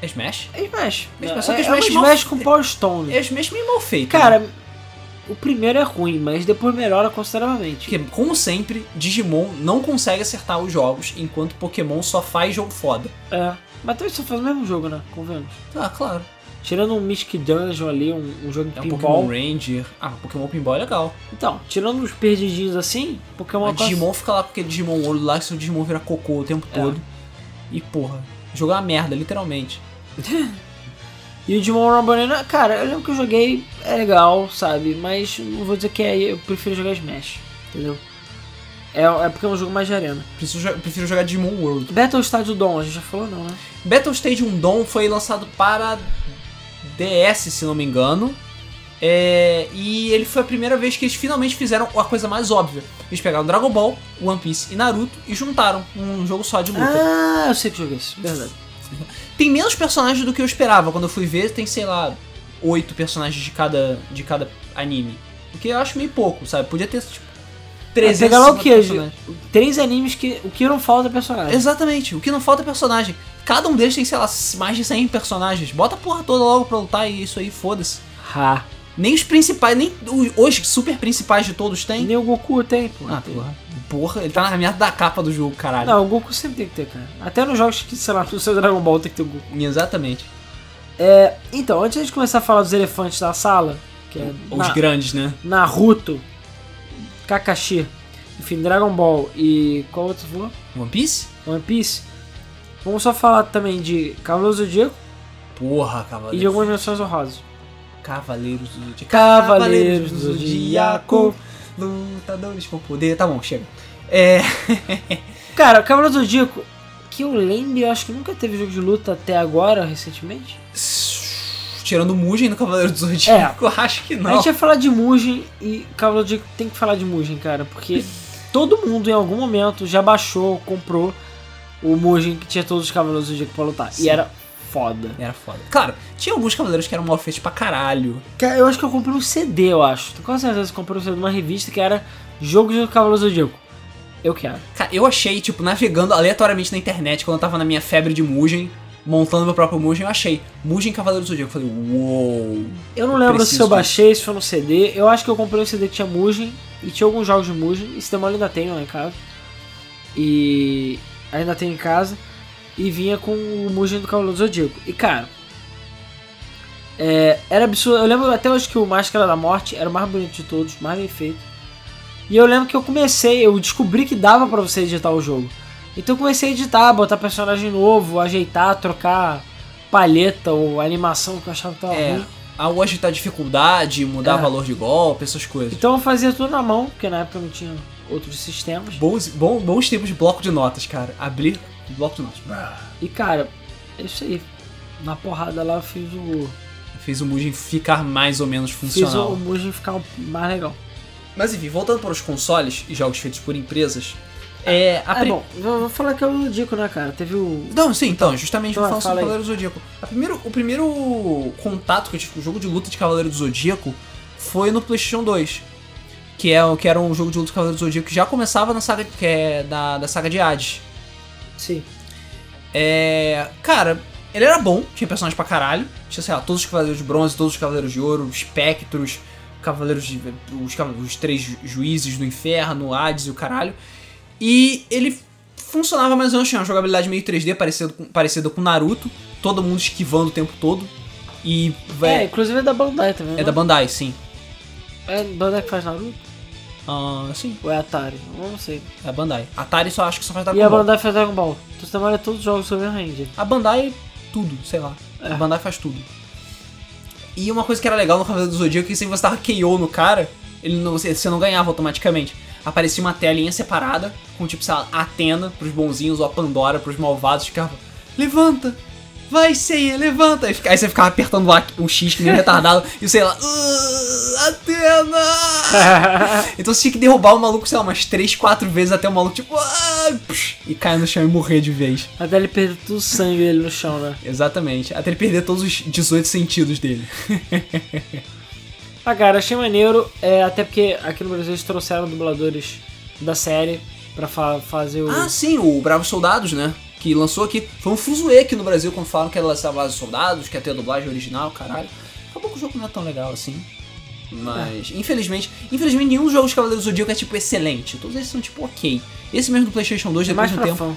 S1: é Smash.
S2: É Smash.
S1: Mas só
S2: é,
S1: que
S2: é
S1: Smash
S2: um
S1: mal-
S2: Smash com Power Stone.
S1: É Smash meio mal feito. né?
S2: Cara, o primeiro é ruim, mas depois melhora consideravelmente.
S1: Porque, como sempre, Digimon não consegue acertar os jogos, enquanto Pokémon só faz jogo foda.
S2: É. Mas também só faz o mesmo jogo, né? Convenhamos.
S1: Ah, claro.
S2: Tirando um Mystic Dungeon ali, um, um jogo de
S1: É um
S2: pinball.
S1: Pokémon Ranger. Ah, Pokémon Pinball é legal.
S2: Então, tirando os perdidinhos assim, Pokémon
S1: Mas Digimon fica lá com aquele Digimon ouro lá, que seu Digimon vira cocô o tempo
S2: É.
S1: todo. E, porra, jogar uma merda, literalmente.
S2: E o Digimon Rumble Arena, cara, eu lembro que eu joguei, é legal, sabe? Mas não vou dizer que é, eu prefiro jogar Smash, entendeu? É, é porque é um jogo mais de arena.
S1: Preciso jo- prefiro jogar Digimon World.
S2: Battle Stadium Dawn, a gente já falou não, né?
S1: Battle Stadium Dawn foi lançado para DS, se não me engano. É, e ele foi a primeira vez que eles finalmente fizeram a coisa mais óbvia. Eles pegaram Dragon Ball, One Piece e Naruto e juntaram um jogo só de luta.
S2: Ah, eu sei que joguei isso, verdade. Ah.
S1: Tem menos personagens do que eu esperava. Quando eu fui ver, tem, sei lá, oito personagens de cada, de cada anime. O que eu acho meio pouco, sabe? Podia ter, tipo, 300
S2: pegar lá o quê, Três animes que o que não falta é personagem.
S1: Exatamente. O que não falta é personagem. Cada um deles tem, sei lá, mais de 100 personagens. Bota a porra toda logo pra lutar e isso aí, foda-se.
S2: Ha.
S1: Nem os principais, nem o- os super principais de todos
S2: E
S1: tem.
S2: nem o Goku tem, pô.
S1: Ah, porra. Porra, ele tá na merda da capa do jogo, caralho.
S2: Não, o Goku sempre tem que ter, cara. Até nos jogos que, sei lá, no seu Dragon Ball tem que ter o Goku.
S1: Exatamente.
S2: Então, antes de começar a falar dos elefantes da sala, que é
S1: Ou
S2: na-
S1: Os grandes, né?
S2: Naruto, Kakashi, enfim, Dragon Ball e qual outro falou?
S1: One Piece?
S2: One Piece. Vamos só falar também de Cavaleiros do Zodíaco
S1: Porra,
S2: e
S1: cavaleiro.
S2: de algumas menções honrosas.
S1: Cavaleiros do Zodíaco.
S2: Cavaleiros do Zodíaco.
S1: Lutadores por poder. Tá bom, chega. É.
S2: Cara, Cavaleiros do Zodíaco, que eu lembro, eu acho que nunca teve jogo de luta até agora, recentemente.
S1: Tirando o Mugen do Cavaleiro do Zodíaco, eu acho que
S2: É. A
S1: não.
S2: gente vai falar de Mugen e Cavaleiro do Zodíaco tem que falar de Mugen, cara, porque todo mundo em algum momento já baixou, comprou o Mugen que tinha todos os Cavaleiros do Zodíaco pra lutar.
S1: Sim.
S2: E era foda.
S1: Era foda. Claro, tinha alguns cavaleiros que eram mal feitos pra caralho.
S2: Cara, eu acho que eu comprei um CD, eu acho. Tô quase certeza que eu comprei um CD de uma revista que era Jogos do Cavaleiro Zodíaco. Eu quero.
S1: Cara, eu achei, tipo, navegando aleatoriamente na internet, quando eu tava na minha febre de Mugen, montando meu próprio Mugen, eu achei Mugen Cavaleiro do Zodíaco. Eu falei, uou.
S2: Eu não
S1: Eu
S2: lembro
S1: preciso
S2: se eu
S1: disso.
S2: baixei, se foi no CD. Eu acho que eu comprei um CD que tinha Mugen e tinha alguns jogos de Mugen. Esse demônio ainda tem lá em casa. E ainda tem em casa. E vinha com o Mugen do Cavaleiro Zodíaco. E cara, é, era absurdo. Eu lembro até hoje que o Máscara da Morte era o mais bonito de todos, mais bem feito. E eu lembro que eu comecei, eu descobri que dava pra você editar o jogo. Então eu comecei a editar, botar personagem novo, ajeitar, trocar palheta ou animação que eu achava que tava
S1: É,
S2: ruim.
S1: a hoje tá dificuldade, mudar
S2: É.
S1: valor de golpe, essas coisas.
S2: Então eu fazia tudo na mão, porque na época não tinha outros sistemas.
S1: Bons, bom, bons tempos de bloco de notas, cara. Abrir bloco de notas.
S2: E cara, é isso aí. Na porrada lá eu fiz o.
S1: Fez o Mugen ficar mais ou menos
S2: Fiz
S1: funcional.
S2: o Mugen ficar um- mais legal.
S1: Mas enfim, voltando para os consoles e jogos feitos por empresas, é. A
S2: É
S1: pri-
S2: bom, eu vou falar que é o Dico, né, cara? Teve o.
S1: Não, sim, então, justamente
S2: Então,
S1: vou falar
S2: fala
S1: sobre
S2: aí.
S1: Cavaleiro do Zodíaco. A primeiro, o primeiro contato que eu tive com o jogo de luta de Cavaleiro do Zodíaco foi no PlayStation 2. Que, é, o- que era um jogo de luta de Cavaleiro do Zodíaco que já começava na saga, que é da, da saga de Hades.
S2: Sim.
S1: É, cara, Ele era bom, tinha personagens pra caralho. Tinha, sei lá, todos os Cavaleiros de Bronze, todos os Cavaleiros de Ouro, Espectros, Cavaleiros de. Os, cava- os três ju- juízes do inferno, Hades e o caralho. E ele funcionava mais ou menos, tinha uma jogabilidade meio 3D, parecida com, parecida com Naruto, todo mundo esquivando o tempo todo. E,
S2: É,
S1: velho.
S2: inclusive é da Bandai também.
S1: É,
S2: né?
S1: da Bandai, sim.
S2: É Bandai que faz Naruto?
S1: Ah, sim,
S2: Ou é Atari? Eu Não sei.
S1: é a Bandai. Atari só acho que só faz Dragon
S2: E a
S1: Ball.
S2: Bandai faz Dragon Ball. Tu trabalha todos os jogos sobre a Ranger.
S1: A Bandai, tudo, sei lá.
S2: É.
S1: A Bandai faz tudo. E uma coisa que era legal no Cavaleiro do Zodíaco é que se você dava KO no cara, ele não, você você não ganhava automaticamente. Aparecia uma telinha separada, com tipo, sei lá, Atena pros bonzinhos ou a Pandora pros malvados, ficava. Levanta! Vai, Seiya, levanta! Aí, fica- aí você ficava apertando lá um X que nem retardado, e o sei lá. "Ah, Atena! Então você tinha que derrubar o maluco, sei lá, umas 3, 4 vezes até o maluco, tipo. "Ah", psh, e cair no chão e morrer de vez.
S2: Até ele perdeu todo o sangue dele no chão, né?
S1: Exatamente. Até ele perder todos os 18 sentidos dele.
S2: Ah, cara, achei maneiro. É, até porque aqui no Brasil eles trouxeram dubladores da série pra fa- fazer o.
S1: Ah, sim, o Bravos Soldados, né? Que lançou aqui. Foi um fuzuê aqui no Brasil quando falam que era lançar Bravos Soldados, que ia ter a dublagem original, caralho. Acabou que o jogo não é tão legal assim.
S2: É.
S1: Mas, infelizmente, infelizmente nenhum dos jogos de Cavaleiros do Zodíaco é tipo excelente. Todos eles são tipo ok. Esse mesmo do PlayStation 2,
S2: é
S1: depois
S2: mais
S1: de um
S2: pra
S1: tempo.
S2: fã.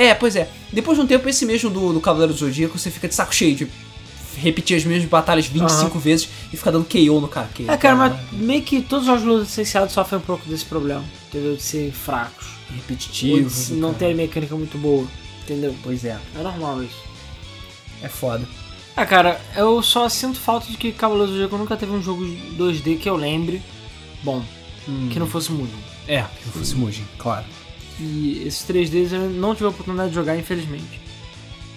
S1: É, pois é. Depois de um tempo, esse mesmo do, do Cavaleiro do Zodíaco, você fica de saco cheio de repetir as mesmas batalhas 25 vezes e ficar dando KO no cara.
S2: É, cara, mas meio que todos os jogos de luta licenciados sofrem um pouco desse problema, entendeu? De ser fracos. Ou
S1: Repetitivo.
S2: de se não
S1: cara.
S2: ter mecânica muito boa, entendeu?
S1: Pois é.
S2: É normal isso.
S1: É foda.
S2: Ah, cara, eu só sinto falta de que Cavaleiro do Zodíaco nunca teve um jogo 2D que eu lembre bom,
S1: Hum.
S2: que não fosse Mugen.
S1: É, que não fosse Mugen, claro.
S2: E esses 3Ds eu não tive a oportunidade de jogar, infelizmente.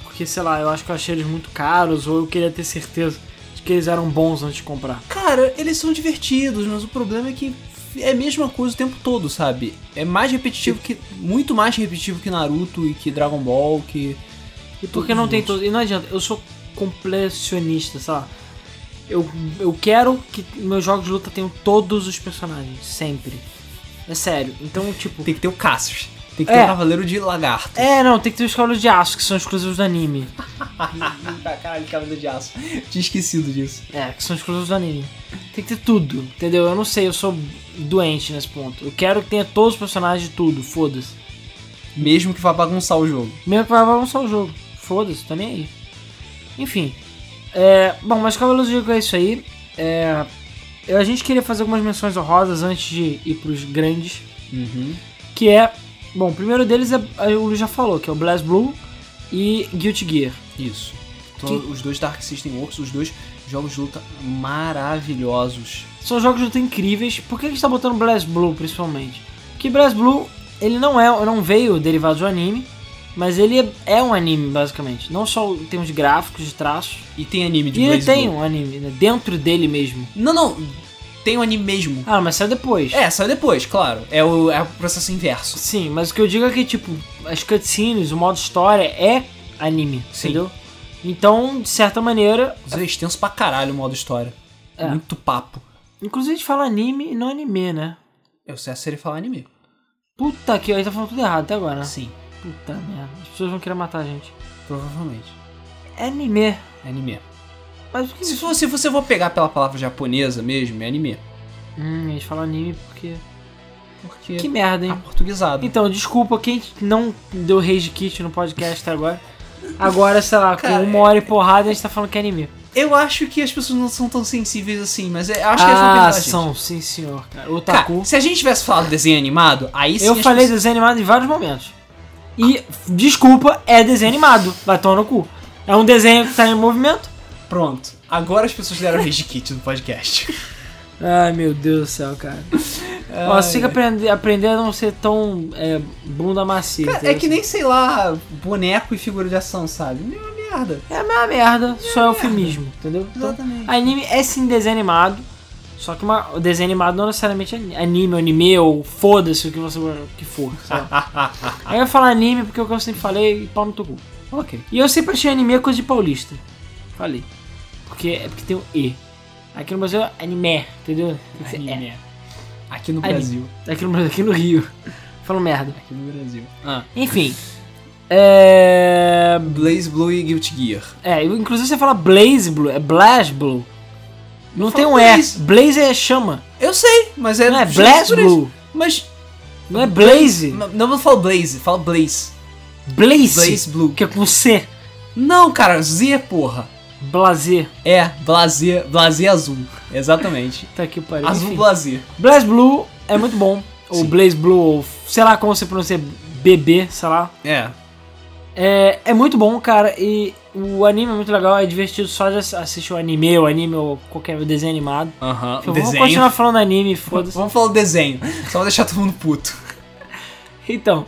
S2: Porque, sei lá, eu acho que eu achei eles muito caros, ou eu queria ter certeza de que eles eram bons antes de comprar.
S1: Cara, eles são divertidos, mas o problema é que é a mesma coisa o tempo todo, sabe? É mais repetitivo que. Muito mais repetitivo que Naruto e que Dragon Ball, que.
S2: E porque não tem todo. E não adianta, eu sou completionista, sei lá. Eu, eu quero que meus jogos de luta tenham todos os personagens, sempre. É sério. Então, tipo.
S1: Tem que ter o Cassius. Tem que
S2: É.
S1: ter o Cavaleiro de Lagarto.
S2: É, não, tem que ter os Cavaleiros de Aço, que são exclusivos do anime.
S1: Caralho, Cavaleiro de Aço. Tinha esquecido disso.
S2: É, que são exclusivos do anime. Tem que ter tudo, entendeu? Eu não sei, eu sou doente nesse ponto. Eu quero que tenha todos os personagens de tudo, foda-se.
S1: Mesmo que vá bagunçar o jogo.
S2: Mesmo que vai avançar o jogo. Foda-se, tô nem aí. Enfim. É, bom, mas Cavaleiros do Zodíaco é isso aí. É, eu- a gente queria fazer algumas menções honrosas antes de ir pros grandes.
S1: Uhum.
S2: Que é... Bom, o primeiro deles é... aí O Lu já falou, que é o Blaze Blue e Guilty Gear.
S1: Isso. Então,
S2: Que-
S1: os dois Dark System Works, os dois jogos de luta maravilhosos.
S2: São jogos de luta incríveis. Por que a gente tá botando Blaze Blue principalmente? Porque Blaze Blue, ele não é, não veio derivado do anime, mas ele é- é um anime basicamente. Não só em termos de gráficos, de traços.
S1: E tem anime de
S2: E ele
S1: Blaze
S2: tem
S1: Blue.
S2: um anime, né? Dentro dele mesmo.
S1: Não, não. Tem o anime mesmo.
S2: Ah, mas saiu depois.
S1: É, saiu depois, claro. É o, é o processo inverso.
S2: Sim, mas o que eu digo é que, tipo, as cutscenes, o modo história é anime,
S1: Sim.
S2: entendeu? Então, de certa maneira.
S1: Mas é extenso pra caralho o modo história.
S2: É.
S1: Muito papo.
S2: Inclusive a gente fala anime e não anime, né?
S1: Eu sei a série falar anime.
S2: Puta que. Aí tá falando tudo errado até agora, né?
S1: Sim,
S2: Puta merda. As pessoas vão querer matar a gente.
S1: provavelmente.
S2: É anime.
S1: É anime.
S2: Mas por que
S1: Se você, se você for pegar pela palavra japonesa mesmo, é anime.
S2: Hum, eles falam anime porque.
S1: Porque
S2: Que merda,
S1: é
S2: hein?
S1: portuguesado.
S2: Então, desculpa quem não deu Rage Kit no podcast até agora. Agora, sei lá,
S1: Cara,
S2: com uma hora e porrada a gente tá falando que é anime.
S1: Eu acho que as pessoas não são tão sensíveis assim, mas é- eu acho que elas vão
S2: ah,
S1: pensar, gente.
S2: são, sim senhor, cara.
S1: Cara,
S2: Otaku.
S1: se a gente tivesse falado desenho animado, aí sim
S2: eu
S1: as
S2: falei
S1: pessoas-
S2: desenho animado em vários momentos. E, desculpa, é desenho animado. Vai tomar no cu. É um desenho que tá em movimento.
S1: Pronto. Agora as pessoas deram rage kit no podcast.
S2: Ai, meu Deus do céu, cara. Ó, você tem que aprender, aprender a não ser tão é, bunda macia.
S1: Cara, é
S2: entendeu?
S1: que nem, sei lá, boneco e figura de ação, sabe? É uma merda.
S2: É a mesma merda, só é eufemismo, entendeu? Então,
S1: Exatamente.
S2: Anime é sim desenho animado, só que uma, o desenho animado não necessariamente é ani- anime, ou anime ou foda-se o que você o que for. sabe?
S1: Ah,
S2: Aí eu falo anime porque é o que eu sempre falei e pau no teu cu.
S1: ok.
S2: E eu sempre achei anime coisa de paulista. Falei. Porque é porque tem um E. Aqui no Brasil é anime, entendeu? Tem que ser
S1: É Anime. é. Aqui no
S2: Anime.
S1: Brasil.
S2: E. Aqui no, Brasil- aqui no Rio. Falam merda.
S1: Aqui no Brasil.
S2: Enfim. É.
S1: Blaze Blue e Guilty Gear.
S2: É, inclusive você fala Blaze Blue, é Blaze Blue. Não
S1: Fala
S2: tem um
S1: Blaze.
S2: E. Blaze é chama.
S1: Eu sei, mas é.
S2: Não é
S1: justamente
S2: Blaze
S1: por isso.
S2: Blue.
S1: Mas.
S2: Não é Blaze.
S1: Não, não fala Blaze, fala Blaze.
S2: Blaze.
S1: Blaze Blue.
S2: Que é com C.
S1: Não, cara, Z, porra.
S2: Blazer.
S1: É, Blazer, Blazer azul. Exatamente.
S2: Tá aqui, pariu.
S1: azul
S2: Enfim.
S1: Blazer.
S2: Blaze Blue é muito bom. Ou
S1: Sim.
S2: Blaze Blue, ou sei lá como você pronuncia BB, sei lá.
S1: É.
S2: É, é muito bom, cara, e o anime é muito legal, é divertido só de ass- assistir o anime, o anime ou qualquer desenho animado.
S1: Aham.
S2: Então,
S1: o
S2: vamos
S1: desenho.
S2: continuar falando anime, foda-se.
S1: Vamos falar do desenho. Só pra deixar todo mundo puto.
S2: Então,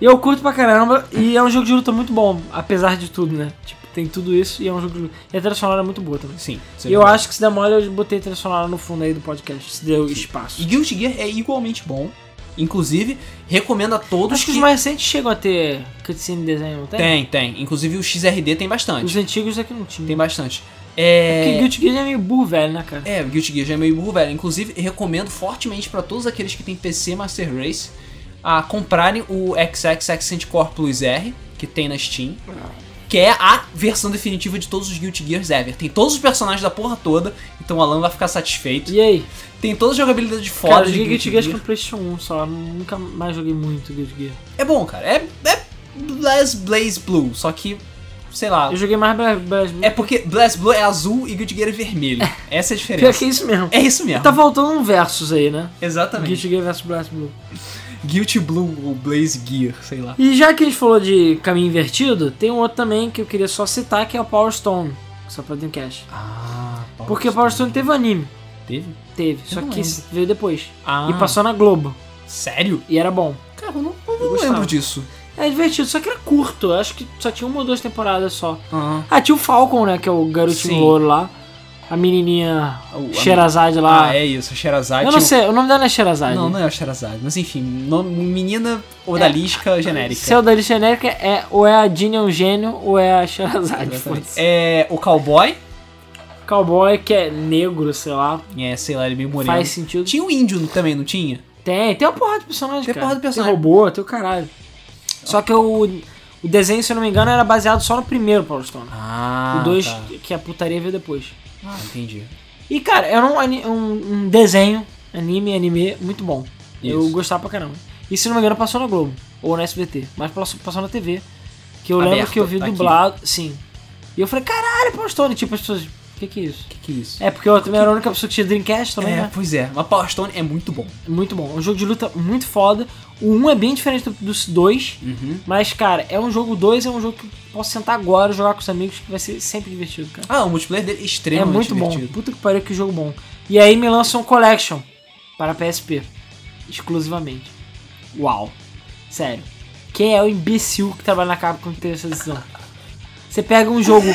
S2: eu curto pra caramba e é um jogo de luta muito bom, apesar de tudo, né? Tipo, tem tudo isso e é um jogo de luta. E a trilha sonora é muito boa também.
S1: Sim.
S2: E eu acho que se der mole, eu botei a trilha sonora no fundo aí do podcast, se deu espaço.
S1: E Guilty Gear é igualmente bom. Inclusive, recomendo a todos
S2: Acho que os mais recentes chegam a ter cutscene de desenho, não tem?
S1: Tem, tem. Inclusive o XRD tem bastante.
S2: Os antigos aqui não tinha.
S1: Tem bastante.
S2: Porque
S1: É.
S2: Guilty Gear é meio burro, velho, né, cara?
S1: É, o Guilty Gear já é meio burro, velho. Inclusive, recomendo fortemente pra todos aqueles que têm PC Master Race a comprarem o XX Accent Core Plus R, que tem na Steam. Que é a versão definitiva de todos os Guilty Gears ever. Tem todos os personagens da porra toda, então o Alan vai ficar satisfeito.
S2: E aí?
S1: Tem toda a jogabilidade foda
S2: Cara, eu
S1: de
S2: joguei
S1: Guilty
S2: Guilty Gear
S1: Gear.
S2: acho que no Playstation 1 só, eu nunca mais joguei muito Guilty Gear.
S1: É bom, cara. É, é Blaze, Blaze Blue, só que, sei lá.
S2: Eu joguei mais Blast Blast
S1: Ah. É porque Blaze Blue é azul e Guilty Gear é vermelho. Essa é a
S2: Pior
S1: diferença.
S2: que é isso mesmo.
S1: É isso mesmo.
S2: Tá faltando um versus aí, né?
S1: Exatamente.
S2: Guilty Gear versus Blast Blue.
S1: Guilty Blue ou Blaze Gear, sei lá.
S2: E já que a gente falou de caminho invertido, tem um outro também que eu queria só citar, que é o Power Stone. Só pra Dreamcast.
S1: Ah, Power
S2: Porque Power Stone teve anime.
S1: teve?
S2: Teve. Só
S1: não
S2: que
S1: lembro.
S2: veio depois.
S1: Ah,
S2: E passou na Globo.
S1: sério?
S2: E era bom.
S1: Cara, eu não, eu não
S2: gostava.
S1: lembro disso.
S2: É divertido, só que era curto. Eu acho que só tinha uma ou duas temporadas só. Ah, tinha o Falcon, né? Que é o garotinho
S1: Sim.
S2: louro lá. A menininha
S1: O- a-
S2: Sherazade lá.
S1: Ah, é isso, Sherazade.
S2: Eu não
S1: tinha-
S2: sei, o nome dela é Sherazade.
S1: Não, não é o Sherazade, mas enfim, nome- menina odalisca genérica.
S2: Se é o da lista genérica, é, ou é a Dini é um gênio, ou é a Sherazade.
S1: Exatamente.
S2: foda-se.
S1: É, o cowboy,
S2: Cowboy que é negro, sei lá.
S1: é, sei lá, ele é meio moreno.
S2: Faz sentido.
S1: Tinha o índio também, não tinha?
S2: Tem, tem uma porrada de personagem,
S1: Tem
S2: cara.
S1: porrada de personagem.
S2: Tem robô, tem o caralho. Só que o, o desenho, se eu não me engano, era baseado só no primeiro Power Stone.
S1: Ah,
S2: o dois
S1: tá.
S2: que a putaria veio depois.
S1: Ah, entendi.
S2: E, cara, era um, ani- um, um desenho, anime, anime, muito bom. Eu
S1: Isso.
S2: gostava pra caramba. E, se não me engano, passou na Globo, ou na SBT, mas passou, passou na TV. Que eu lembro
S1: Aberto,
S2: que eu vi
S1: tá aqui.
S2: dublado, sim. E eu falei, caralho, Power Stone. Tipo, as pessoas, o que que é isso?
S1: O que, que é isso?
S2: É, porque eu também era a única pessoa que tinha Dreamcast também,
S1: É,
S2: né?
S1: pois é, mas Power Stone é muito bom.
S2: Muito bom. É um jogo de luta muito foda. O 1 é bem diferente do- dos dois.
S1: Uhum.
S2: Mas, cara, é um jogo 2, é um jogo que eu posso sentar agora, jogar com os amigos, que vai ser sempre divertido, cara.
S1: Ah, o multiplayer dele é
S2: É
S1: extremamente
S2: muito bom.
S1: divertido.
S2: Puta que pariu, que jogo bom. E aí me lançam um Collection para PSP. Exclusivamente. Uau. Sério. Quem é o imbecil que trabalha na Capcom que teve essa decisão? Você pega um jogo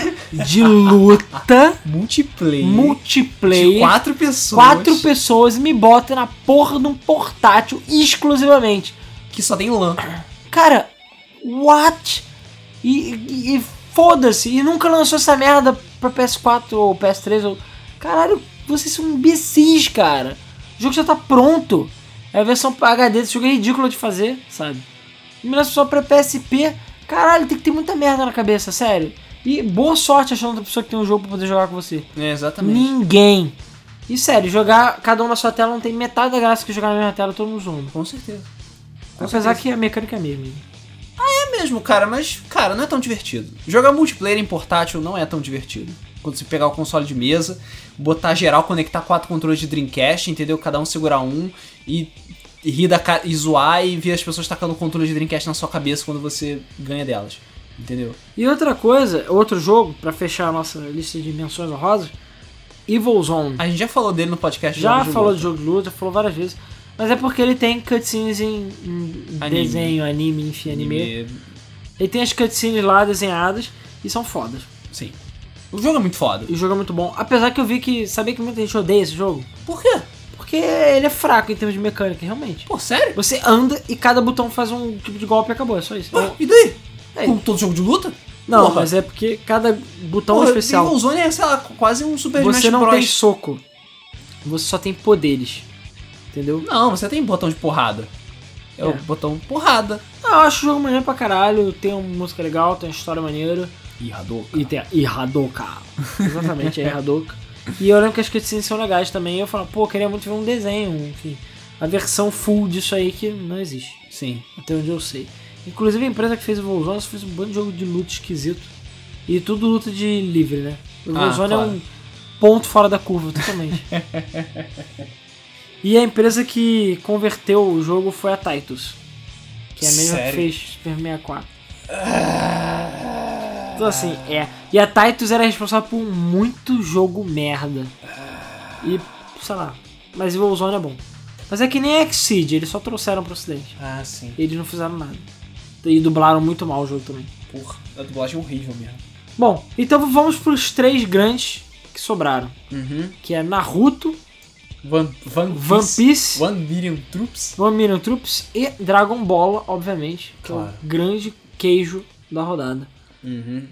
S2: de luta,
S1: Multiplayer. De
S2: multiplayer,
S1: quatro pessoas.
S2: quatro pessoas e me bota na porra de um portátil exclusivamente.
S1: Que só tem lã.
S2: Cara, what? E, e- e foda-se, e nunca lançou essa merda pra PS4 ou PS3 ou. Caralho, vocês são imbecis, cara. O jogo já tá pronto. É a versão HD desse jogo é ridículo de fazer, sabe? E me lança só pra PSP. Caralho, tem que ter muita merda na cabeça, sério. E boa sorte achando outra pessoa que tem um jogo pra poder jogar com você.
S1: É, exatamente.
S2: Ninguém. E sério, jogar cada um na sua tela não tem metade da graça que jogar na mesma tela todo mundo zoando.
S1: Com certeza. Com
S2: Apesar
S1: certeza.
S2: que a mecânica é a mesma.
S1: É mesmo, cara, mas, cara, não é tão divertido. Jogar multiplayer em portátil não é tão divertido. Quando você pegar o console de mesa, botar geral, conectar quatro controles de Dreamcast, entendeu? Cada um segurar um e, e rir da cara, e zoar e ver as pessoas tacando o controle de Dreamcast na sua cabeça quando você ganha delas. Entendeu?
S2: E outra coisa, outro jogo, pra fechar a nossa lista de menções honrosas, Evil Zone.
S1: A gente já falou dele no podcast. de
S2: Já
S1: jogos É, de
S2: falou
S1: luta.
S2: de jogo de luta, já falou várias vezes, mas é porque ele tem cutscenes em, em
S1: Anime.
S2: desenho, anime, enfim, anime.
S1: Anime,
S2: Ele tem as cutscenes lá desenhadas e são fodas.
S1: Sim. O jogo é muito foda.
S2: E o jogo é muito bom. Apesar que eu vi que, sabia que muita gente odeia esse jogo?
S1: Por quê?
S2: Porque ele é fraco em termos de mecânica, realmente.
S1: Pô, sério?
S2: Você anda e cada botão faz um tipo de golpe e acabou, é só isso.
S1: Ué, e daí?
S2: É.
S1: Como todo jogo de luta?
S2: Não,
S1: Porra.
S2: mas é porque cada botão
S1: Porra,
S2: é especial.
S1: Evil Zone é, sei lá, quase um Super
S2: Você
S1: Smash
S2: não
S1: Bros.
S2: tem soco. Você só tem poderes. Entendeu?
S1: Não, você tem botão de porrada. É o botão porrada.
S2: Ah, eu acho o jogo maneiro pra caralho, tem uma música legal, tem uma história maneira.
S1: Ih, Hadouken.
S2: E tem a Ihadoka. Exatamente, é Ihadoka. E eu lembro que as cutscenes são legais também. eu falo, pô, queria muito ver um desenho, enfim. A versão full disso aí que não existe,
S1: Sim.
S2: até onde eu sei. Inclusive a empresa que fez o Volzone fez um bando de jogo de luta esquisito. E tudo luta de livre, né? O
S1: Ah,
S2: Volzone é
S1: claro.
S2: um ponto fora da curva, totalmente. e a empresa que converteu o jogo foi a Titus. Que é a mesma que
S1: Sério?
S2: fez Super 64. Então assim, é. E a Titus era responsável por muito jogo merda. E, sei lá. Mas o Ozone é bom. Mas é que nem a Exceed, eles só trouxeram pro ocidente.
S1: Ah, sim.
S2: Eles não fizeram nada. E dublaram muito mal o jogo também.
S1: Porra, a dublagem é horrível mesmo.
S2: Bom, então vamos pros três grandes que sobraram.
S1: Uhum.
S2: Que é Naruto,
S1: Van, Van,
S2: One Piece,
S1: One Million Troops.
S2: One Million Troops e Dragon Ball, obviamente. Que é
S1: Claro.
S2: o grande queijo da rodada.
S1: Uhum.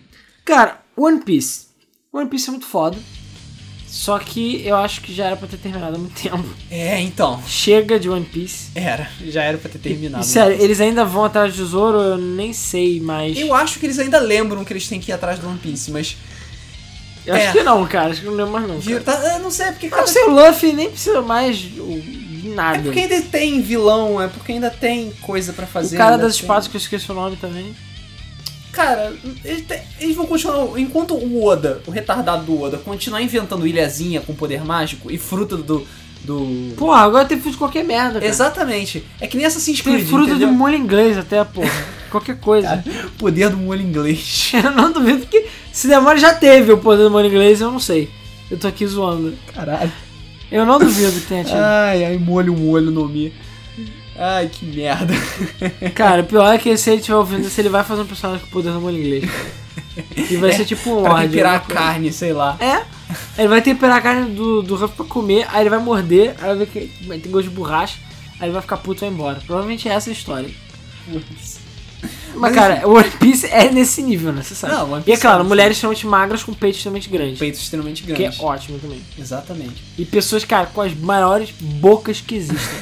S2: Cara, One Piece. One Piece é muito foda. Só que eu acho que já era pra ter terminado há muito tempo.
S1: É, então.
S2: Chega de One Piece.
S1: Era. Já era pra ter terminado. né?
S2: E, sério, eles ainda vão atrás do tesouro? Eu nem sei, mas.
S1: Eu acho que eles ainda lembram que eles têm que ir atrás do One Piece, mas.
S2: Eu acho
S1: é.
S2: que não, cara. Acho que eu não lembro mais, não. Cara.
S1: Vir, tá, eu não sei, é porque,
S2: Ah,
S1: cara.
S2: o seu Luffy nem precisa mais o- de nada.
S1: É porque tá ainda tem vilão, é porque ainda tem coisa pra fazer.
S2: o cara
S1: ainda
S2: das
S1: tem-
S2: espadas, que eu esqueci o nome também.
S1: Cara, eles, te- eles vão continuar. Enquanto o Oda, o retardado do Oda, continuar inventando ilhazinha com poder mágico e fruta do. do...
S2: Porra, agora tem fruto de qualquer merda. Cara.
S1: Exatamente. É que nem Assassin's
S2: Tem
S1: Creed.
S2: fruto de
S1: entendeu?
S2: molho inglês até, porra. qualquer coisa.
S1: Poder do molho inglês.
S2: Eu não duvido que se demora já teve o poder do molho inglês, eu não sei. Eu tô aqui zoando.
S1: Caralho.
S2: É Eu não duvido que tenha tido.
S1: Ai, ai, molho, molho no Mi. Ai, que merda.
S2: Cara, o pior é que se ele estiver ouvindo isso, ele vai fazer um personagem com poder no molho inglês. E vai ser tipo um
S1: É, pra
S2: lorde,
S1: temperar a
S2: alguma coisa.
S1: carne, sei lá.
S2: É, ele vai temperar a carne do, do Ruff pra comer, aí ele vai morder, aí vai ver que vai- tem gosto de borracha, aí ele vai ficar puto e vai embora. Provavelmente é essa a história. Mas,
S1: Mas,
S2: cara, o One Piece é nesse nível, né? Você sabe.
S1: Não, One
S2: e é
S1: Piece
S2: claro,
S1: é-
S2: mulheres extremamente magras com peito extremamente grande.
S1: Peito extremamente
S2: Que é
S1: grande.
S2: ótimo também.
S1: Exatamente.
S2: E pessoas, cara, com as maiores bocas que existem.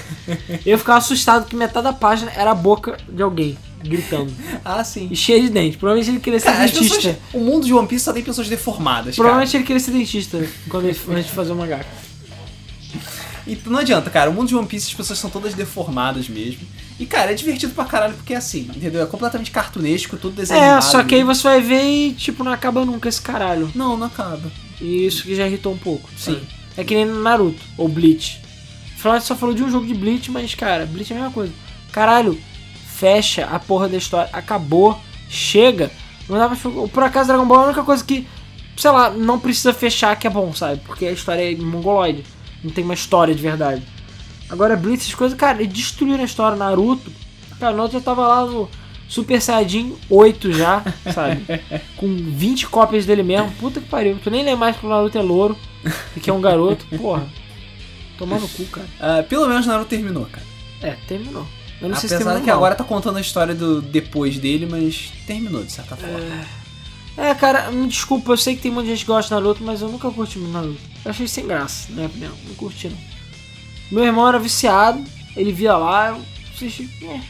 S2: Eu ficava assustado que metade da página era a boca de alguém gritando.
S1: Ah, sim.
S2: E cheia de dente. Provavelmente ele queria ser
S1: Cara, É, as
S2: é dentista.
S1: pessoas, o mundo de One Piece só tem pessoas deformadas,
S2: Provavelmente ele queria ser dentista quando ele, antes de fazer o mangá.
S1: cara. E não adianta, cara. O mundo de One Piece as pessoas são todas deformadas mesmo. E, cara, é divertido pra caralho porque é assim, entendeu? É completamente cartunesco, tudo desanimado.
S2: É, só que aí
S1: mesmo.
S2: você vai ver e, tipo, não acaba nunca esse caralho.
S1: Não, não acaba.
S2: E isso que já irritou um pouco.
S1: Sim.
S2: sabe? É que nem Naruto ou Bleach. Flávio só falou de um jogo de Bleach, mas, cara, Bleach é a mesma coisa. Caralho, fecha a porra da história. Acabou. Chega. Não dá mais pra- Por acaso, Dragon Ball é a única coisa que, sei lá, não precisa fechar que é bom, sabe? Porque a história é mongoloide. Não tem uma história de verdade. Agora, Bleach, essas coisas, cara, eles destruíram a história. Naruto, cara, Naruto já tava lá no Super Saiyajin 8 já, sabe? Com 20 cópias dele mesmo. Puta que pariu. Tu nem lembra mais que o Naruto é louro e que é um garoto. Porra. Tomar no cu, cara.
S1: Ah, pelo menos Naruto terminou, cara.
S2: É, terminou. Eu não sei se
S1: Apesar
S2: terminou
S1: que
S2: mal.
S1: agora tá contando a história do depois dele, mas terminou, de certa forma.
S2: É, cara, me desculpa, eu sei que tem muita gente que gosta de Naruto, mas eu nunca curti muito Naruto. Eu achei sem graça, na minha opinião. Não curti, não. Meu irmão era viciado, ele via lá, eu assisti. É.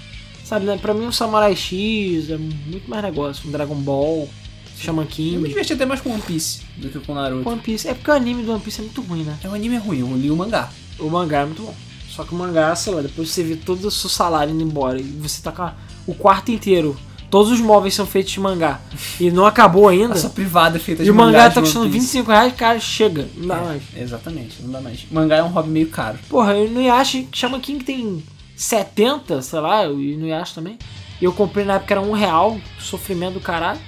S2: Sabe, né? Pra mim, um Samurai X é muito mais negócio. Um Dragon Ball, Shaman
S1: Eu me
S2: King,
S1: diverti até mais com One Piece do que com Naruto.
S2: One Piece. É porque o anime do One Piece é muito ruim, né?
S1: É um anime ruim, eu li o mangá.
S2: O mangá é muito bom. Só que o mangá, sei lá, depois você vê todo o seu salário indo embora e você tá com a- o quarto inteiro. Todos os móveis são feitos de mangá. E não acabou ainda.
S1: A sua privada é feita de
S2: E o mangá
S1: mangás
S2: tá
S1: de One
S2: custando
S1: Piece.
S2: 25 reais, cara, chega. Não dá mais.
S1: É, exatamente, não dá mais. Mangá é um hobby meio caro.
S2: Porra, eu não acho que Shaman King tem 70, sei lá, e não acho também. E eu comprei na época era um real, sofrimento do caralho.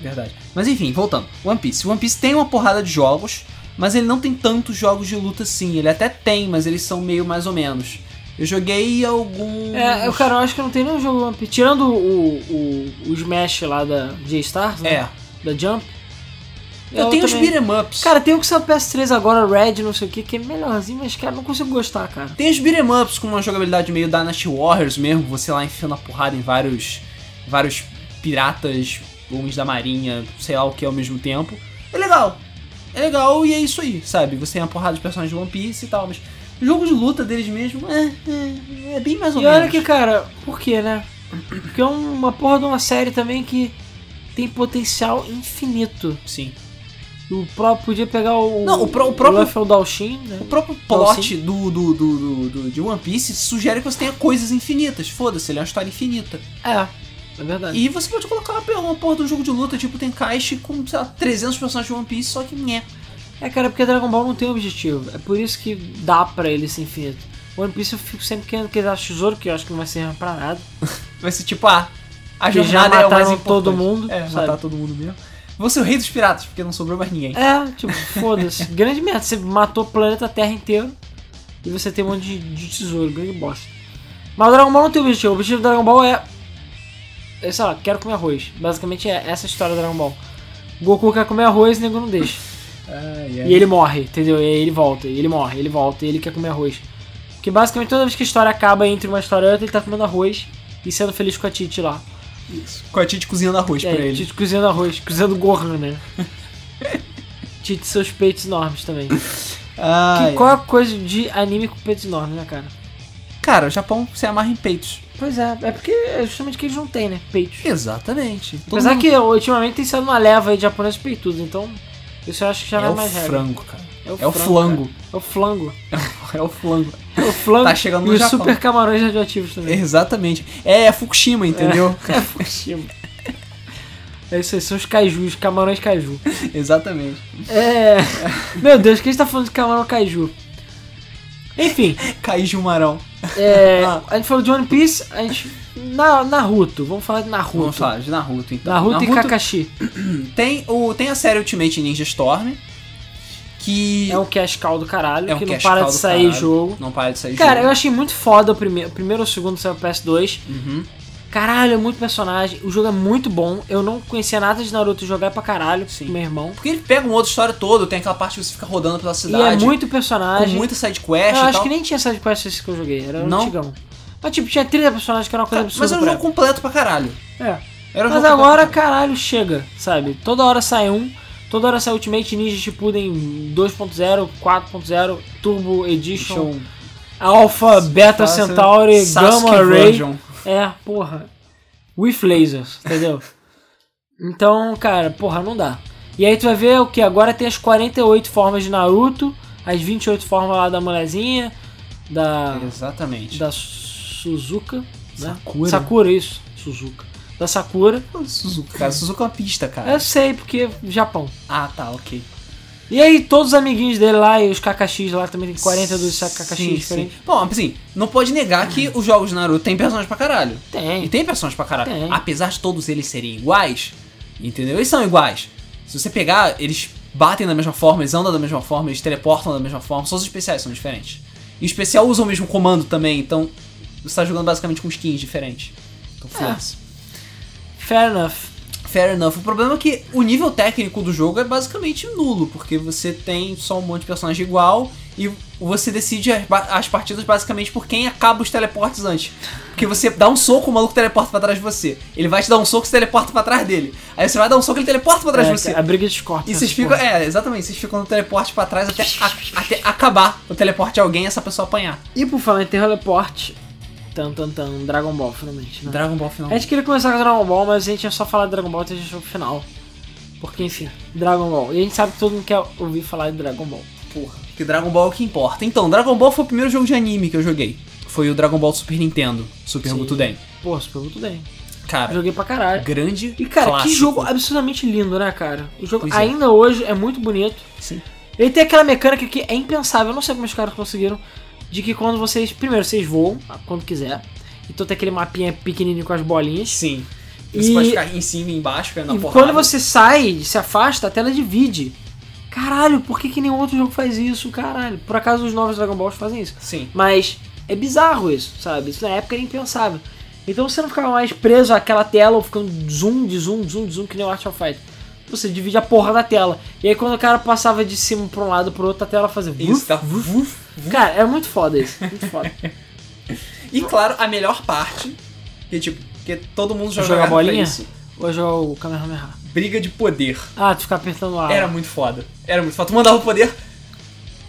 S1: Verdade. Mas enfim, voltando. One Piece. One Piece tem uma porrada de jogos, mas ele não tem tantos jogos de luta assim. Ele até tem, mas eles são meio mais ou menos. Eu joguei alguns.
S2: É, eu, cara, eu acho que não tem nenhum jogo One Piece. Tirando o, o, o Smash lá da J-Stars, né?
S1: É.
S2: Da Jump.
S1: Eu, tenho os
S2: também-
S1: beat'em ups.
S2: Cara, tem o que saiu pro PS3 agora, Red, não sei o que, que é melhorzinho, mas, cara, não consigo gostar, cara.
S1: tem os beat'em ups com uma jogabilidade meio Dynasty Warriors mesmo, você lá enfiando a porrada em vários. vários piratas, homens da marinha, sei lá o que ao mesmo tempo. É legal. É legal e é isso aí, sabe? Você tem uma porrada de personagens de One Piece e tal, mas Jogo de luta deles mesmo é, é, é bem mais ou
S2: E olha
S1: menos.
S2: que, cara, por quê, né? Porque é uma porra de uma série também que tem potencial infinito.
S1: Sim.
S2: O próprio podia pegar o.
S1: Não, o pró- o próprio-
S2: Ruffel Dalshin, né?
S1: O próprio plot do, do, do, do- do- de One Piece sugere que você tenha coisas infinitas. Foda-se, ele é uma história infinita.
S2: É, é verdade.
S1: E você pode colocar uma, uma porra de um jogo de luta, tipo, tem caixa com, sei lá, 300 personagens de One Piece, só que né, nhé.
S2: É, cara, porque Dragon Ball não tem objetivo. É por isso que dá pra ele ser infinito. One Piece eu fico sempre querendo que ele ache tesouro, que eu acho que não vai ser pra nada.
S1: Vai ser tipo, ah, a
S2: Porque já
S1: jornada é o mais
S2: mataram
S1: importante.
S2: todo mundo.
S1: É,
S2: sabe?
S1: matar todo mundo mesmo. Vou ser o rei dos piratas, porque não sobrou mais ninguém.
S2: É, tipo, foda-se. grande merda, você matou o planeta Terra inteiro e você tem um monte de, de tesouro, grande bosta. Mas o Dragon Ball não tem objetivo, o objetivo do Dragon Ball é. é, Sei lá, quero comer arroz. Basicamente é essa a história do Dragon Ball. Goku quer comer arroz e o nego não deixa. É.
S1: Ah, é
S2: E ele morre, entendeu? E aí ele volta, e ele morre, ele volta, e ele quer comer arroz. Porque basicamente toda vez que a história acaba entre uma história e outra, ele tá comendo arroz e sendo feliz com a Titi lá.
S1: Com a Tite cozinhando arroz pra
S2: É,
S1: Tipo ele.
S2: Tite cozinhando arroz, cozinhando gorro, né? Tite e seus peitos enormes também. Que,
S1: Ah, é.
S2: qual é a coisa de anime com peitos enormes, né, cara?
S1: Cara, o Japão se amarra em peitos.
S2: Pois é, é porque é justamente que eles não têm, né? Peitos.
S1: Exatamente. Todo
S2: Apesar
S1: mundo-
S2: que ultimamente tem sido uma leva aí de japoneses peitudos, então isso eu acho que já
S1: é
S2: não é
S1: o
S2: mais regra.
S1: frango, cara. É
S2: É
S1: o flango.
S2: cara. É o flango.
S1: É o flango.
S2: É o flango.
S1: Tá chegando no
S2: e os
S1: Japão.
S2: super camarões radioativos também.
S1: Exatamente. É Fukushima, entendeu?
S2: É Fukushima. É isso aí, são os cajus, camarões caju.
S1: Exatamente.
S2: É. Meu Deus, quem está tá falando de camarão caju? Enfim,
S1: Caí Gilmarão.
S2: é,
S1: Ah.
S2: a gente falou de One Piece, a gente. Na, Naruto, vamos falar de Naruto.
S1: Vamos falar de Naruto, então.
S2: Naruto, e Kakashi.
S1: tem, o, tem a série Ultimate Ninja Storm, que
S2: É um cash cow do caralho,
S1: É um
S2: que não
S1: cash
S2: para
S1: cow
S2: de
S1: do
S2: sair
S1: caralho.
S2: jogo.
S1: não para de sair
S2: Cara, eu
S1: jogo.
S2: achei muito foda o primeiro, o primeiro ou o segundo saiu pro PS2.
S1: Uhum.
S2: Caralho, é muito personagem. O jogo é muito bom. Eu não conhecia nada de Naruto jogar pra caralho,
S1: Sim.
S2: meu irmão.
S1: Porque ele pega uma outra história toda, tem aquela parte que você fica rodando pela
S2: e é
S1: cidade.
S2: muito
S1: com
S2: personagem.
S1: muita side
S2: Eu
S1: quest e
S2: acho
S1: tal.
S2: que nem tinha sidequest esse que eu joguei, era
S1: Não?
S2: não. antigão. Mas tipo, tinha 30 personagens que era uma coisa
S1: Cara,
S2: absurda.
S1: mas era um
S2: pra
S1: jogo completo pra caralho.
S2: época. É.
S1: Era um
S2: né? Mas
S1: jogo
S2: agora, caralho, chega, sabe? Toda hora sai um, toda hora sai Ultimate Ninja Shippuden 2.0, 4.0, Turbo Edition,
S1: completo.
S2: Alpha, Beta Centauri,
S1: Sasuke
S2: Gamma Ray.
S1: Version.
S2: É, porra. With lasers, entendeu? então, cara, porra, não dá. E aí tu vai ver o que? Agora tem as 48 formas de Naruto, as 28 formas lá da molezinha, da
S1: Exatamente.
S2: da Suzuka, né?
S1: Sakura.
S2: Sakura, isso. Suzuka. Da Sakura.
S1: Pô, Suzuka, cara. Suzuka é uma pista, cara.
S2: Eu sei, porque Japão.
S1: Ah, tá, ok.
S2: E aí, todos os amiguinhos dele lá e os KKX lá também tem 42 KKX
S1: Sim,
S2: diferentes.
S1: sim. Bom, assim, não pode negar que os jogos de Naruto tem personagens pra caralho. E
S2: Tem.
S1: tem personagens pra caralho.
S2: Tem.
S1: Apesar de todos eles serem iguais, entendeu? Eles são iguais. Se você pegar, eles batem da mesma forma, eles andam da mesma forma, eles teleportam da mesma forma, só os especiais são diferentes. E o especial usa o mesmo comando também, então você tá jogando basicamente com skins diferentes. Então
S2: É.
S1: foda-se.
S2: Fair enough.
S1: Fair enough. O problema é que o nível técnico do jogo é basicamente nulo, porque você tem só um monte de personagem igual e você decide as, ba- as partidas basicamente por quem acaba os teleportes antes. Porque você dá um soco, o maluco teleporta pra trás de você. Ele vai te dar um soco, você teleporta pra trás dele. Aí você vai dar um soco, ele teleporta pra trás
S2: É,
S1: de você.
S2: A briga de cortes.
S1: E vocês ficam. É, exatamente, vocês ficam no teleporte pra trás até, a- até acabar o teleporte de alguém e essa pessoa apanhar.
S2: E por falar em teleporte. Tan, tan, tan. Dragon Ball, finalmente. Né?
S1: Dragon Ball final.
S2: A gente queria começar com Dragon Ball, mas a gente ia só falar de Dragon Ball até a gente chegou pro final. Porque, enfim, Dragon Ball. E a gente sabe que todo mundo quer ouvir falar de Dragon Ball.
S1: Porra, que Dragon Ball é o que importa. Então, Dragon Ball foi o primeiro jogo de anime que eu joguei. Foi o Dragon Ball Super Nintendo, Super
S2: Sim.
S1: Gotuden.
S2: Porra, se perguntou bem.
S1: Cara,
S2: Joguei pra caralho.
S1: é grande
S2: E cara,
S1: Tá. clássico.
S2: que jogo absurdamente lindo, né, cara? O jogo
S1: Pois é.
S2: ainda hoje é muito bonito.
S1: Sim.
S2: Ele tem aquela mecânica que é impensável, eu não sei como os caras conseguiram, de que quando vocês. Primeiro, vocês voam, quando quiser. Então tem aquele mapinha pequenininho com as bolinhas.
S1: Sim. Você
S2: E-
S1: pode ficar em cima e embaixo, caindo na
S2: e
S1: porrada.
S2: quando você sai, se afasta, a tela divide. Caralho, por que, que nenhum outro jogo faz isso, caralho? Por acaso os novos Dragon Balls fazem isso.
S1: Sim.
S2: Mas é bizarro isso, sabe? Isso na época era impensável. Então você não ficava mais preso àquela tela ou ficando zoom, de zoom, zoom, de zoom, que nem o Art of Fight. Você divide a porra da tela. E aí quando o cara passava de cima pra um lado pro outro, a tela fazia.
S1: Isso,
S2: vuf.
S1: tá. vuf, vuf.
S2: Cara, era muito foda isso. Muito foda.
S1: E claro, a melhor parte, que tipo, que todo mundo já
S2: Jogar
S1: jogava pra
S2: bolinha?
S1: isso.
S2: Hoje é o Kamehameha.
S1: Briga de poder.
S2: Ah, tu ficar apertando o ar.
S1: Era muito foda. Era muito foda. Tu mandava o poder.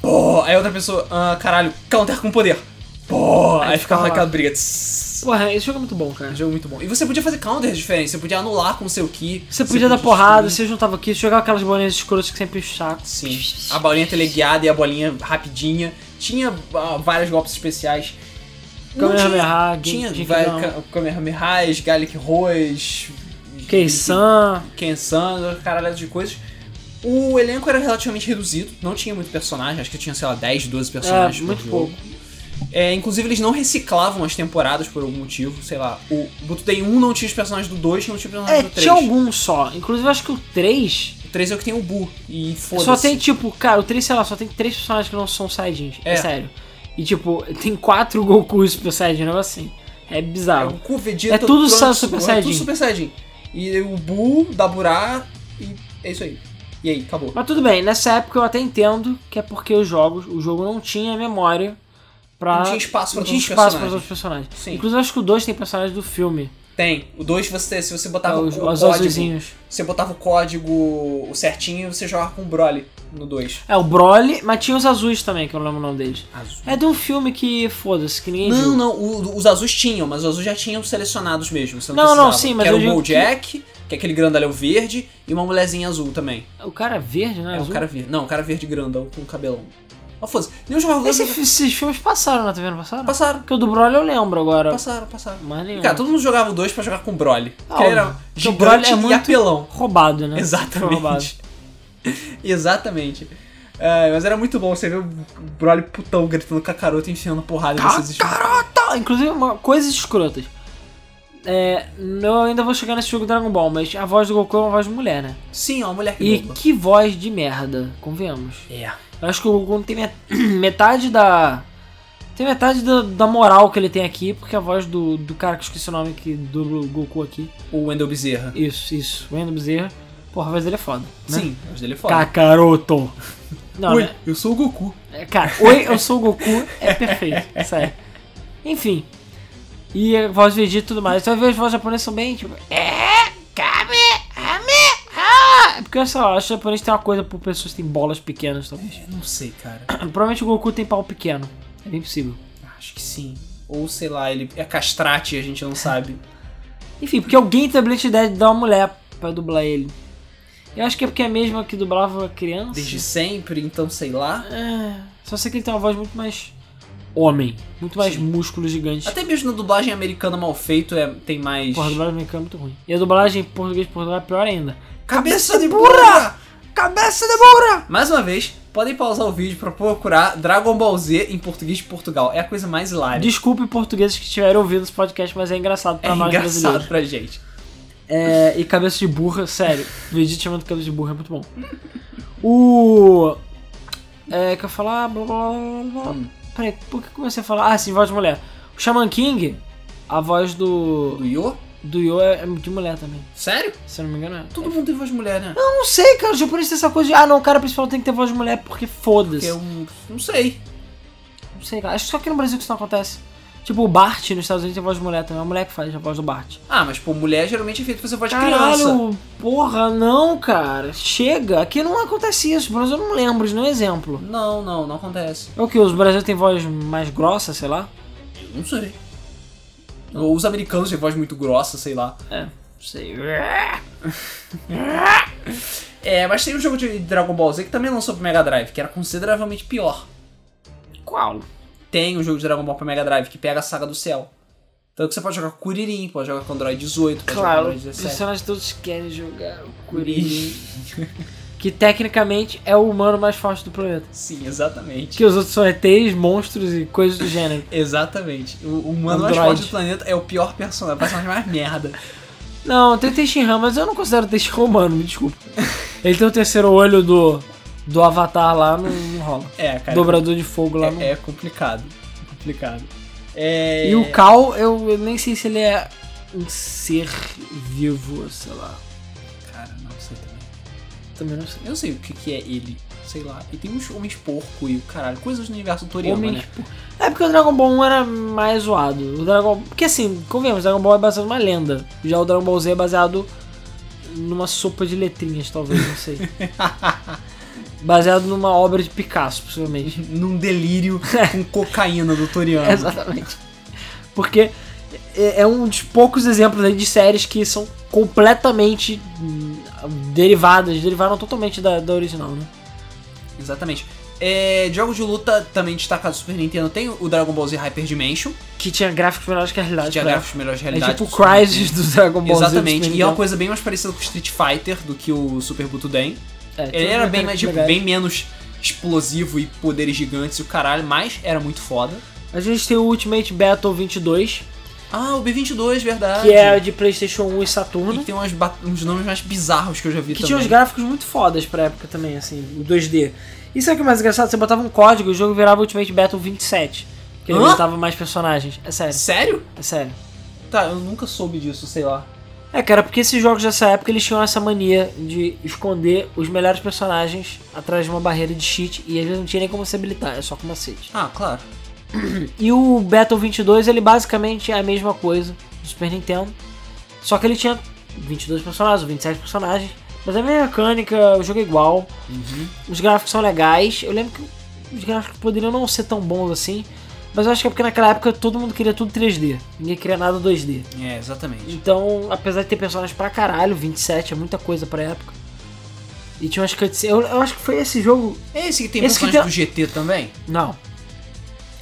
S1: Pô! Pô, aí outra pessoa, ah, caralho, counter com poder. Pô, aí ficava
S2: fala.
S1: aquela briga. Tss.
S2: Porra, esse jogo é muito bom, cara.
S1: Um jogo muito bom. E você podia fazer counters diferentes, você podia anular com seu ki.
S2: Você podia dar porrada, você juntava aqui, você jogava aquelas bolinhas escuras que sempre enche o saco.
S1: Sim. A bolinha teleguiada e a bolinha rapidinha. Tinha ah, vários golpes especiais. Não
S2: Kamehameha,
S1: tinha,
S2: Gen-
S1: tinha
S2: Genki
S1: vai-
S2: não.
S1: Ka- Kamehamehas, Garlic Rose,
S2: Kei-san.
S1: Kensan, caralho de coisas. O elenco era relativamente reduzido, não tinha muito personagem, acho que tinha, sei lá, 10, 12
S2: É,
S1: personagens. por
S2: muito
S1: jogo.
S2: pouco.
S1: É, inclusive, eles não reciclavam as temporadas por algum motivo, sei lá. O Bututei 1 não tinha os personagens do 2, não tinha os
S2: É,
S1: personagens Ah, do 3.
S2: tinha algum só. Inclusive, eu acho que o 3
S1: O 3 é o que tem o Bu, e foda-se.
S2: só tem, tipo, cara, o 3, sei lá, só tem 3 personagens que não são Saiyajins. É,
S1: É.
S2: sério. E, tipo, tem 4 Goku Super Saiyajin, um negócio assim. É
S1: É
S2: bizarro.
S1: o Ku, Vegeta,
S2: É tudo
S1: Trunks,
S2: só Super
S1: É
S2: Saiyajin.
S1: tudo Super Saiyajin. E o Bu, Daburá, e é isso aí. E aí, acabou.
S2: Mas tudo bem, nessa época eu até entendo que é porque os jogos, o jogo não tinha memória pra.
S1: Não tinha espaço pra
S2: não tinha
S1: todos os
S2: espaço pra
S1: personagens.
S2: todos os personagens.
S1: Sim.
S2: Inclusive, eu acho que o 2 tem personagens do filme.
S1: Tem. O 2, você, se você botava
S2: É, os,
S1: o,
S2: os
S1: código...
S2: azulzinhos.
S1: Você botava o código certinho, você jogava com o Broly no 2.
S2: É, o Broly, mas tinha os azuis também, que eu não lembro o nome deles.
S1: Azul.
S2: É de um filme que, foda-se, que ninguém viu.
S1: Não, não, o- os azuis tinham, mas os azuis já tinham selecionados mesmo. Você não,
S2: Não, não,
S1: precisava.
S2: sim,
S1: Que
S2: mas
S1: era
S2: eu
S1: o
S2: digo
S1: Bojack, que... é aquele grandalhão verde, e uma mulherzinha azul também.
S2: O cara é verde, né?
S1: É, o
S2: azul?
S1: cara verde. Não, o cara verde grandão com cabelão. Ó, foda-se. Nem os jogadores
S2: Esse- esses filmes passaram na TV, não passaram?
S1: passaram.
S2: Porque o do Broly eu lembro agora.
S1: Passaram, passaram.
S2: Mas nenhum.
S1: Cara, todo mundo jogava o 2 pra jogar com o Broly.
S2: Ah,
S1: Porque ele era
S2: óbvio. Porque o
S1: gigante
S2: Broly é
S1: e
S2: muito-
S1: apelão.
S2: Roubado, né? Foi roubado.
S1: Exatamente. Exatamente. É, mas era muito bom você ver o Broly putão gritando cacaroto e enfiando porrada nesses
S2: Tá, inclusive, uma, coisas escrotas. É, eu ainda vou chegar nesse jogo Dragon Ball, mas a voz do Goku é uma voz de mulher, né?
S1: Sim, ó, a mulher que
S2: E
S1: rouba.
S2: que voz de merda, convenhamos.
S1: É.
S2: Eu acho que o Goku não tem met- metade da. Tem metade da, da moral que ele tem aqui, porque a voz do, do cara que eu esqueci o nome que dubla o Goku aqui.
S1: O Wendel Bezerra.
S2: Isso, isso. O Endo Bezerra. Porra, a voz dele é foda. Né?
S1: Sim, mas dele é foda.
S2: Kakaroto. Não, né?
S1: eu sou o Goku.
S2: É, Cara, oi, eu sou o Goku, é perfeito, sério. Enfim. E a voz Vegeta e tudo mais. Então, às vezes, as vozes japonesas são bem tipo. É, Kame, Ame, ah! É Porque, sei lá, acho que o japonês tem uma coisa por pessoas que têm bolas pequenas, talvez.
S1: Eu não sei, cara.
S2: Provavelmente o Goku tem pau pequeno. É bem possível.
S1: Acho que sim. Ou sei lá, ele é castrate e a gente não sabe.
S2: Enfim, porque alguém tem a brilhante ideia de dar uma mulher pra dublar ele. Eu acho que é porque é a mesma que dublava a criança.
S1: Desde sempre, então sei lá.
S2: É, só sei que ele tem uma voz muito mais homem. Muito mais
S1: Sim.
S2: músculo gigante.
S1: Até mesmo na dublagem americana mal feito é, tem mais.
S2: Porra, a dublagem americana é muito ruim. E a dublagem em português de Portugal é pior ainda.
S1: Cabeça de burra!
S2: Cabeça de burra!
S1: Mais uma vez, podem pausar o vídeo pra procurar Dragon Ball Z em português de Portugal. É a coisa mais hilária.
S2: Desculpe portugueses que tiveram ouvido esse podcast, mas é engraçado
S1: É
S2: pra nós
S1: engraçado
S2: brasileiros.
S1: pra gente.
S2: É, e cabeça de burra, sério. Vegeta chamando cabeça de burra é muito bom. O. É, que eu ia falar. Blá, blá, blá, blá.
S1: Hum.
S2: Peraí, por que eu comecei a falar? Ah, sim, voz de mulher. O Shaman King, a voz do.
S1: Do Yo?
S2: do Yo é é de mulher também.
S1: Sério?
S2: Se eu não me engano é.
S1: Todo mundo tem voz de mulher, né?
S2: Eu não sei, cara. Os japoneses têm essa coisa de. Ah, não, o cara principal tem que ter voz de mulher porque foda-se.
S1: Eu não sei.
S2: Não sei, cara. Acho que só aqui no Brasil que isso não acontece. Tipo, o Bart nos Estados Unidos tem voz de mulher também. É a mulher que faz a voz do Bart.
S1: Ah, mas pô, mulher geralmente é feito pra ser voz de criança.
S2: Caralho, porra, não, cara. Chega. Aqui não acontece isso. Pelo menos eu não lembro de nenhum exemplo.
S1: Não, não, não acontece.
S2: É o que? Os brasileiros têm voz mais grossa, sei lá?
S1: Eu não sei. Ou os americanos têm voz muito grossa, sei lá.
S2: É, não sei.
S1: É, mas tem um jogo de Dragon Ball Z que também lançou pro Mega Drive, que era consideravelmente pior.
S2: Qual?
S1: Tem um jogo de Dragon Ball pro Mega Drive que pega a saga do céu. Então que você pode jogar com Kuririn, pode jogar com Android 18, pode jogar com
S2: Claro,
S1: Android
S2: os é
S1: 17.
S2: personagens todos querem jogar o Kuririn. que tecnicamente é o humano mais forte do planeta.
S1: Sim, exatamente.
S2: Que os outros são ETs, monstros e coisas do gênero.
S1: Exatamente. O o humano mais
S2: Android.
S1: forte do planeta é o pior personagem, o personagem mais merda.
S2: Não, tem o Tenshinhan, mas eu não considero o Tenshinhan humano, me desculpa. Ele tem o terceiro olho do, do Avatar lá, não, não rola.
S1: É, cara.
S2: Dobrador de fogo lá. não-
S1: é, é complicado. Complicado. É...
S2: E o Cal, eu, eu nem sei se ele é um ser vivo, sei lá.
S1: Cara, não sei também.
S2: Também não sei.
S1: Eu sei o que, que é ele. Sei lá. E tem uns homens porco e o caralho. Coisas do universo do Toriyama,
S2: Homem,
S1: né?
S2: tipo, É porque o Dragon Ball 1 era mais zoado. O Dragon... Porque assim, convenhamos, o Dragon Ball é baseado numa lenda. Já o Dragon Ball Z é baseado numa sopa de letrinhas, talvez, não sei. baseado numa obra de Picasso, possivelmente.
S1: Num delírio com cocaína do Toriano.
S2: Exatamente. Porque é é um dos poucos exemplos aí de séries que são completamente hum, derivadas, derivaram totalmente da, da original, né?
S1: Exatamente. É, de jogos de luta também destacado do Super Nintendo tem o Dragon Ball Z Hyper Dimension,
S2: Que tinha gráficos melhores que a realidade.
S1: que tinha
S2: pra-
S1: gráficos de melhores
S2: É
S1: realidades.
S2: tipo o
S1: do Super
S2: Crysis do Dragon Ball Z tipo, então, do
S1: Exatamente,
S2: Super
S1: e é uma
S2: Nintendo.
S1: coisa bem mais parecida com Street Fighter do que o Super Butuden.
S2: É,
S1: Ele
S2: tinha
S1: era
S2: umas
S1: bem, mais,
S2: mecânicas
S1: tipo,
S2: legais.
S1: bem menos explosivo e poderes gigantes e o caralho, mas era muito foda.
S2: A gente tem o Ultimate Battle 22,
S1: Ah, o B-22, verdade.
S2: que é de PlayStation 1 e
S1: E
S2: Saturno.
S1: que tem umas ba- uns nomes mais bizarros que eu já vi
S2: Que
S1: também.
S2: tinha uns gráficos muito fodas pra época também, assim, o 2D. E sabe o que é mais engraçado? Você botava um código e o jogo virava Ultimate Battle 27. Que ele
S1: Hã?
S2: botava mais personagens. É sério,
S1: Sério?
S2: é sério.
S1: Tá, eu nunca soube disso, sei lá.
S2: É, cara, porque esses jogos dessa época eles tinham essa mania de esconder os melhores personagens atrás de uma barreira de cheat e às vezes não tinha nem como se habilitar, é só com macete.
S1: Ah, claro.
S2: E o Battle 22 ele basicamente é a mesma coisa do Super Nintendo, só que ele tinha 22 personagens, ou 27 personagens, mas é a mesma mecânica, o jogo é igual, os gráficos são legais. Eu lembro que os gráficos poderiam não ser tão bons assim, mas eu acho que é porque naquela época todo mundo queria tudo 3D, ninguém queria nada 2D.
S1: É, exatamente.
S2: Então, apesar de ter personagens pra caralho, 27 é muita coisa pra época. E tinha umas cutscenes. Eu, eu acho que foi esse jogo.
S1: É esse que tem
S2: Esse que
S1: personagem
S2: tem-
S1: do GT também?
S2: Não.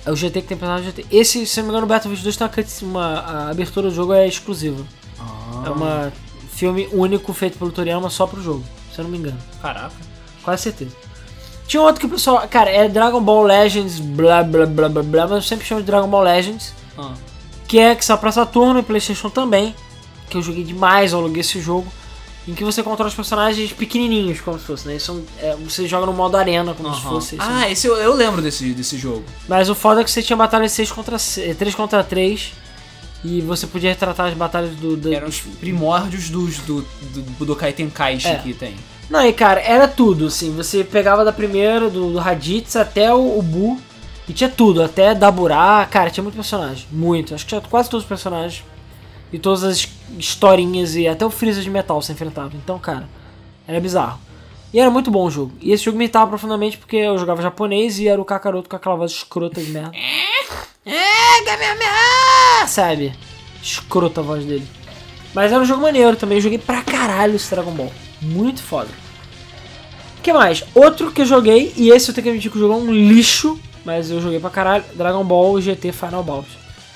S2: É o GT que tem personagem do GT. Esse, se não me engano, o Battlefield 2 tem uma cutscene. Uma, a abertura do jogo é exclusiva.
S1: Ah,
S2: É uma filme único feito pelo Toriyama só pro jogo, se eu não me engano.
S1: Ah, Caraca.
S2: Quase certeza. Tinha um outro que o pessoal. Cara, é Dragon Ball Legends, blá blá blá blá blá, mas eu sempre chamo de Dragon Ball Legends.
S1: Ah.
S2: que é que saiu pra Saturno e Playstation também, que eu joguei demais, eu aluguei esse jogo, em que você controla os personagens pequenininhos, como se fosse, né? Eles São, é, você joga no modo arena, como se
S1: Aham.
S2: fosse. assim.
S1: Ah, esse eu, eu lembro desse, desse jogo.
S2: Mas o foda é que você tinha batalhas 6 contra, 3 contra 3, e você podia retratar as batalhas do... do-
S1: Eram os primórdios dos, do, do Budokai Tenkaichi
S2: um É.
S1: que tem.
S2: Não, e cara, era tudo, assim, você pegava da primeira, do, do Raditz até o, o Bu, e tinha tudo, até Daburá, cara, tinha muito personagem, muito, acho que tinha quase todos os personagens, e todas as historinhas, e até o Freeza de Metal se enfrentava, então, cara, era bizarro. E era muito bom o jogo, e esse jogo me irritava profundamente porque eu jogava japonês e era o Kakaroto com aquela voz escrota de merda. É, Kamehameha! Sabe? Escrota a voz dele. Mas era um jogo maneiro também. Eu joguei pra caralho esse Dragon Ball. Muito foda. O que mais? Outro que eu joguei, e esse eu tenho que admitir que o jogo é um lixo, mas eu joguei pra caralho, Dragon Ball GT Final Bout.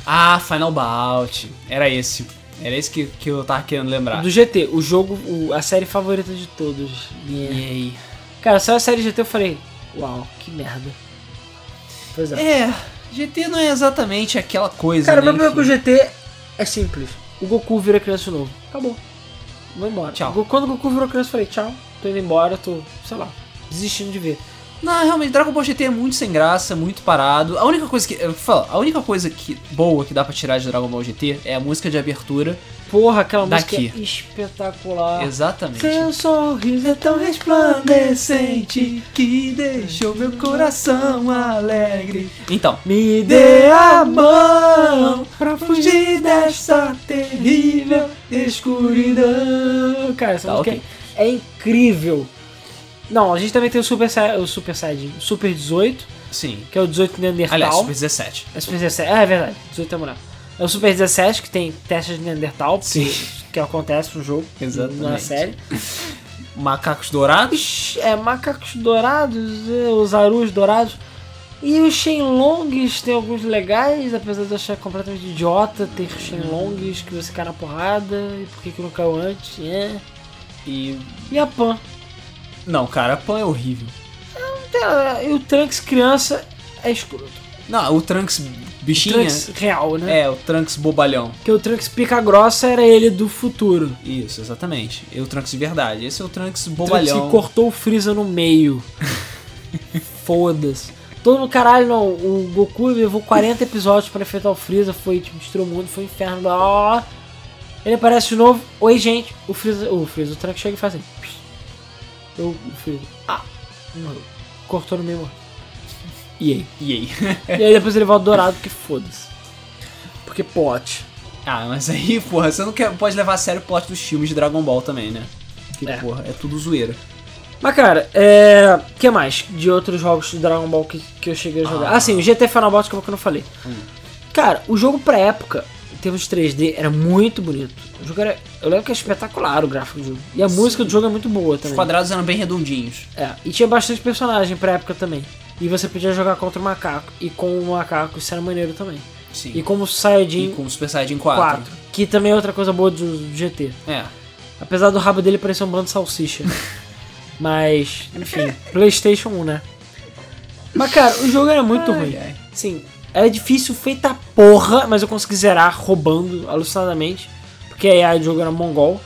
S1: Ah, Final Bout. Era esse. Era esse que, que eu tava querendo lembrar.
S2: Do GT, o jogo, o- a série favorita de todos.
S1: E aí?
S2: Cara, saiu a série GT eu falei, uau, que merda. Pois é.
S1: É, GT não é exatamente aquela coisa,
S2: Cara,
S1: né?
S2: meu problema com o
S1: enfim.
S2: GT é simples. O Goku vira criança de novo. Acabou. Vou embora.
S1: Tchau.
S2: Go- Quando o Goku virou criança, eu falei, tchau, tô indo embora, tô, sei lá, desistindo de ver.
S1: Não, realmente, Dragon Ball GT é muito sem graça, muito parado. A única coisa que. Eu vou falar, a única coisa que boa que dá pra tirar de Dragon Ball GT é a música de abertura.
S2: Porra, aquela música
S1: Daqui.
S2: é espetacular.
S1: Exatamente.
S2: Seu sorriso é tão resplandecente.
S1: Resplandecente que deixou meu coração alegre. Então,
S2: Me
S1: dê
S2: dê
S1: a
S2: a
S1: mão
S2: mão
S1: pra
S2: pra
S1: fugir
S2: fugir
S1: desta
S2: desta
S1: terrível
S2: terrível
S1: escuridão.
S2: escuridão. Cara, essa
S1: Tá,
S2: música
S1: ok.
S2: é incrível. Não, a gente também tem o Super, Sai- o Super Saiyajin, o Super 18,
S1: Sim.
S2: que é o 18 Neandertal.
S1: Aliás, Super 17.
S2: É o Super 17, é, é verdade, 18 é mulher. É o Super 17, que tem testes de Neandertal, porque-
S1: Sim.
S2: que acontece no jogo,
S1: Exatamente.
S2: na série.
S1: Macacos Dourados.
S2: Os, é, macacos dourados, é, os arus dourados. E os Shenlongs tem alguns legais, apesar de eu achar completamente idiota ter Shenlongs que você cai na porrada, e por que, que não caiu antes, é.
S1: E.
S2: E a Pan.
S1: Não, cara, Pan é horrível.
S2: Cara, eh, E o Trunks criança é escuro.
S1: Não, o Trunks bichinha.
S2: Trunks real, né?
S1: É, o Trunks bobalhão.
S2: Porque o Trunks pica grossa era ele do futuro.
S1: Isso, exatamente. E o Trunks de verdade. Esse é o Trunks
S2: O Trunks que
S1: bobalhão.
S2: Então, cortou o Freeza no meio. Foda-se. Todo mundo, caralho, não. O Goku levou 40 episódios pra enfrentar o Freeza. Foi, tipo, destruiu o mundo, foi um inferno. blá, blá, blá. Ele aparece de novo. Oi, gente. O Freeza, o Freeza, o Trunks chega e faz assim. "Psh". Eu, o Freeza. Ah, morreu. Cortou no meio. morreu.
S1: E aí? E aí?
S2: E aí depois ele volta dourado, porque foda-se. É. Porque pote.
S1: ah, mas aí, porra, você não quer, pode levar a sério o plot dos filmes de Dragon Ball também, né? Que
S2: É.
S1: porra, é tudo zoeira.
S2: Mas, cara, é. O que mais de outros jogos de Dragon Ball que, que eu cheguei a jogar? Ah, sim, o GT Final Boss, que eu não falei.
S1: Hum.
S2: Cara, o jogo pra época, em termos de 3D, era muito bonito. O jogo era. Eu lembro que era espetacular o gráfico do jogo. E a música do jogo é muito boa
S1: Os
S2: também.
S1: quadrados eram bem redondinhos.
S2: É, e tinha bastante personagem pra época também. E você podia jogar contra o macaco. E com o macaco, isso era maneiro também.
S1: Sim.
S2: E como o Saiyajin
S1: E com o Super Saiyajin
S2: 4,
S1: 4.
S2: que também é outra coisa boa do, do GT.
S1: É.
S2: Apesar do rabo dele parecer um bando de salsicha. Mas, enfim,
S1: é.
S2: PlayStation 1, né? Mas, cara, o jogo era muito
S1: Ai,
S2: ruim.
S1: ai.
S2: Sim, era difícil, feita porra, mas eu consegui zerar roubando alucinadamente. Porque a AI do jogo era mongol.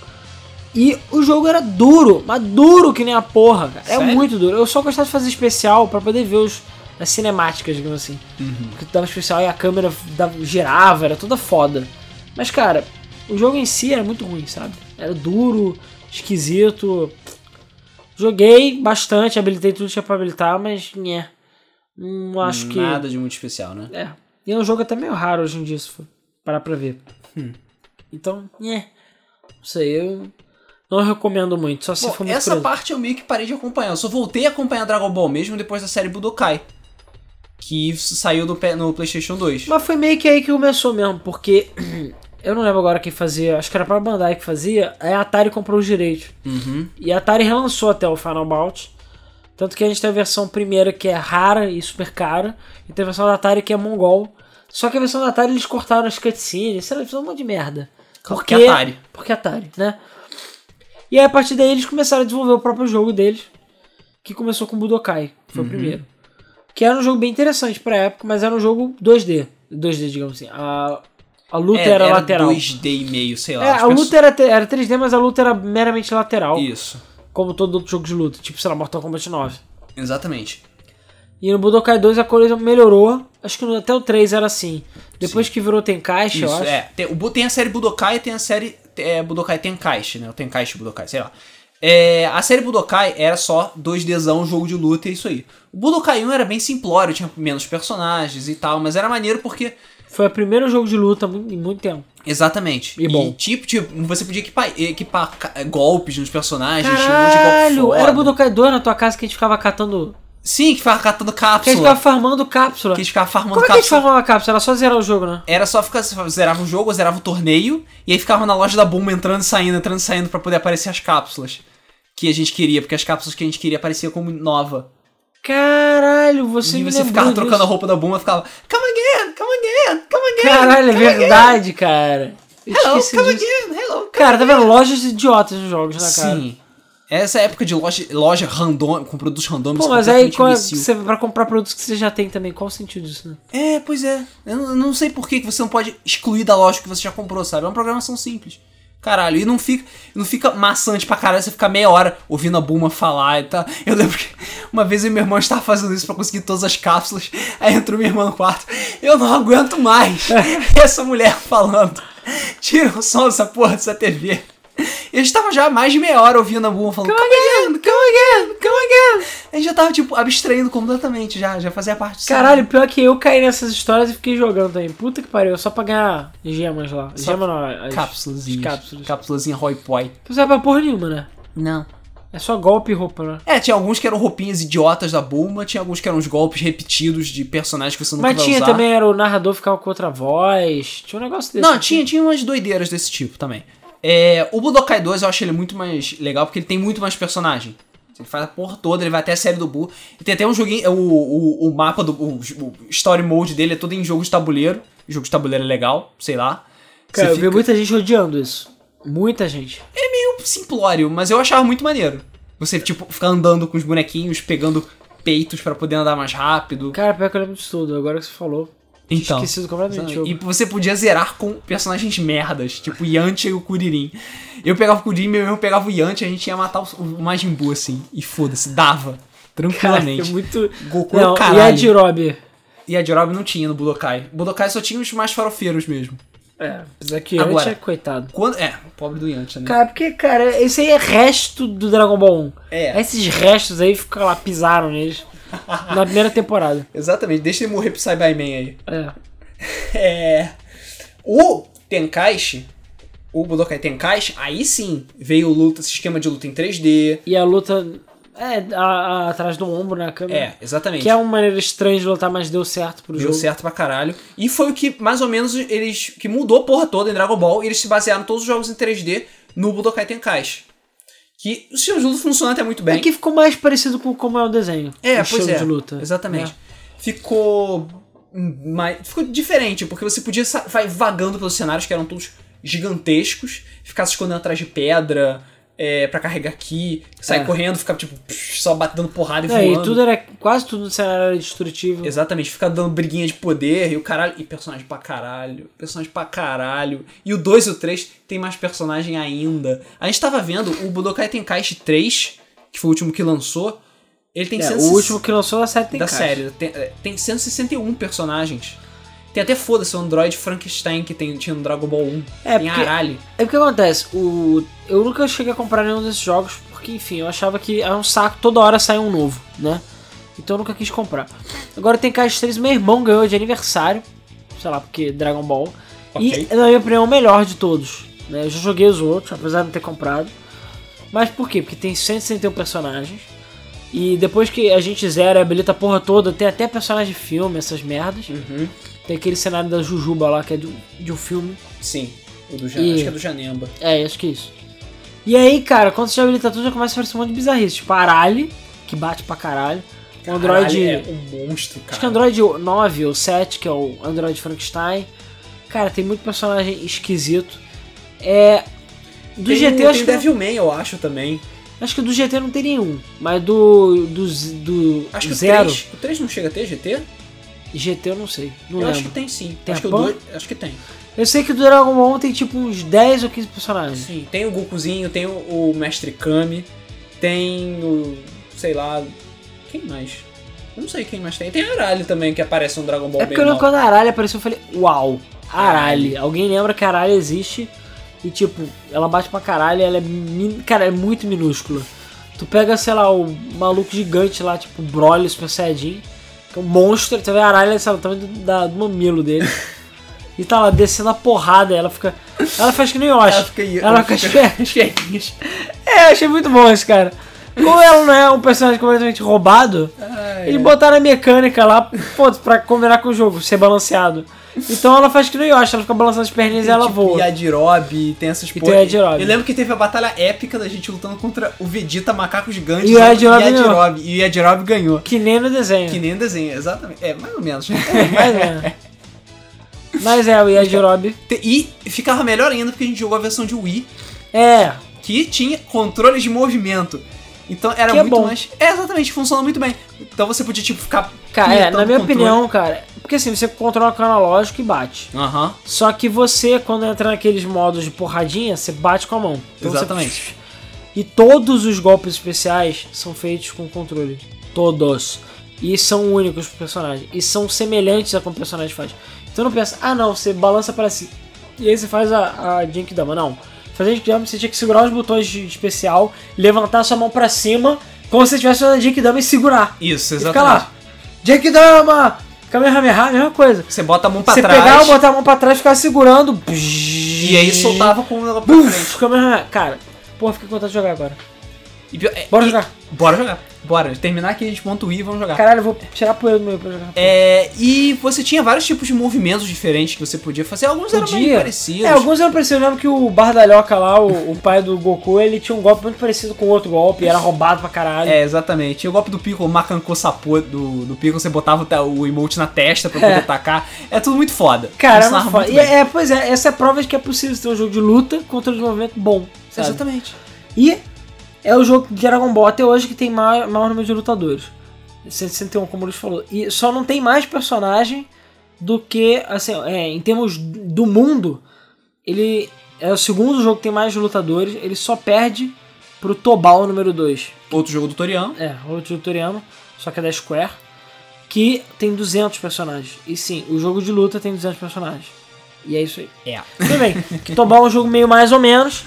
S2: E o jogo era duro, mas duro que nem a porra, cara. É
S1: Sério?
S2: muito duro. Eu só gostava de fazer especial pra poder ver os, as cinemáticas, digamos assim.
S1: Uhum.
S2: Porque tu dava especial e a câmera dava- girava, era toda foda. Mas, cara, o jogo em si era muito ruim, sabe? Era duro, esquisito. Joguei bastante, habilitei tudo que tinha pra habilitar, mas, né. Não acho que.
S1: Nada de muito especial, né?
S2: É. E é um jogo até meio raro hoje em dia, se for parar pra ver.
S1: Hum.
S2: Então, né. Não sei, eu não recomendo muito, só se
S1: Bom,
S2: for muito
S1: essa
S2: curioso.
S1: parte eu meio que parei de acompanhar. Eu só voltei a acompanhar Dragon Ball mesmo depois da série Budokai. Que s- saiu no, pe- no PlayStation 2.
S2: Mas foi meio que aí que começou mesmo, porque eu não lembro agora quem fazia, acho que era pra Bandai que fazia, aí a Atari comprou os direitos.
S1: Uhum.
S2: E a Atari relançou até o Final Bout. Tanto que a gente tem a versão primeira que é rara e super cara, e tem a versão da Atari que é mongol. Só que a versão da Atari eles cortaram as cutscenes, sei lá, eles fizeram um monte de merda.
S1: Porque é Atari.
S2: Porque Atari, né? E aí a partir daí eles começaram a desenvolver o próprio jogo deles, que começou com Budokai, que
S1: Uhum.
S2: foi o primeiro. Que era um jogo bem interessante pra época, mas era um jogo 2D. 2D, digamos assim. A, a luta
S1: É,
S2: era, lateral.
S1: 2D e meio, sei lá.
S2: É,
S1: as
S2: a
S1: pessoas-
S2: luta era, te- era 3D, mas a luta era meramente lateral
S1: Isso,
S2: como todo outro jogo de luta, tipo, sei lá, Mortal Kombat 9.
S1: exatamente.
S2: E no Budokai 2 a coisa melhorou, acho que no- até o 3 era assim. Depois que virou Tenkaichi, eu
S1: Isso,
S2: acho.
S1: é. Tem, o Bu- tem a série Budokai e tem a série é, Budokai Tenkaichi, né? O Tenkaichi Budokai, sei lá. É, a série Budokai era só 2Dzão, jogo de luta e isso aí. O Budokai 1 era bem simplório, tinha menos personagens e tal, mas era maneiro porque
S2: Foi o primeiro jogo de luta há mu- em muito tempo.
S1: Exatamente.
S2: E bom.
S1: tipo, tipo, você podia equipar, equipar ca- golpes nos personagens, tinha um monte de golpe
S2: Caralho,
S1: foda.
S2: era o Budokai 2 na tua casa que a gente ficava catando.
S1: Sim, que ficava catando
S2: Que a gente
S1: cápsula.
S2: ficava farmando cápsula.
S1: Que a gente ficava farmando
S2: Como é que a gente
S1: cápsula.
S2: farmava cápsula? Era só zerar o jogo, né?
S1: Era só ficar. Zerava o jogo, zerava o torneio, e aí ficava na loja da Boom entrando e saindo, entrando e saindo pra poder aparecer as cápsulas que a gente queria, porque as cápsulas que a gente queria apareciam como nova.
S2: Caralho, você
S1: e
S2: me
S1: você
S2: lembrou
S1: ficava
S2: disso.
S1: trocando a roupa da Boom e ficava. Come again, come again, come again.
S2: Caralho, é
S1: come again,
S2: verdade, cara. Eu
S1: Hello,
S2: esqueci
S1: come
S2: disso.
S1: again, hello, come
S2: Cara, tá vendo? Lojas idiotas nos jogos, né, cara?
S1: Sim. Essa época de loja, loja random, com produtos randômicos
S2: Pô, mas aí
S1: completamente um
S2: qual é,
S1: imbecil.
S2: você, pra comprar produtos que você já tem também, qual o sentido disso, né?
S1: É, pois é. Eu não- eu não sei por que que você não pode excluir da loja que você já comprou, sabe? É uma programação simples. Caralho, e não fica, não fica maçante pra caralho você ficar meia hora ouvindo a Buma falar e tal. Eu lembro que uma vez eu e meu irmão estava fazendo isso pra conseguir todas as cápsulas. Aí entrou minha irmã no quarto. Eu não aguento mais essa mulher falando. Tira o som dessa porra dessa TV. Eu estava já há mais de meia hora ouvindo a Buma falando. Come again, come again, come again. A gente já tava, tipo, abstraindo completamente já, já fazia parte do
S2: Caralho, pior que eu caí nessas histórias e fiquei jogando também. Puta que pariu, só pra ganhar gemas lá.
S1: Só
S2: Gema não, as
S1: Cápsulas.
S2: as Cápsulas.
S1: Cápsulazinha Roy Poi.
S2: Não serve pra porra nenhuma, né?
S1: Não.
S2: É só golpe e roupa, né?
S1: É, tinha alguns que eram roupinhas idiotas da Bulma, tinha alguns que eram uns golpes repetidos de personagens que você nunca
S2: Mas
S1: vai
S2: tinha
S1: usar.
S2: também, era o narrador ficava com outra voz. Tinha um negócio desse.
S1: Não, tinha, tinha umas doideiras desse tipo também. É, o Budokai 2 eu acho ele muito mais legal porque ele tem muito mais personagem. Ele faz a porra toda, ele vai até a série do Buu. E tem até um joguinho, é, o, o, o mapa do. O, o story mode dele é todo em jogo de tabuleiro. Jogo de tabuleiro é legal, sei lá.
S2: Cara,
S1: Você
S2: eu
S1: fica-
S2: vi muita gente odiando isso. Muita gente.
S1: é meio simplório, mas eu achava muito maneiro. Você, tipo, ficar andando com os bonequinhos, pegando peitos pra poder andar mais rápido.
S2: Cara, pior que eu lembro disso tudo. Agora que você falou. tinha
S1: Então.
S2: Esquecido completamente. o jogo.
S1: E você podia zerar com personagens merdas, tipo Yantia e o Kuririn. Eu pegava o Kuririn, meu irmão pegava o Yantia, a gente ia matar o, o Majin Buu, assim. E foda-se, dava.
S2: Cara, é
S1: Tranquilamente.
S2: muito.
S1: Goku é o
S2: Não, e a
S1: caralho.
S2: Jirobe?
S1: E a Jirobe não tinha no Budokai. Budokai só tinha os mais farofeiros mesmo.
S2: É, apesar que
S1: Agora.
S2: antes é coitado.
S1: Quando, é, o pobre do Yantia, né?
S2: Cara, porque, cara, esse aí é resto do Dragon Ball 1.
S1: É.
S2: Esses restos aí ficam lá, pisaram neles. na primeira temporada.
S1: Exatamente, deixa ele morrer pro Saibai Man aí.
S2: É.
S1: É. O Tenkaichi, o Budokai Tenkaichi, aí sim veio o luta, esse esquema de luta em 3D.
S2: E a luta. É, a- a- atrás do ombro na câmera.
S1: É, exatamente.
S2: Que é uma maneira estranha de lutar, mas deu certo pro
S1: Deu
S2: jogo.
S1: certo pra caralho. E foi o que, mais ou menos, eles. que mudou a porra toda em Dragon Ball. E eles se basearam todos os jogos em 3D no Budokai Tenkaichi. Que os seus lutas funcionam até muito bem.
S2: É que ficou mais parecido com como é o desenho.
S1: É,
S2: o
S1: pois
S2: estilo
S1: é.
S2: de luta.
S1: Exatamente. Ficou. hum, Mais, ficou diferente, porque você podia sa- vai vagando pelos cenários que eram todos gigantescos, ficar se escondendo atrás de pedra, é, para carregar aqui, sair
S2: É.
S1: correndo, ficar tipo, só batendo porrada e
S2: É,
S1: voando.
S2: e tudo era. Quase tudo no cenário era destrutivo.
S1: Exatamente, ficar dando briguinha de poder e o caralho. E personagem pra caralho, personagem pra caralho. E o 2 e o 3 tem mais personagem ainda. A gente tava vendo o Budokai Tenkaichi 3, que foi o último que lançou. Ele tem
S2: É,
S1: 160
S2: o último que lançou a série tem
S1: da
S2: caixa.
S1: série. Tem, é, tem 161 personagens. Tem até foda-se o Android Frankenstein que tem, tinha no Dragon Ball 1.
S2: É,
S1: tem
S2: porque-
S1: Arale.
S2: É porque acontece, o... eu nunca cheguei a comprar nenhum desses jogos, porque enfim, eu achava que era um saco, toda hora sai um novo, né? Então eu nunca quis comprar. Agora tem Caixa 3, meu irmão ganhou de aniversário, sei lá, porque Dragon Ball.
S1: Ok.
S2: E na minha opinião é o melhor de todos. Né? Eu já joguei os outros, apesar de não ter comprado. Mas por quê? Porque tem 161 personagens. E depois que a gente zera e habilita a porra toda, tem até personagem de filme, essas merdas. Tem aquele cenário da Jujuba lá, que é de um- de um filme.
S1: Sim, o do Jan...
S2: E-
S1: acho que é do Janemba.
S2: É, acho que é isso. E aí, cara, quando você já habilita tudo, já começa a aparecer um monte de bizarrice. Tipo, Arale, que bate pra caralho. O Android.
S1: Arale é um monstro, cara.
S2: acho que é Android 9 ou 7, que é o Android Frankenstein. Cara, tem muito personagem esquisito. É. Do
S1: Tem- um,
S2: GT,
S1: tem
S2: acho que, é um
S1: Devil May, eu acho também.
S2: acho que do GT não tem nenhum. Mas do. Do, z- do
S1: Acho que
S2: Zero.
S1: o 3. O 3 não chega a ter GT?
S2: GT eu não sei. Não
S1: eu
S2: lembro.
S1: acho que tem sim.
S2: Tem
S1: acho
S2: a
S1: que o
S2: Pan?
S1: dois- Acho que tem.
S2: Eu sei que do Dragon Ball tem tipo uns 10 ou 15 personagens.
S1: Sim. Tem o Gokuzinho, tem o, o Mestre Kami, tem o. sei lá. Quem mais? Eu não sei quem mais tem. Tem a Arale também que aparece no Dragon Ball
S2: É porque eu
S1: bem
S2: lembro
S1: mal.
S2: quando a Aralha apareceu, eu falei, uau, Aralha. Alguém lembra que a Aralha existe e, tipo, ela bate pra caralho, ela é, min... cara, é muito minúscula. Tu pega, sei lá, o maluco gigante lá, tipo, Broly Super Saiyajin, que é um monstro, tu vê a Aralha, sei lá, também do, da- do mamilo dele. E tá lá descendo a porrada, ela fica. Ela faz que nem eu acho. Ela fica as perninhas. É, eu achei muito bom esse cara. Como ela não é um personagem completamente roubado,
S1: Ai,
S2: É. eles
S1: ai.
S2: botaram a mecânica lá, pô, pra combinar com o jogo, ser balanceado. Então ela faz que nem Yoshi, ela fica balançando as perninhas e
S1: Tem,
S2: ela
S1: tipo,
S2: voa.
S1: Yajirobe, tem essas
S2: tem
S1: porra.
S2: Yajirobe.
S1: Eu lembro que teve a batalha épica da gente lutando contra o Vegeta Macaco Gigante.
S2: E o Yajirobe ganhou.
S1: Yajirobe. E o Yajirobe ganhou.
S2: Que nem no desenho.
S1: Que nem o desenho, exatamente. É, mais ou menos.
S2: Mas é. Mas é, o
S1: Então.
S2: Yajirobe.
S1: e ficava melhor ainda porque a gente jogou a versão de Wii,
S2: É.
S1: que tinha controles de movimento. Então era
S2: Que é
S1: muito
S2: bom.
S1: mais. É, exatamente, funciona muito bem. Então você podia, tipo, ficar.
S2: Cara, é,
S1: pilotando
S2: na minha
S1: o controle.
S2: opinião, cara. Porque assim, você controla com o analógico e bate.
S1: Aham.
S2: Só que você, quando entra naqueles modos de porradinha, você bate com a mão. Então você-
S1: Exatamente.
S2: E todos os golpes especiais são feitos com controle. Todos. E são únicos pro personagem. E são semelhantes a como o personagem faz. Então não pensa, ah não, você balança para si. E aí você faz a, a Genkidama. Não. Fazer a Genkidama você tinha que segurar os botões de de especial, levantar sua mão para cima, como se você estivesse fazendo a Genkidama e segurar.
S1: Isso,
S2: E fica lá.
S1: exatamente.
S2: Genkidama! Kamehameha, mesma coisa.
S1: Você bota a mão pra
S2: você
S1: trás.
S2: pegava, botava a mão pra trás, ficava segurando.
S1: E aí soltava com o negócio pra frente.
S2: Buf, Kamehameha. Cara, porra, fiquei com vontade de jogar agora.
S1: E pior- é-
S2: Bora
S1: e-
S2: jogar.
S1: Bora jogar. Bora. Terminar aqui, a gente monta o Wii e vamos jogar.
S2: Caralho, eu vou tirar a poeira do meu pra jogar.
S1: É, e você tinha vários tipos de movimentos diferentes que você podia fazer. Alguns eram
S2: Podia.
S1: meio parecidos.
S2: É, alguns eram parecidos. Eu lembro que o Bardalhoca lá, o, o pai do Goku, ele tinha um golpe muito parecido com outro golpe, era roubado pra caralho.
S1: É, exatamente. Tinha o golpe do Pico, o macancô sapô do, do Pico, você botava o ta- o emote na testa pra poder
S2: É.
S1: atacar. É tudo muito foda.
S2: Cara, é uma
S1: Funcionava
S2: foda.
S1: muito
S2: E
S1: bem.
S2: é, pois é, essa é a prova de que é possível ter um jogo de luta contra um desenvolvimento bom. sabe?
S1: Exatamente.
S2: E é o jogo de Dragon Ball até hoje que tem maior, maior número de lutadores. 161, como o Luiz falou. E só não tem mais personagem do que, assim, é, em termos do mundo, ele é o segundo jogo que tem mais lutadores, ele só perde pro Tobal número 2.
S1: Outro jogo do Toriano.
S2: É, outro tutoriano, só que é da Square, que tem 200 personagens. E sim, o jogo de luta tem 200 personagens. E é isso aí.
S1: É.
S2: Tudo bem, que Tobal é um jogo meio mais ou menos.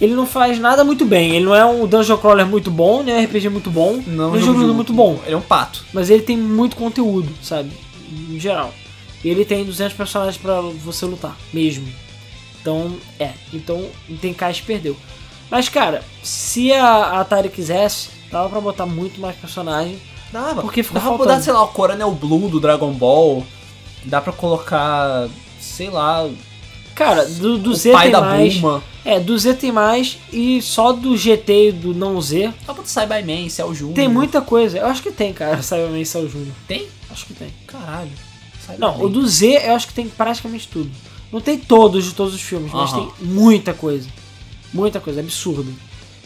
S2: Ele não faz nada muito bem. Ele não é um dungeon crawler muito bom, nem um RPG muito bom,
S1: Não,
S2: nem um
S1: jogo
S2: jogo
S1: de luta.
S2: muito bom.
S1: Ele é um pato.
S2: Mas ele tem muito conteúdo, sabe? Em geral. E ele tem 200 personagens pra você lutar, mesmo. Então, é. Então, tem caixa perdeu. Mas, cara, se a Atari quisesse, Dava pra botar muito mais personagem.
S1: Dava.
S2: Porque ficou
S1: Dava pra
S2: faltando.
S1: botar, sei lá, o Coronel Blue do Dragon Ball. Dá pra colocar, sei lá,
S2: Cara, do, do
S1: o
S2: Z
S1: pai
S2: tem
S1: da
S2: mais.
S1: Bulma.
S2: É, do Z tem mais e só do GT e do não Z
S1: Dá pra botar Cyberman, Cell Jr.
S2: tem muita coisa. Eu acho que tem, cara, Cyberman e Cell Jr.
S1: Tem?
S2: Acho que tem.
S1: Caralho. Cyberman.
S2: Não, o do Z eu acho que tem praticamente tudo. Não tem todos de todos os filmes, mas
S1: Aham.
S2: tem muita coisa. Muita coisa, absurdo.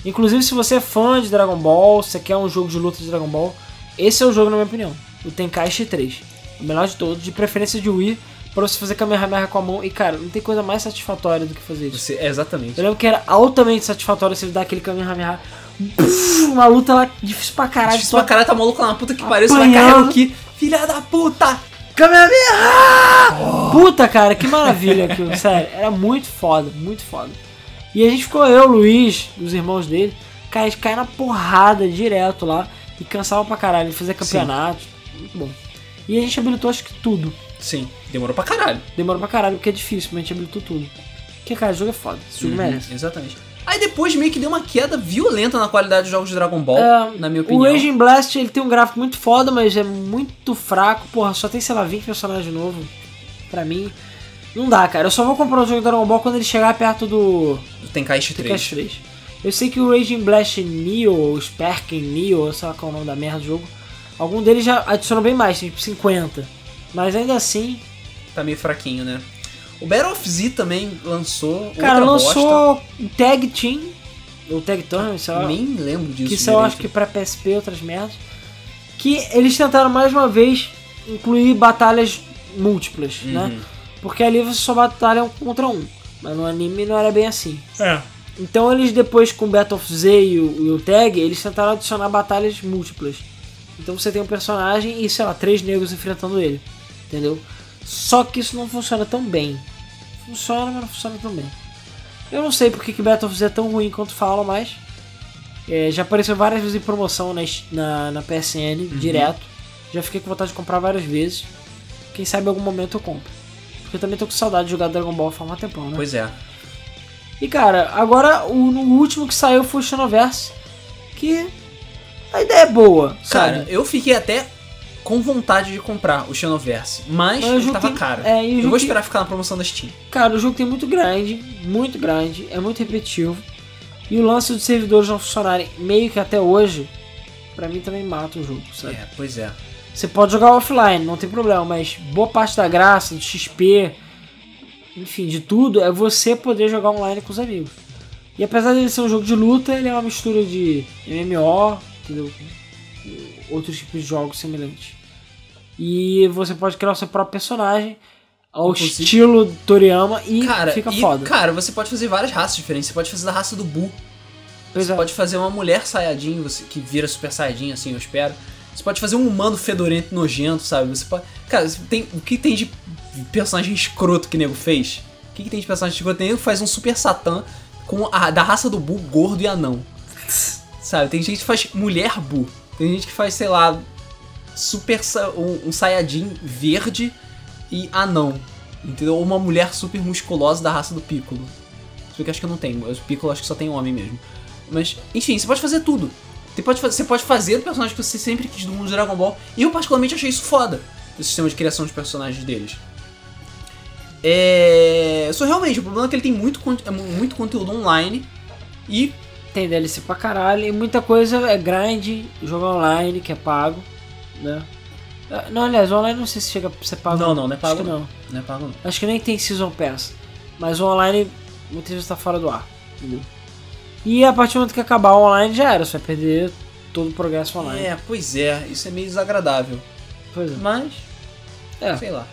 S2: Inclusive, se você é fã de Dragon Ball, se você quer um jogo de luta de Dragon Ball, esse é o jogo, na minha opinião. O Tenkaichi 3. O melhor de todos, de preferência de Wii, pra você fazer Kamehameha com a mão. E, cara, não tem coisa mais satisfatória do que fazer isso.
S1: Você, é, exatamente.
S2: Eu lembro que era altamente satisfatório você dar aquele Kamehameha. Puf, Uma luta lá difícil pra caralho.
S1: Difícil pra caralho, tá maluco lá na puta que pariu, você vai
S2: um Apanhando.
S1: carregar aqui. Filha da puta!
S2: Puta, cara, que maravilha aquilo, sério. Era muito foda, muito foda. E a gente ficou, eu, Luiz, os irmãos dele, cara, a gente caía na porrada direto lá e cansava pra caralho, fazia campeonato, muito bom. E a gente habilitou acho que tudo.
S1: Sim, demorou pra caralho.
S2: Demorou pra caralho, porque é difícil, mas a gente habilitou tudo. Porque, cara, o jogo é foda, esse jogo merece.
S1: Uhum, Exatamente. Aí depois meio que deu uma queda violenta na qualidade dos jogos de Dragon Ball,
S2: É,
S1: na minha
S2: O
S1: opinião.
S2: Raging Blast, ele tem um gráfico muito foda, mas é muito fraco. Porra, só tem, sei lá, 20 personagens novo. Pra mim, não dá, cara. Eu só vou comprar o jogo do Dragon Ball quando ele chegar perto do
S1: do Tenkaichi 3.
S2: Tenkaichi 3. Eu sei que o Raging Blast Neo, ou Sparking Neo, sei lá qual é o nome da merda do jogo, algum deles já adicionou bem mais, tem tipo 50. Mas ainda assim,
S1: Tá meio fraquinho, né? O Battle of Z também lançou
S2: cara,
S1: outra bosta.
S2: lançou o Tag Team, ou Tag Tournament, sei lá.
S1: Nem lembro disso
S2: que isso eu
S1: direito.
S2: acho que pra PSP e é outras merdas. Que eles tentaram mais uma vez incluir batalhas múltiplas,
S1: Uhum.
S2: né? Porque ali você só batalha um contra um. Mas no anime não era bem assim.
S1: É.
S2: Então eles depois com o Battle of Z e o, e o Tag, eles tentaram adicionar batalhas múltiplas. Então você tem um personagem e, sei lá, três negros enfrentando ele. Entendeu? Só que isso não funciona tão bem. Funciona, mas não funciona tão bem. Eu não sei porque que Battle of Z é tão ruim quanto falam, mas. é, já apareceu várias vezes em promoção na, es- na, na PSN, direto. Já fiquei com vontade de comprar várias vezes. Quem sabe em algum momento eu compro. Porque eu também tô com saudade de jogar Dragon Ball faz um tempão, né?
S1: Pois é.
S2: E cara, agora o no último que saiu foi o Xenoverse, que a ideia é boa,
S1: Cara,
S2: sabe?
S1: eu fiquei até com vontade de comprar o Xenoverse, mas
S2: Mas o
S1: ele
S2: jogo
S1: tava
S2: tem-
S1: caro.
S2: é,
S1: eu
S2: e o jogo
S1: vou
S2: tem-
S1: esperar ficar na promoção da Steam.
S2: Cara, o jogo tem muito grande, muito grande, é muito repetitivo. E o lance dos servidores não funcionarem meio que até hoje, pra mim também mata o jogo, sabe?
S1: É, pois é.
S2: Você pode jogar offline, não tem problema, mas boa parte da graça, do XP, enfim, de tudo, é você poder jogar online com os amigos. E apesar dele ser um jogo de luta, ele é uma mistura de MMO, entendeu? E Outros tipos de jogos semelhantes. E você pode criar o seu próprio personagem ao
S1: Inclusive-
S2: estilo do Toriyama e
S1: Cara,
S2: fica
S1: e,
S2: foda.
S1: cara, você pode fazer várias raças diferentes. Você pode fazer da raça do Buu.
S2: Pois
S1: você
S2: é.
S1: pode fazer uma mulher Saiyajin, você que vira Super Saiyajin, assim, eu espero. Você pode fazer um humano fedorento, nojento, sabe? Você pode... Cara, você tem... o que tem de personagem escroto que o nego fez? O que, que tem de personagem escroto? O nego faz um Super Satã com a... da raça do Buu gordo e anão. Sabe? Tem gente que faz mulher Buu. Tem gente que faz, sei lá, super sa- um, um Saiyajin verde e anão. Entendeu? Ou uma mulher super musculosa da raça do Piccolo. Só que acho que eu não tenho. O Piccolo acho que só tem homem mesmo. Mas, enfim, você pode fazer tudo. Você pode, fa- você pode fazer o personagem que você sempre quis do mundo de Dragon Ball. E eu particularmente achei isso foda. O sistema de criação dos personagens deles. É... Só realmente, o problema é que ele tem muito, con- é mu- muito conteúdo online. E
S2: Tem DLC pra caralho e muita coisa é grande, jogo online que é pago, né? Ah, Não, aliás, o online não sei se chega a ser pago.
S1: Não, não, não é pago,
S2: Acho que não.
S1: Não é pago não.
S2: Acho que nem tem Season Pass. Mas o online muitas vezes tá fora do ar. Entendeu? E a partir do momento que acabar o online já era, você vai perder todo o progresso online.
S1: É, pois é, isso é meio desagradável.
S2: Pois é.
S1: Mas,
S2: É.
S1: sei lá.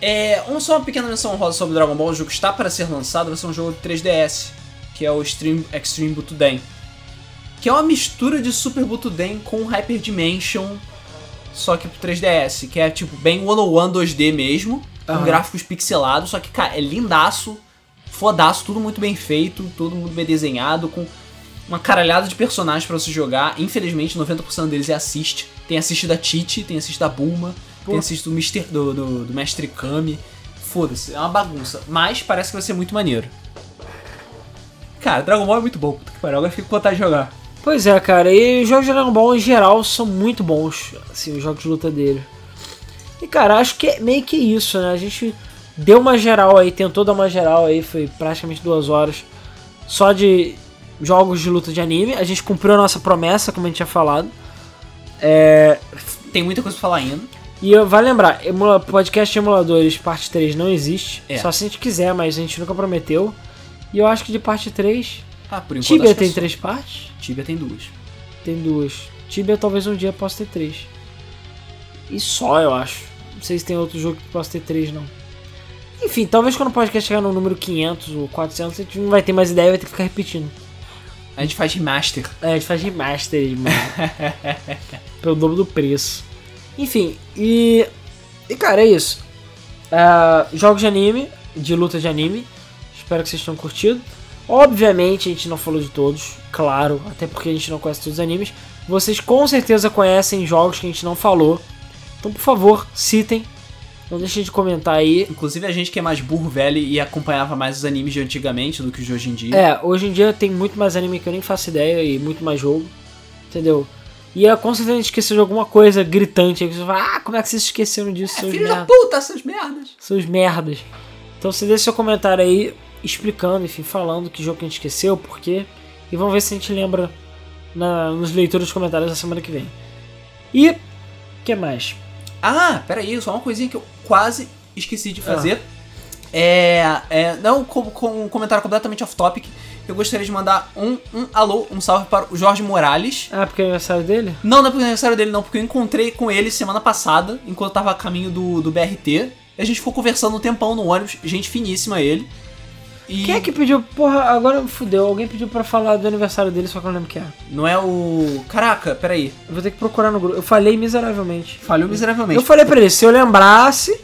S1: É, um, só uma pequena menção rosa sobre Dragon Ball, o jogo que está para ser lançado, vai ser um jogo de 3DS, que é o Extreme, Extreme Butuden. Que é uma mistura de Super Butuden com Hyper Dimension, só que pro 3DS, que é tipo bem 101 2D mesmo,
S2: Aham.
S1: com gráficos pixelados, só que, cara, é lindaço, fodaço, tudo muito bem feito, todo mundo bem desenhado, com uma caralhada de personagens pra você jogar. Infelizmente, 90% deles é assist. Tem assist da Titi, tem assist da Bulma,
S2: Pô.
S1: tem assist do, Mister, do, do, do Mestre Kami. Foda-se, é uma bagunça. Mas parece que vai ser muito maneiro. Cara, Dragon Ball é muito bom, puta que pariu. Agora eu fico com vontade de jogar.
S2: Pois é, cara, e os jogos de Dragon Ball em geral são muito bons, assim, os jogos de luta dele. E cara, acho que é meio que isso, né? A gente deu uma geral aí, tentou dar uma geral aí, foi praticamente duas horas só de jogos de luta de anime. A gente cumpriu a nossa promessa, como a gente tinha falado. É,
S1: Tem muita coisa pra falar ainda.
S2: e eu- vai lembrar, emula, podcast de emuladores parte 3 não existe.
S1: É.
S2: Só se a gente quiser, mas a gente nunca prometeu. E eu acho que de parte 3.
S1: Ah, por enquanto.
S2: Tibia
S1: acho que é
S2: tem
S1: só.
S2: três partes?
S1: Tibia tem duas.
S2: Tem duas. Tibia talvez um dia possa ter três. E só, eu acho. Não sei se tem outro jogo que possa ter três, não. Enfim, talvez quando o podcast chegar no número 500 ou 400, a gente não vai ter mais ideia, vai ter que ficar repetindo.
S1: A gente faz remaster.
S2: É, a gente faz remaster, mano. Pelo dobro do preço. Enfim, e. E cara, é isso. Ah, jogos de anime, de luta de anime. Espero que vocês tenham curtido. Obviamente a gente não falou de todos, claro, até porque a gente não conhece todos os animes. Vocês com certeza conhecem jogos que a gente não falou. Então, por favor, citem. Não deixem de comentar aí.
S1: Inclusive a gente que é mais burro velho e acompanhava mais os animes de antigamente do que os de hoje em dia.
S2: É, hoje em dia tem muito mais anime que eu nem faço ideia e muito mais jogo, entendeu? E é, com certeza a gente esqueceu de alguma coisa gritante aí que você fala, ah, como é que vocês esqueceram disso, seus,
S1: Filho da
S2: merda,
S1: puta, essas merdas!
S2: seus merdas? Então você deixa seu comentário aí explicando, enfim, falando que jogo que a gente esqueceu, por quê, e vamos ver se a gente lembra na, nos leitores dos comentários da semana que vem. E, o que mais?
S1: Ah, peraí, só uma coisinha que eu quase esqueci de fazer. É, é, não com, com um comentário completamente off-topic. Eu gostaria de mandar um, um alô, um salve para o Jorge Morales.
S2: Ah, porque é aniversário dele?
S1: Não, não é porque é aniversário dele, não, porque eu encontrei com ele semana passada, enquanto eu tava a caminho do, do BRT. A gente ficou conversando um tempão no ônibus, gente finíssima ele. E
S2: Quem é que pediu? Porra, agora fudeu. Alguém pediu pra falar do aniversário dele, só que eu não lembro quem é.
S1: não é o. Caraca, peraí.
S2: Eu vou ter que procurar no grupo. Eu falei miseravelmente.
S1: Falhou miseravelmente.
S2: Eu falei pra ele, se eu lembrasse,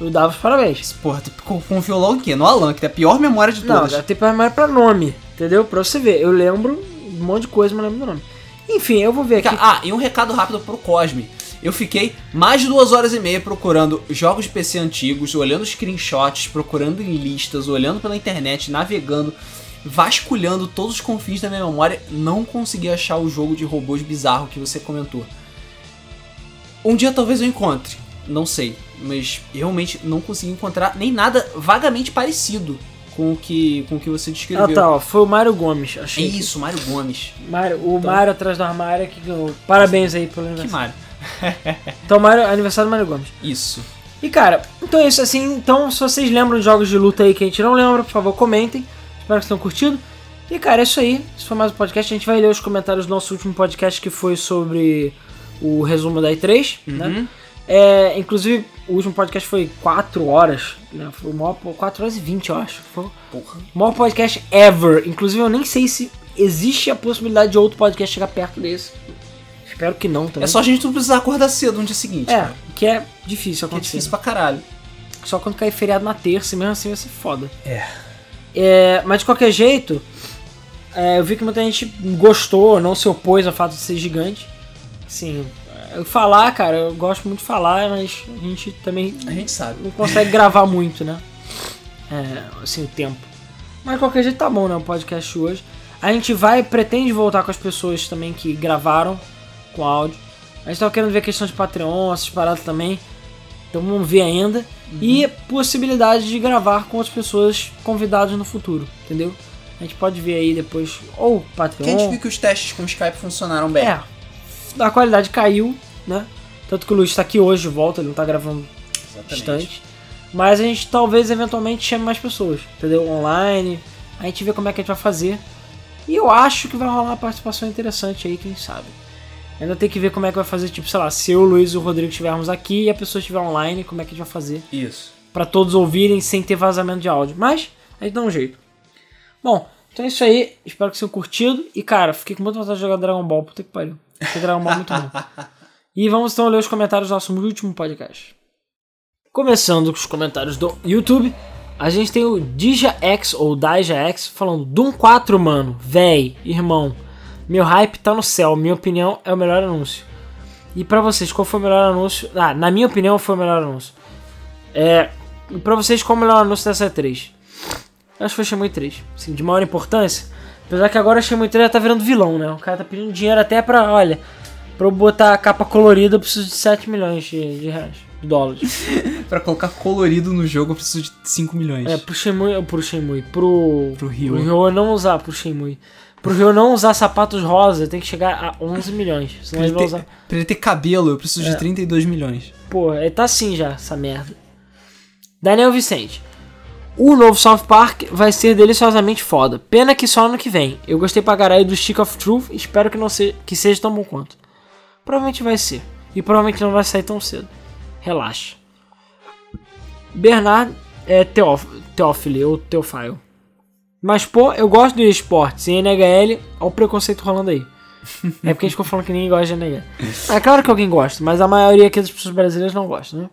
S2: eu dava os parabéns.
S1: Porra, tu co- confiou logo em quê? No Alan, que tem a pior memória de
S2: Não,
S1: todas.
S2: já tem mais pra nome, entendeu? Pra você ver. Eu lembro um monte de coisa, mas não lembro do nome. Enfim, eu vou ver aqui.
S1: Ah, e um recado rápido pro Cosme. Eu fiquei mais de duas horas e meia procurando jogos de PC antigos, olhando screenshots, procurando em listas, olhando pela internet, navegando, vasculhando todos os confins da minha memória, não consegui achar o jogo de robôs bizarro que você comentou. Um dia talvez eu encontre, não sei, mas realmente não consegui encontrar nem nada vagamente parecido com o que, com o que você descreveu.
S2: Ah, tá, ó. Foi o Mário Gomes,
S1: É
S2: achei.
S1: isso, Mário Gomes.
S2: Mário, o Mário atrás do armário é que ganhou. Parabéns aí pelo
S1: Que
S2: aniversário.
S1: Mário?
S2: Então, Mário, aniversário do Mário Gomes.
S1: Isso.
S2: E cara, então é isso assim. Então, se vocês lembram de jogos de luta aí que a gente não lembra, por favor, comentem. Espero que vocês tenham curtido. E cara, é isso aí. Esse foi mais um podcast. A gente vai ler os comentários do nosso último podcast que foi sobre o resumo da E3, né?
S1: Uhum.
S2: É, inclusive, o último podcast foi 4 horas, né? Foi o maior, 4 horas e 20, eu acho. Foi o
S1: Porra.
S2: maior podcast ever. Inclusive, eu nem sei se existe a possibilidade de outro podcast chegar perto desse. Espero que não também.
S1: É só né? a gente não precisar acordar cedo no dia seguinte.
S2: É,
S1: cara.
S2: que é difícil
S1: Que é
S2: acontecer.
S1: difícil pra caralho.
S2: Só quando cair feriado na terça, e mesmo assim vai ser foda.
S1: É.
S2: É, mas de qualquer jeito, é, eu vi que muita gente gostou, não se opôs ao fato de ser gigante. Sim, eu falar, cara, eu gosto muito de falar, mas a gente também
S1: A gente sabe.
S2: não consegue gravar muito, né? É, assim, o tempo. Mas de qualquer jeito tá bom, né? O podcast hoje. A gente vai, pretende voltar com as pessoas também que gravaram com áudio. A gente tava querendo ver questões de Patreon, essas paradas também. Então vamos ver ainda.
S1: Uhum.
S2: E possibilidade de gravar com outras pessoas convidadas no futuro, entendeu? A gente pode ver aí depois. Ou Patreon.
S1: Porque a gente viu que os testes com o Skype funcionaram bem.
S2: Então, É, a qualidade caiu, né? Tanto que o Luiz tá aqui hoje de volta, ele não tá gravando distante. Mas a gente talvez eventualmente chame mais pessoas, entendeu? Online. A gente vê como é que a gente vai fazer. E eu acho que vai rolar uma participação interessante aí, quem sabe. Ainda tem que ver como é que vai fazer, tipo, sei lá, se eu, o Luiz e o Rodrigo estivermos aqui e a pessoa estiver online, como é que a gente vai fazer
S1: Isso.
S2: Pra todos ouvirem sem ter vazamento de áudio. Mas a gente dá um jeito. Bom, então é isso aí. Espero que vocês tenham curtido. E cara, fiquei com muita vontade de jogar Dragon Ball. Puta que pariu. Porque Dragon Ball é muito bom. E vamos então ler os comentários do nosso último podcast. Começando com os comentários do YouTube, a gente tem o DijaX ou DijaX falando Doom 4, mano, véi, irmão. Meu hype tá no céu, minha opinião é o melhor anúncio. E pra vocês, qual foi o melhor anúncio? Ah, na minha opinião foi o melhor anúncio. É, um e pra vocês, qual o melhor anúncio dessa E3? Eu acho que foi Shenmue 3. Assim, de maior importância, Apesar que agora a Shaman Taylor tá virando vilão, né? O cara tá pedindo dinheiro até pra, olha, pra eu botar a capa colorida eu preciso de 7 milhões de, de reais, de dólares.
S1: Pra colocar colorido no jogo eu preciso de 5 milhões.
S2: É, pro Shenmue, pro Shenmue, pro...
S1: Pro Ryu.
S2: Pro Ryu não usar, pro Shenmue. Pro Ryu não usar sapatos rosa tem que chegar a 11 milhões, senão
S1: pra,
S2: ele
S1: ele
S2: vai
S1: ter,
S2: usar... É.
S1: pra ele ter cabelo, eu preciso de 32 milhões.
S2: Pô, é, tá assim já, essa merda. Daniel Vicente. O novo South Park vai ser deliciosamente foda. Pena que só ano que vem. Eu gostei pra caralho do Stick of Truth. Espero que, não se... que seja tão bom quanto. Provavelmente vai ser. E provavelmente não vai sair tão cedo. Relaxa. Bernard é Teof... Teófilo ou Teofile. Mas, pô, eu gosto de esportes. E NHL, olha o preconceito rolando aí. É porque a gente ficou falando que ninguém gosta de NH. É claro que alguém gosta, mas a maioria aqui das pessoas brasileiras não gosta, né?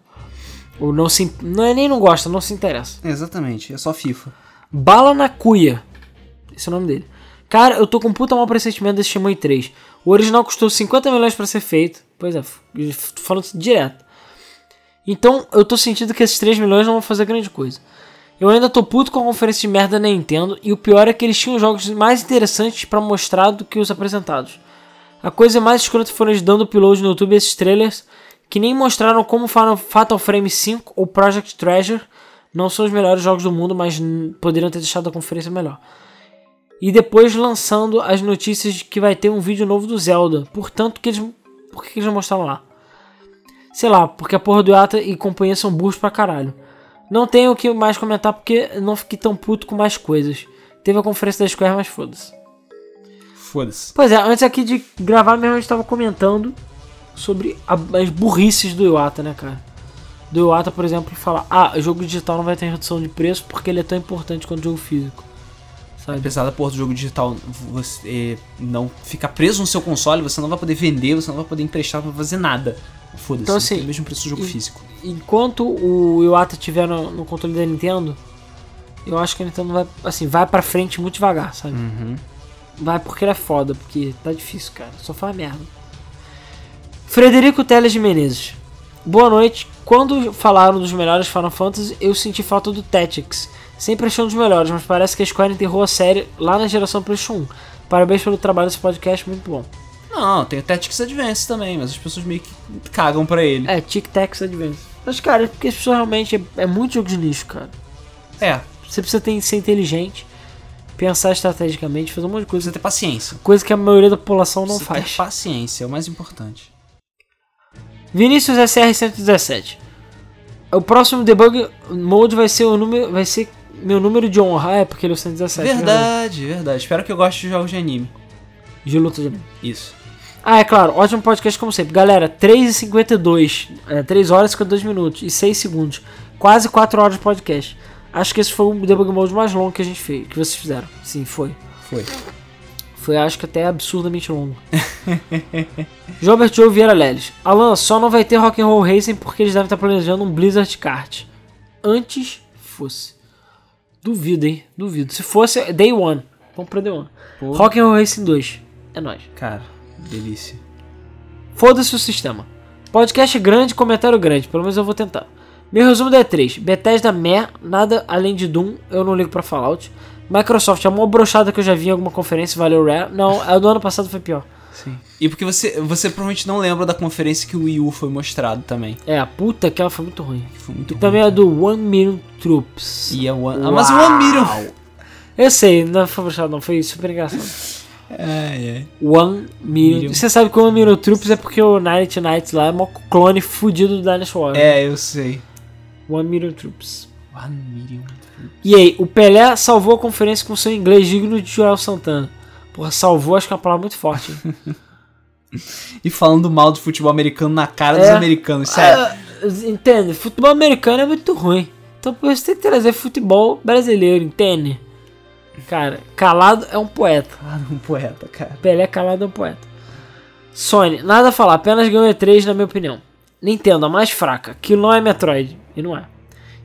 S2: Ou não se. Não é nem não gosta, não se interessa.
S1: exatamente, é só FIFA.
S2: Bala na Cuia. Esse é o nome dele. Cara, eu tô com um puta mau pressentimento desse Shenmue 3. O original custou 50 milhões pra ser feito. Pois é, f- f- tô falando isso direto. Então, eu tô sentindo que esses 3 milhões não vão fazer grande coisa. Eu ainda tô puto com a conferência de merda da Nintendo. E o pior é que eles tinham jogos mais interessantes pra mostrar do que os apresentados. A coisa mais escrota foram eles dando upload no YouTube esses trailers que nem mostraram como Final- Fatal Frame 5 ou Project Treasure não são os melhores jogos do mundo, mas hum, poderiam ter deixado a conferência melhor. E depois lançando as notícias de que vai ter um vídeo novo do Zelda. Portanto, que eles, por que que eles não mostraram lá? Sei lá, porque a porra do Yata e companhia são burros pra caralho. Não tenho o que mais comentar porque não fiquei tão puto com mais coisas. Teve a conferência da Square, mas foda-se.
S1: Foda-se.
S2: Pois é, antes aqui de gravar mesmo a gente tava comentando sobre a- as burrices do Iwata, né, cara? Do Iwata, por exemplo, falar: ah, jogo digital não vai ter redução de preço porque ele é tão importante quanto o jogo físico. Sabe?
S1: Apesar da porra do jogo digital você não ficar preso no seu console, você não vai poder vender, você não vai poder emprestar, não vai fazer nada. Foda-se,
S2: Então, assim,
S1: tem o mesmo preço do jogo
S2: e-
S1: físico.
S2: Enquanto o Iwata tiver no, no controle da Nintendo, eu acho que a Nintendo vai, assim, vai pra frente muito devagar, sabe? Vai porque ele é foda, porque tá difícil, cara. Só faz merda. Frederico Teles de Menezes. Boa noite. Quando falaram dos melhores Final Fantasy, eu senti falta do Tactics. Sempre achei um dos melhores, mas parece que a Square enterrou a série lá na geração PlayStation 1. Parabéns pelo trabalho desse podcast, muito bom.
S1: Não, tem o Tactics Advance também, mas as pessoas meio que cagam pra ele.
S2: É, Tic Tacs Advance. Mas, cara, é porque as pessoas realmente... É, é muito jogo de lixo, cara.
S1: É,
S2: Você precisa ter, ser inteligente, pensar estrategicamente, fazer um monte de coisa.
S1: precisa ter paciência.
S2: Coisa que a maioria da população não
S1: Precisa
S2: faz.
S1: Ter paciência, é o mais importante.
S2: Vinícius SR117. O próximo debug mode vai ser o número. Vai ser meu número de honra. Ah, é porque ele é o 117. né?
S1: verdade, verdade. Espero que eu goste de jogos de anime.
S2: De luta de anime.
S1: Isso.
S2: Ah, é claro, ótimo podcast como sempre. Galera, 3h52, é, 3 horas e 52 minutos e 6 segundos. Quase 4 horas de podcast. Acho que esse foi o debug mode mais longo que a gente fez, que vocês fizeram. Sim, foi.
S1: Foi.
S2: Foi, acho que até absurdamente longo. Jobert Joe Vieira Leles. Alan, só não vai ter Rock'n'Roll Racing porque eles devem estar planejando um Blizzard Kart. Antes fosse. Duvido, hein? Duvido. Se fosse, é Day One. Vamos pra Day One.
S1: Pô.
S2: Rock'n'Roll Racing 2. É nóis.
S1: Cara, delícia.
S2: Foda-se o sistema. Podcast grande, comentário grande. Pelo menos eu vou tentar. Meu resumo da E3. Bethesda meh, nada além de Doom, eu não ligo pra Fallout. Microsoft, a maior brochada que eu já vi em alguma conferência, valeu Rare. Não, a do ano passado foi pior.
S1: Sim. E porque você, você provavelmente não lembra da conferência que o Wii U foi mostrado também.
S2: É, a puta que ela foi muito ruim.
S1: Que foi muito
S2: E
S1: ruim,
S2: também a
S1: cara.
S2: do One Million Troops.
S1: E é One... Ah,
S2: Uau.
S1: mas o One Million...
S2: Eu sei, não foi brochada não, foi super engraçado.
S1: É, é.
S2: One Million...
S1: Million.
S2: Você sabe que o One Million Troops é porque o Night Knights lá é mó clone fudido do Dynasty Warrior.
S1: É, eu sei. É.
S2: One Million Troops.
S1: One Million...
S2: E aí, o Pelé salvou a conferência com seu inglês digno de Joel Santana. Porra, salvou, acho que é uma palavra muito forte. hein?
S1: E falando mal do futebol americano na cara
S2: É.
S1: dos americanos, sério.
S2: Ah, entende? Futebol americano é muito ruim. Então por isso tem que trazer futebol brasileiro, entende? Cara, calado é um poeta.
S1: Cara, um poeta, cara.
S2: Pelé calado é um poeta. Sony, nada a falar, apenas ganhou E3 na minha opinião. Nintendo, a mais fraca, que não é Metroid, e não é.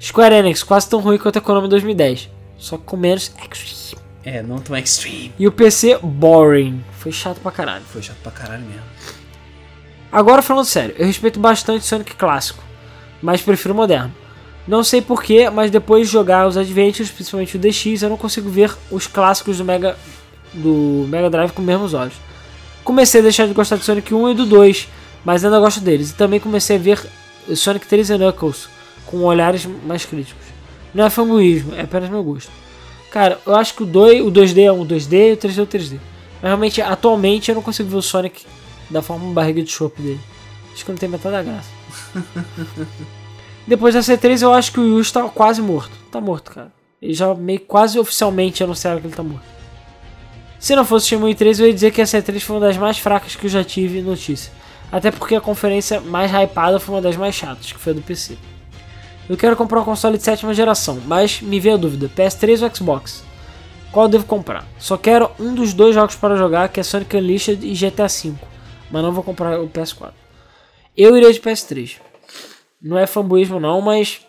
S2: Square Enix, quase tão ruim quanto a Konami 2010, só que com menos action.
S1: É, não tão extreme.
S2: E o PC, boring, foi chato pra caralho.
S1: Foi chato pra caralho mesmo.
S2: Agora falando sério, eu respeito bastante Sonic clássico, mas prefiro o moderno. Não sei porquê, mas depois de jogar os Adventures, principalmente o DX, eu não consigo ver os clássicos do Mega do Mega Drive com os mesmos olhos. Comecei a deixar de gostar de Sonic 1 e do 2, mas ainda gosto deles. E também comecei a ver Sonic 3 e Knuckles com olhares mais críticos. Não é fanboyismo, é apenas meu gosto. Cara, eu acho que o 2, o 2D é um 2D e o 3D é o 3D. Mas realmente, atualmente, eu não consigo ver o Sonic da forma barriga de chopp dele. Acho que não tem metade da graça. Depois da C3, eu acho que o Yuji tá quase morto. Tá morto, cara. Ele já meio quase oficialmente anunciaram que ele tá morto. Se não fosse o Shenmue 3, eu ia dizer que a C3 foi uma das mais fracas que eu já tive notícia. Até porque a conferência mais hypada foi uma das mais chatas, que foi a do PC. Eu quero comprar um console de sétima geração, mas me veio a dúvida: PS3 ou Xbox? Qual eu devo comprar? Só quero um dos dois jogos para jogar, que é Sonic Unleashed e GTA V, mas não vou comprar o PS4. Eu iria de PS3. Não é fanboyismo não, mas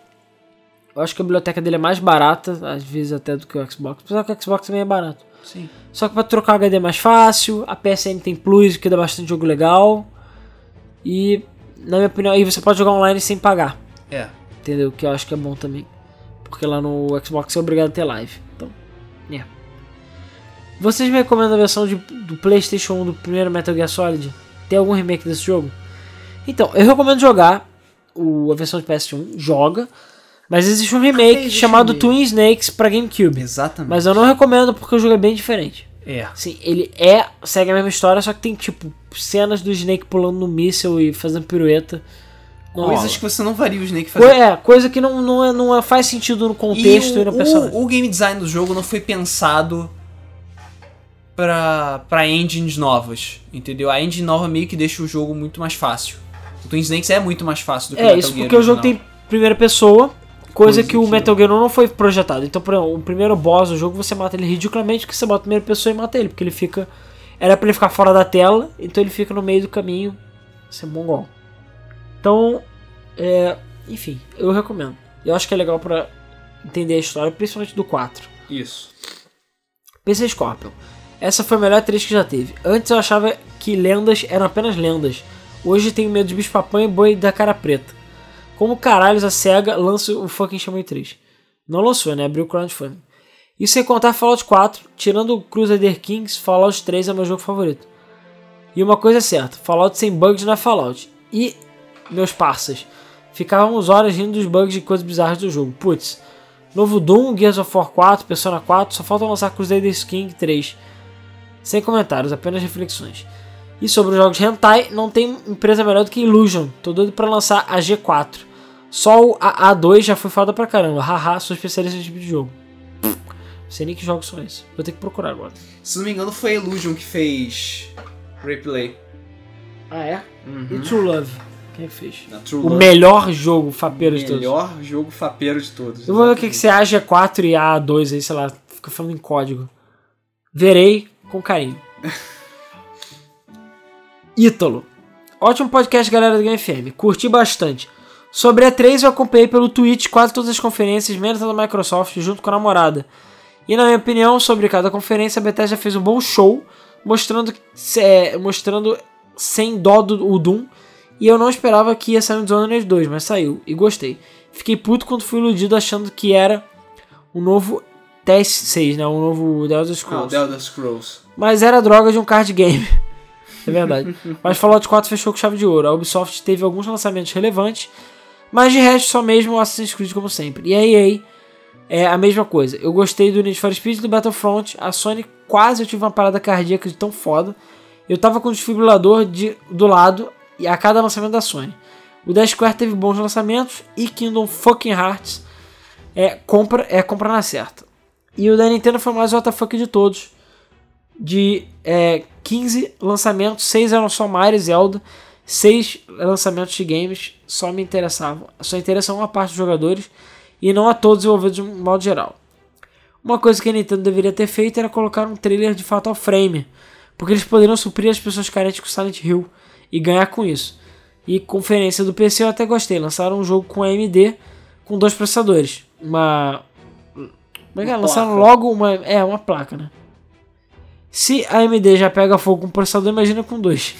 S2: eu acho que a biblioteca dele é mais barata, às vezes até do que o Xbox. Apesar que o Xbox também é barato.
S1: Sim.
S2: Só que pra trocar HD é mais fácil, a PSN tem Plus, que dá bastante jogo legal. E, na minha opinião, aí você pode jogar online sem pagar,
S1: É.
S2: entendeu? Que eu acho que é bom também. Porque lá no Xbox você é obrigado a ter live. Então, é. Vocês me recomendam a versão de- do PlayStation 1 do primeiro Metal Gear Solid? Tem algum remake desse jogo? Então, eu recomendo jogar o, a versão de PS1, joga. Mas existe um remake
S1: existe
S2: chamado
S1: um remake.
S2: Twin Snakes pra GameCube.
S1: Exatamente.
S2: Mas eu não recomendo porque o jogo é bem diferente.
S1: É.
S2: Assim, ele é. segue a mesma história, só que tem, tipo, cenas do Snake pulando no míssel e fazendo pirueta. Não
S1: Coisas
S2: rola.
S1: que você não varia o Snake
S2: Co-
S1: fazer.
S2: É, coisa que não, não, é- não é- faz sentido no contexto e,
S1: o,
S2: no personagem.
S1: o, o game design do jogo não foi pensado pra, pra engines novas, entendeu? A engine nova meio que deixa o jogo muito mais fácil. O Twin Snakes é muito mais fácil do que o
S2: é,
S1: Metal
S2: isso
S1: Gear
S2: porque o jogo
S1: original.
S2: tem primeira pessoa, coisa,
S1: Coisa
S2: que o
S1: que-
S2: Metal Gear um não foi projetado. Então, por exemplo, o primeiro boss do jogo você mata ele ridiculamente porque você bota a primeira pessoa e mata ele, porque ele fica. Era pra ele ficar fora da tela, então ele fica no meio do caminho. Isso é mongol. Então, é, enfim, eu recomendo. Eu acho que é legal pra entender a história, principalmente do 4.
S1: Isso.
S2: PC Scorpion. Essa foi a melhor atriz que já teve. Antes eu achava que lendas eram apenas lendas. Hoje tenho medo de bicho papão e boi da cara preta. Como caralhos a SEGA lança o fucking Shaman 3? Não lançou, né? Abriu o crowdfunding. Isso sem contar Fallout 4, tirando o Crusader Kings, Fallout 3 é meu jogo favorito. E uma coisa é certa, Fallout sem bugs não é Fallout. E, meus parças, ficávamos horas rindo dos bugs e coisas bizarras do jogo. Putz, novo Doom, Gears of War 4, Persona 4, só falta lançar Crusader King 3. Sem comentários, apenas reflexões. E sobre os jogos Hentai, não tem empresa melhor do que Illusion. Tô doido pra lançar a G4. Só o AA2 já foi foda pra caramba. Haha, sou especialista nesse tipo de jogo. Pff, Não sei nem que jogos são esses. Vou ter que procurar agora.
S1: Se não me engano, foi a Illusion que fez Replay.
S2: Ah, é? E
S1: Uhum.
S2: True Love? Quem é fez?
S1: Na True
S2: O
S1: Love.
S2: melhor jogo fapeiro de todos.
S1: melhor jogo fapeiro de todos.
S2: Eu vou ver o que, que você acha A4 e A2 aí, sei lá, fica falando em código. Verei com carinho. Ítalo. Ótimo podcast, galera do Game FM. Curti bastante. Sobre a 3 eu acompanhei pelo Twitch quase todas as conferências, menos a da Microsoft, junto com a namorada. E na minha opinião, sobre cada conferência, a Bethesda fez um bom show, mostrando, é, mostrando sem dó do, o Doom. E eu não esperava que ia sair um Dishonored 2, mas saiu, e gostei. Fiquei puto quando fui iludido achando que era o novo TS6, né? O novo The Elder
S1: Ah, o
S2: Scrolls.
S1: The Elder Scrolls.
S2: Mas era droga de um card game. É verdade. mas Fallout 4 fechou com chave de ouro. A Ubisoft teve alguns lançamentos relevantes, mas de resto só mesmo o Assassin's Creed como sempre. E a EA é a mesma coisa. Eu gostei do Need for Speed e do Battlefront. A Sony quase eu tive uma parada cardíaca de tão foda. Eu tava com o desfibrilador de, do lado e a cada lançamento da Sony. O da Square teve bons lançamentos e Kingdom fucking Hearts é compra, é compra na certa. E o da Nintendo foi o mais WTF de todos de é, 15 lançamentos, 6 eram só Mario e Zelda, 6 lançamentos de games só me interessavam, só interessam uma parte dos jogadores e não a todos envolvidos de um modo geral. Uma coisa que a Nintendo deveria ter feito era colocar um trailer de Fatal Frame, porque eles poderiam suprir as pessoas carentes com Silent Hill e ganhar com isso. E conferência do PC eu até gostei, lançaram um jogo com AMD com dois processadores, uma como é que é?
S1: Uma
S2: Lançaram
S1: placa.
S2: logo uma, é, uma placa, né? Se a AMD já pega fogo com um processador, imagina com dois.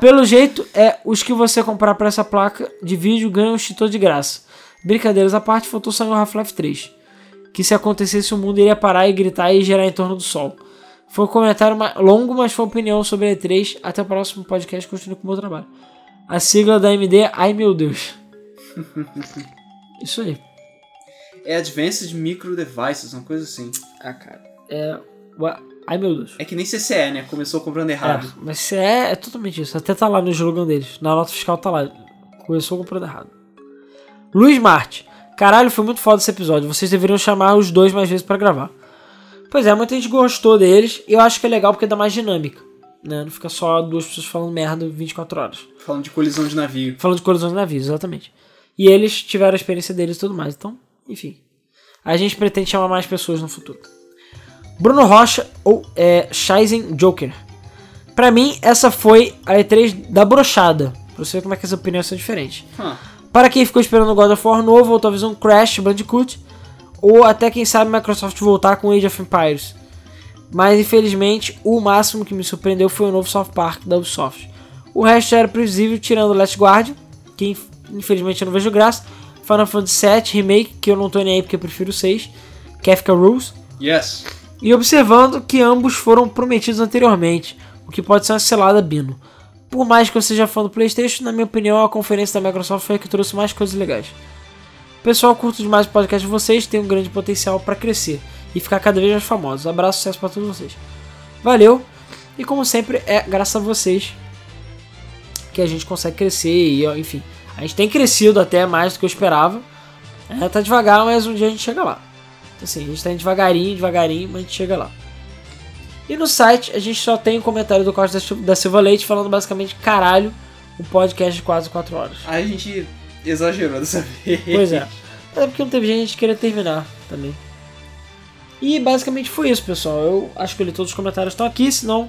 S2: Pelo jeito, é os que você comprar para essa placa de vídeo ganham um extintor de graça. Brincadeiras à parte, faltou sair o Half-Life 3. um que se acontecesse o mundo iria parar e gritar e gerar em torno do sol. Foi um comentário ma- longo, mas foi opinião sobre a E3. Até o próximo podcast, continue com o meu trabalho. A sigla da AMD, ai meu Deus. Isso aí.
S1: É Advanced Micro Devices, uma coisa assim.
S2: Ah, cara. É. ua- Ai meu Deus.
S1: É que nem CCE, né? Começou comprando
S2: É,
S1: errado.
S2: mas isso é, é totalmente isso. Até tá lá no slogan deles. Na nota fiscal tá lá. Começou comprando errado. Luiz Marte. Caralho, foi muito foda esse episódio. Vocês deveriam chamar os dois mais vezes pra gravar. Pois é, muita gente gostou deles. E eu acho que é legal porque dá mais dinâmica. Né? Não fica só duas pessoas falando merda 24 horas.
S1: Falando de colisão de navio.
S2: Falando de colisões de navios, exatamente. E eles tiveram a experiência deles e tudo mais. Então, enfim. A gente pretende chamar mais pessoas no futuro. Bruno Rocha ou é, Shizen Joker. Pra mim, essa foi a E3 da brochada. Pra você ver como é que as opiniões são diferentes.
S1: Hã.
S2: Para quem ficou esperando o God of War novo, ou talvez um Crash Bandicoot, ou até quem sabe Microsoft voltar com Age of Empires. Mas infelizmente, o máximo que me surpreendeu foi o novo South Park da Ubisoft. O resto já era previsível, tirando Last Guard, que inf- infelizmente eu não vejo graça, Final Fantasy VII Remake, que eu não tô nem aí porque eu prefiro o 6, Kafka Rules,
S1: Yes.
S2: e observando que ambos foram prometidos anteriormente, o que pode ser uma selada Bino. Por mais que eu seja fã do PlayStation, na minha opinião, a conferência da Microsoft foi a que trouxe mais coisas legais. Pessoal, curto demais o podcast de vocês, tem um grande potencial para crescer e ficar cada vez mais famosos. Abraço, sucesso para todos vocês. Valeu! E como sempre, é graças a vocês que a gente consegue crescer e, ó, enfim, a gente tem crescido até mais do que eu esperava. É, tá devagar, mas um dia a gente chega lá. Então, Assim, a gente tá indo devagarinho, devagarinho, mas a gente chega lá. E no site a gente só tem o comentário do Costa da Sil- da Silva Leite falando basicamente caralho, o podcast de quase 4 horas.
S1: Aí a gente exagerou dessa vez.
S2: Pois é. Mas é porque não teve gente que queria terminar também. E basicamente foi isso, pessoal. Eu acho que eu li todos os comentários que estão aqui, senão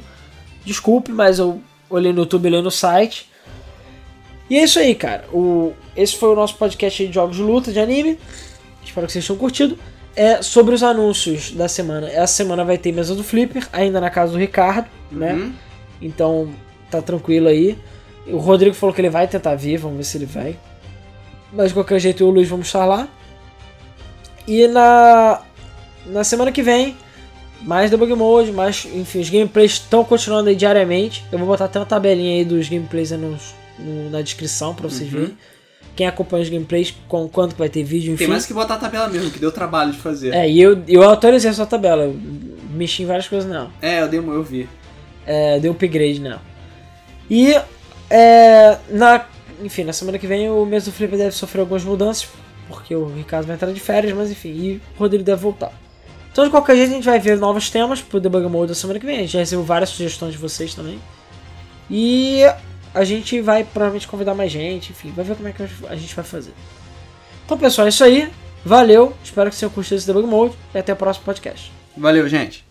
S2: desculpe, mas eu olhei no YouTube, olhei no site. E é isso aí, cara. O, esse foi o nosso podcast de jogos de luta, de anime. Espero que vocês tenham curtido. É sobre os anúncios da semana. Essa semana vai ter mesa do Flipper, ainda na casa do Ricardo, né?
S1: Uhum.
S2: Então tá tranquilo aí. O Rodrigo falou que ele vai tentar vir, vamos ver se ele vai. Mas de qualquer jeito eu e o Luiz vamos estar lá. E na, na semana que vem, mais Debug Mode, mais. Enfim, os gameplays estão continuando aí diariamente. Eu vou botar até uma tabelinha aí dos gameplays aí nos- no- na descrição pra vocês
S1: Uhum.
S2: verem. Quem acompanha os gameplays, com, quanto que vai ter vídeo, enfim.
S1: Tem mais que botar a tabela mesmo, que deu trabalho de fazer.
S2: É, e eu, eu atualizei essa tabela. Eu mexi em várias coisas não.
S1: É, eu, dei, uma- eu vi.
S2: É, deu upgrade nela. E é, na, enfim, na semana que vem o mesmo Flip deve sofrer algumas mudanças, porque o Ricardo vai entrar de férias, mas enfim, e o Rodrigo deve voltar. Então de qualquer jeito a gente vai ver novos temas pro Debug Mode da semana que vem. A gente já recebeu várias sugestões de vocês também. E a gente vai provavelmente convidar mais gente, enfim, vai ver como é que a gente vai fazer. Então pessoal, é isso aí. Valeu, espero que vocês tenham curtido esse Debug Mode e até o próximo podcast.
S1: Valeu, gente.